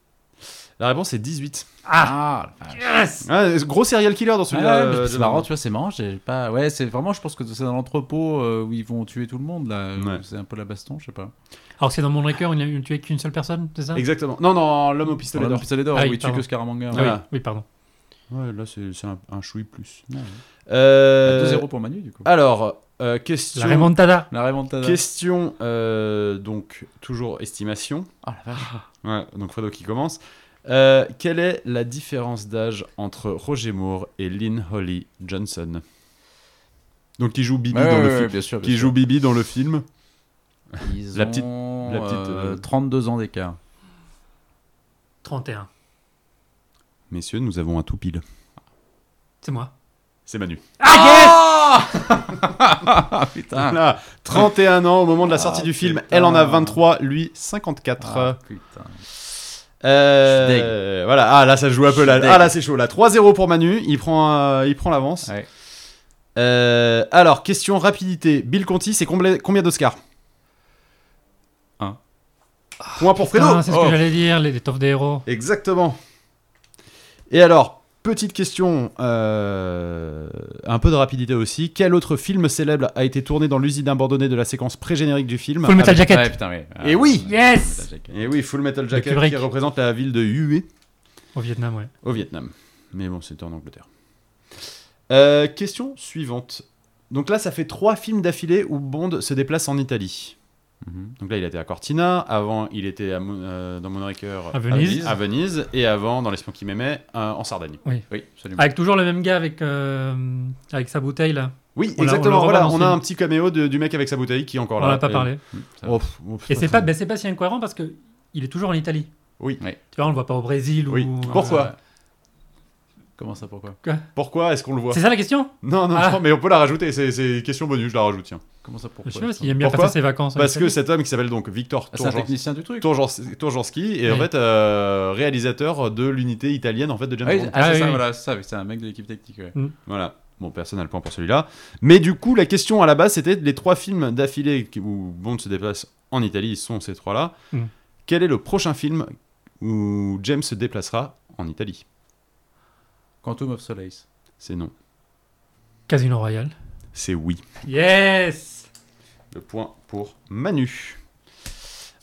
A: La réponse est 18.
C: Ah,
B: Yes
A: Ah, gros serial killer dans celui-là.
C: Ouais, mais
A: euh,
C: c'est
A: James
C: marrant,
A: Bond.
C: tu vois, c'est marrant. J'ai pas. Ouais, c'est vraiment. Je pense que c'est dans l'entrepôt euh, où ils vont tuer tout le monde là.
A: Ouais.
C: C'est un peu la baston, je sais pas.
B: Alors c'est dans mon Moonraker, il n'a tué qu'une seule personne, c'est ça
A: Exactement. Non, non, l'homme au pistolet
C: Dans le
A: d'or.
C: pistolet d'or.
B: Ah
C: où
B: oui,
C: ils tuent
B: pardon.
C: que Scaramanga.
B: Ah
C: ouais.
B: oui,
A: Voilà.
B: oui, pardon.
A: Ouais, là, c'est c'est un, un chouï plus.
C: Ouais, ouais.
A: Euh,
C: 2-0 pour Manu du coup.
A: alors, euh, question.
B: La remontada
C: La remontada.
A: Question, euh, donc toujours estimation.
C: Ah, la vache.
A: Ouais, donc Fredo qui commence. Euh, quelle est la différence d'âge entre Roger Moore et Lynn Holly Johnson Donc qui joue Bibi
C: Ouais,
A: dans
C: ouais,
A: le
C: ouais,
A: film.
C: bien sûr. bien
A: Qui
C: sûr.
A: joue Bibi dans le film
C: Ils
A: la petite-
C: ont,
A: la petite,
C: euh,
A: euh,
C: 32 ans d'écart.
B: 31.
A: Messieurs, nous avons un tout pile.
B: C'est moi.
A: C'est Manu.
C: Ah putain.
A: Voilà, 31 ans au moment de la sortie
C: Ah,
A: du film.
C: putain.
A: Elle en a 23, lui 54.
C: Ah, putain.
A: Euh,
C: Je suis deg.
A: voilà, ah là ça joue un
C: Je
A: peu
C: suis
A: là.
C: deg.
A: Ah là c'est chaud là. 3-0 pour Manu, il prend, euh, il prend l'avance.
C: Ouais.
A: Euh, alors, question rapidité. Bill Conti, c'est combien, combien d'Oscars
C: Un.
A: Point pour Fredo
B: Ah, c'est ce que
A: Oh.
B: j'allais dire, les l'étoffe des héros.
A: Exactement. Et alors, petite question, euh, un peu de rapidité aussi. Quel autre film célèbre a été tourné dans l'usine abandonnée de la séquence pré-générique du film
B: Full Metal
C: Ouais,
B: Jacket
C: putain, oui. Ah,
A: Et oui
B: Yes
A: Et oui, Full Metal Jacket
B: Kubrick.
A: qui représente la ville de Hue
B: Au Vietnam, ouais.
A: au Vietnam. Mais bon, c'était en Angleterre. Euh, question suivante. Donc là, ça fait trois films d'affilée où Bond se déplace en Italie.
C: Mhm.
A: Donc là, il était à Cortina. Avant, il était à Mon- euh, dans Moonraker
B: À Venise.
A: à Venise. Et avant, dans Les Espions qui m'aimaient, euh, en Sardaigne.
C: Oui, absolument.
B: Avec toujours le même gars avec, euh, avec sa bouteille là.
A: Oui,
B: On l'a-
A: exactement.
B: on le revoit
A: voilà,
B: dans
A: on
B: ce
A: a
B: film.
A: un petit caméo de- du mec avec sa bouteille qui est encore
B: On
A: là.
B: n'a pas
A: Et-
B: parlé.
A: Oh, pff, oh, pff,
B: Et c'est pas, ben, c'est pas si incohérent parce que il est toujours en Italie.
A: Oui.
C: Ouais.
B: Tu vois, on le voit pas au Brésil
A: Oui.
B: ou.
A: Pourquoi
C: Ah, Comment ça, pourquoi
A: Pourquoi est-ce qu'on le voit
B: C'est ça la question
A: Non, non,
B: Ah.
A: non, mais on peut la rajouter. C'est- C'est question bonus, je la rajoute. Tiens.
C: Comment ça, pourquoi
B: Je sais pas parce qu'il aime bien
A: Pourquoi
B: passer ses vacances. en
A: Parce que
B: Italie.
A: cet homme qui s'appelle donc Victor
C: Ah, C'est un
A: Tourgensi-
C: technicien du truc.
A: Tourgensi- Tourgenski est en
B: Oui.
A: fait euh, réalisateur de l'unité italienne en fait de James
C: Ah oui,
A: Bond.
C: ah, c'est
B: Ah,
C: ça,
B: oui.
C: voilà, c'est ça, c'est un mec de l'équipe technique. Ouais.
A: Voilà. Bon, personne n'a le point pour celui-là. Mais du coup, la question à la base, c'était les trois films d'affilée qui- où Bond se déplace en Italie, ils sont ces trois-là.
B: Mm.
A: Quel est le prochain film où James se déplacera en Italie
C: Quantum of Solace.
A: C'est non.
B: Casino Royale.
A: C'est oui.
B: Yes
A: Le point pour Manu.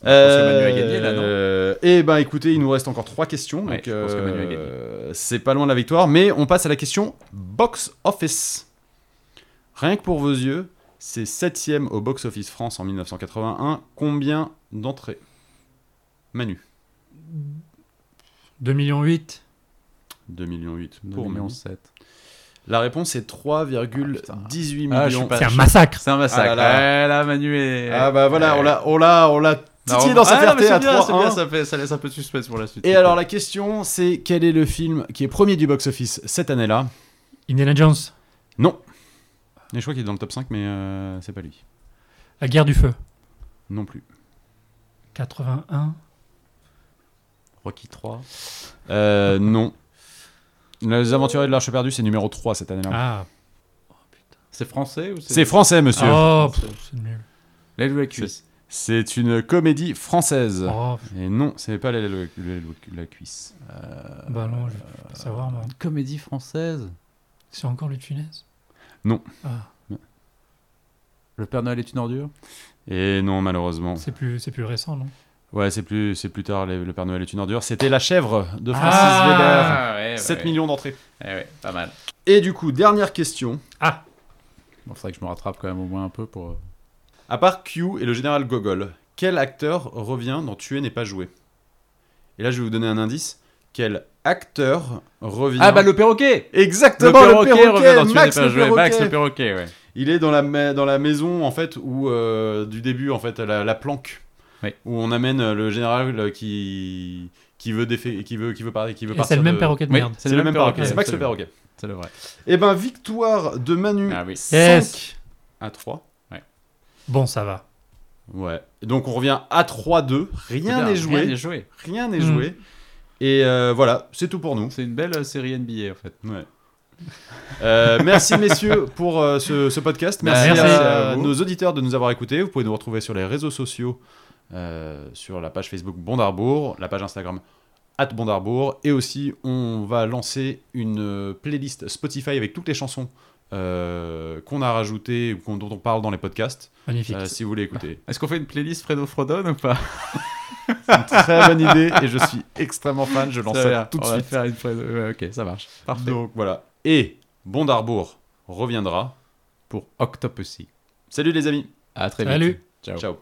C: pense que Manu a gagné, là, non
A: Euh, Eh ben écoutez, il nous reste encore trois questions.
C: Ouais,
A: donc,
C: je pense que Manu a
A: euh, C'est pas loin de la victoire, mais on passe à la question box office. Rien que pour vos yeux, c'est septième au box office France en 1981. Combien d'entrées Manu.
B: 2 millions 8.
A: 2 millions pour
C: 2 millions
A: Manu.
C: 7.
A: La réponse est 3,18
C: Ah, putain.
A: millions.
C: Ah, je suis pas-
B: C'est un massacre.
C: C'est un massacre.
A: Ah là là.
C: Ouais, là, Manu est.
A: Ah, bah voilà,
C: Ouais.
A: on l'a- on l'a on l'a
C: Non,
A: titillé
C: on-
A: dans sa
C: Ah, non, mais
A: fierté
C: c'est
A: à
C: bien, c'est bien,
A: 3-1.
C: ça, fait- ça laisse un peu de suspense pour la suite.
A: Et alors la question, c'est quel est le film qui est premier du box-office cette année-là
B: Indiana Jones.
A: Non. Et je crois qu'il est dans le top 5, mais euh, c'est pas lui.
B: La guerre du feu.
A: Non plus.
B: 81.
C: Rocky 3.
A: Euh, non. Les Aventuriers de l'Arche perdue, c'est numéro 3 cette année-là.
B: Ah.
C: C'est français ou
A: C'est français, monsieur.
C: Ah.
B: Oh, pff, c'est nul.
C: L'aile ou la cuisse
A: C'est une comédie française.
C: Ah.
B: Oh,
A: Et non, c'est pas la, la- la- la cuisse.
B: bah non, je vais pas savoir moi.
C: Une comédie française.
B: C'est encore le Funès
A: Non.
B: Ah,
C: Le Père Noël est une ordure
A: Et non, malheureusement.
B: c'est plus, c'est plus récent, non
A: Ouais, c'est plus, c'est plus tard. les- Le Père Noël est une ordure. C'était La Chèvre de
C: Ah,
A: Francis Weber.
C: ouais,
A: 7 millions d'entrées.
C: Eh ouais, pas mal.
A: Et du coup, dernière question.
C: Bon, faudrait que je me rattrape quand même au moins un peu pour. euh,
A: À part Q et le général Gogol, quel acteur revient dans Tuer n'est pas joué Et là, je vais vous donner un indice. Quel acteur revient
C: Ah, bah le perroquet
A: Exactement, le perroquet,
C: revient dans Tu
A: Max,
C: n'es pas
A: le
C: joué. Max
A: perroquet.
C: le perroquet, ouais.
A: Il est dans la, ma- dans la maison, en fait, où, euh, du début, en fait, la, la planque.
C: Oui.
A: Où on amène euh, le général euh, qui, qui veut défait, qui veut, qui veut parler, qui veut
B: Et c'est
A: partir
B: le même
A: de-
B: perroquet de
C: Oui,
B: merde.
A: C'est le, même perroquet, c'est Max le
C: absolument.
A: perroquet.
C: C'est le vrai.
A: Et ben, victoire de Manu
C: Ah oui.
B: Yes.
A: 5 à 3.
B: Bon, ça va.
A: Ouais. Donc on revient à 3-2. Rien n'est
C: Rien
A: joué.
C: n'est joué.
A: Rien n'est
B: Mm.
A: joué. Et euh, voilà, c'est tout pour nous.
C: C'est une belle euh, série NBA en fait.
A: Ouais. Euh, merci messieurs pour euh, ce, ce podcast. Merci,
B: Merci
A: à,
C: à vous.
A: nos auditeurs de nous avoir écoutés. Vous pouvez nous retrouver sur les réseaux sociaux, euh, sur la page Facebook Bondarbourg, la page Instagram at Bondarbourg, et aussi on va lancer une euh, playlist Spotify avec toutes les chansons euh, qu'on a rajoutées ou qu'on- dont on parle dans les podcasts,
B: Magnifique.
A: euh, si vous voulez écouter.
C: Est-ce qu'on fait une playlist Fredo Frodon ou pas
A: Très bonne idée et je suis extrêmement fan. Je lance
C: Ça
A: ça,
C: va,
A: tout de
C: on va
A: suite.
C: faire une Fredo- ouais, ok, ça marche. Parfait.
A: Donc voilà. Et Bondarbourg reviendra.
C: Pour Octopussy.
A: Salut les amis.
C: À très vite.
B: Salut.
C: Ciao.
A: Ciao.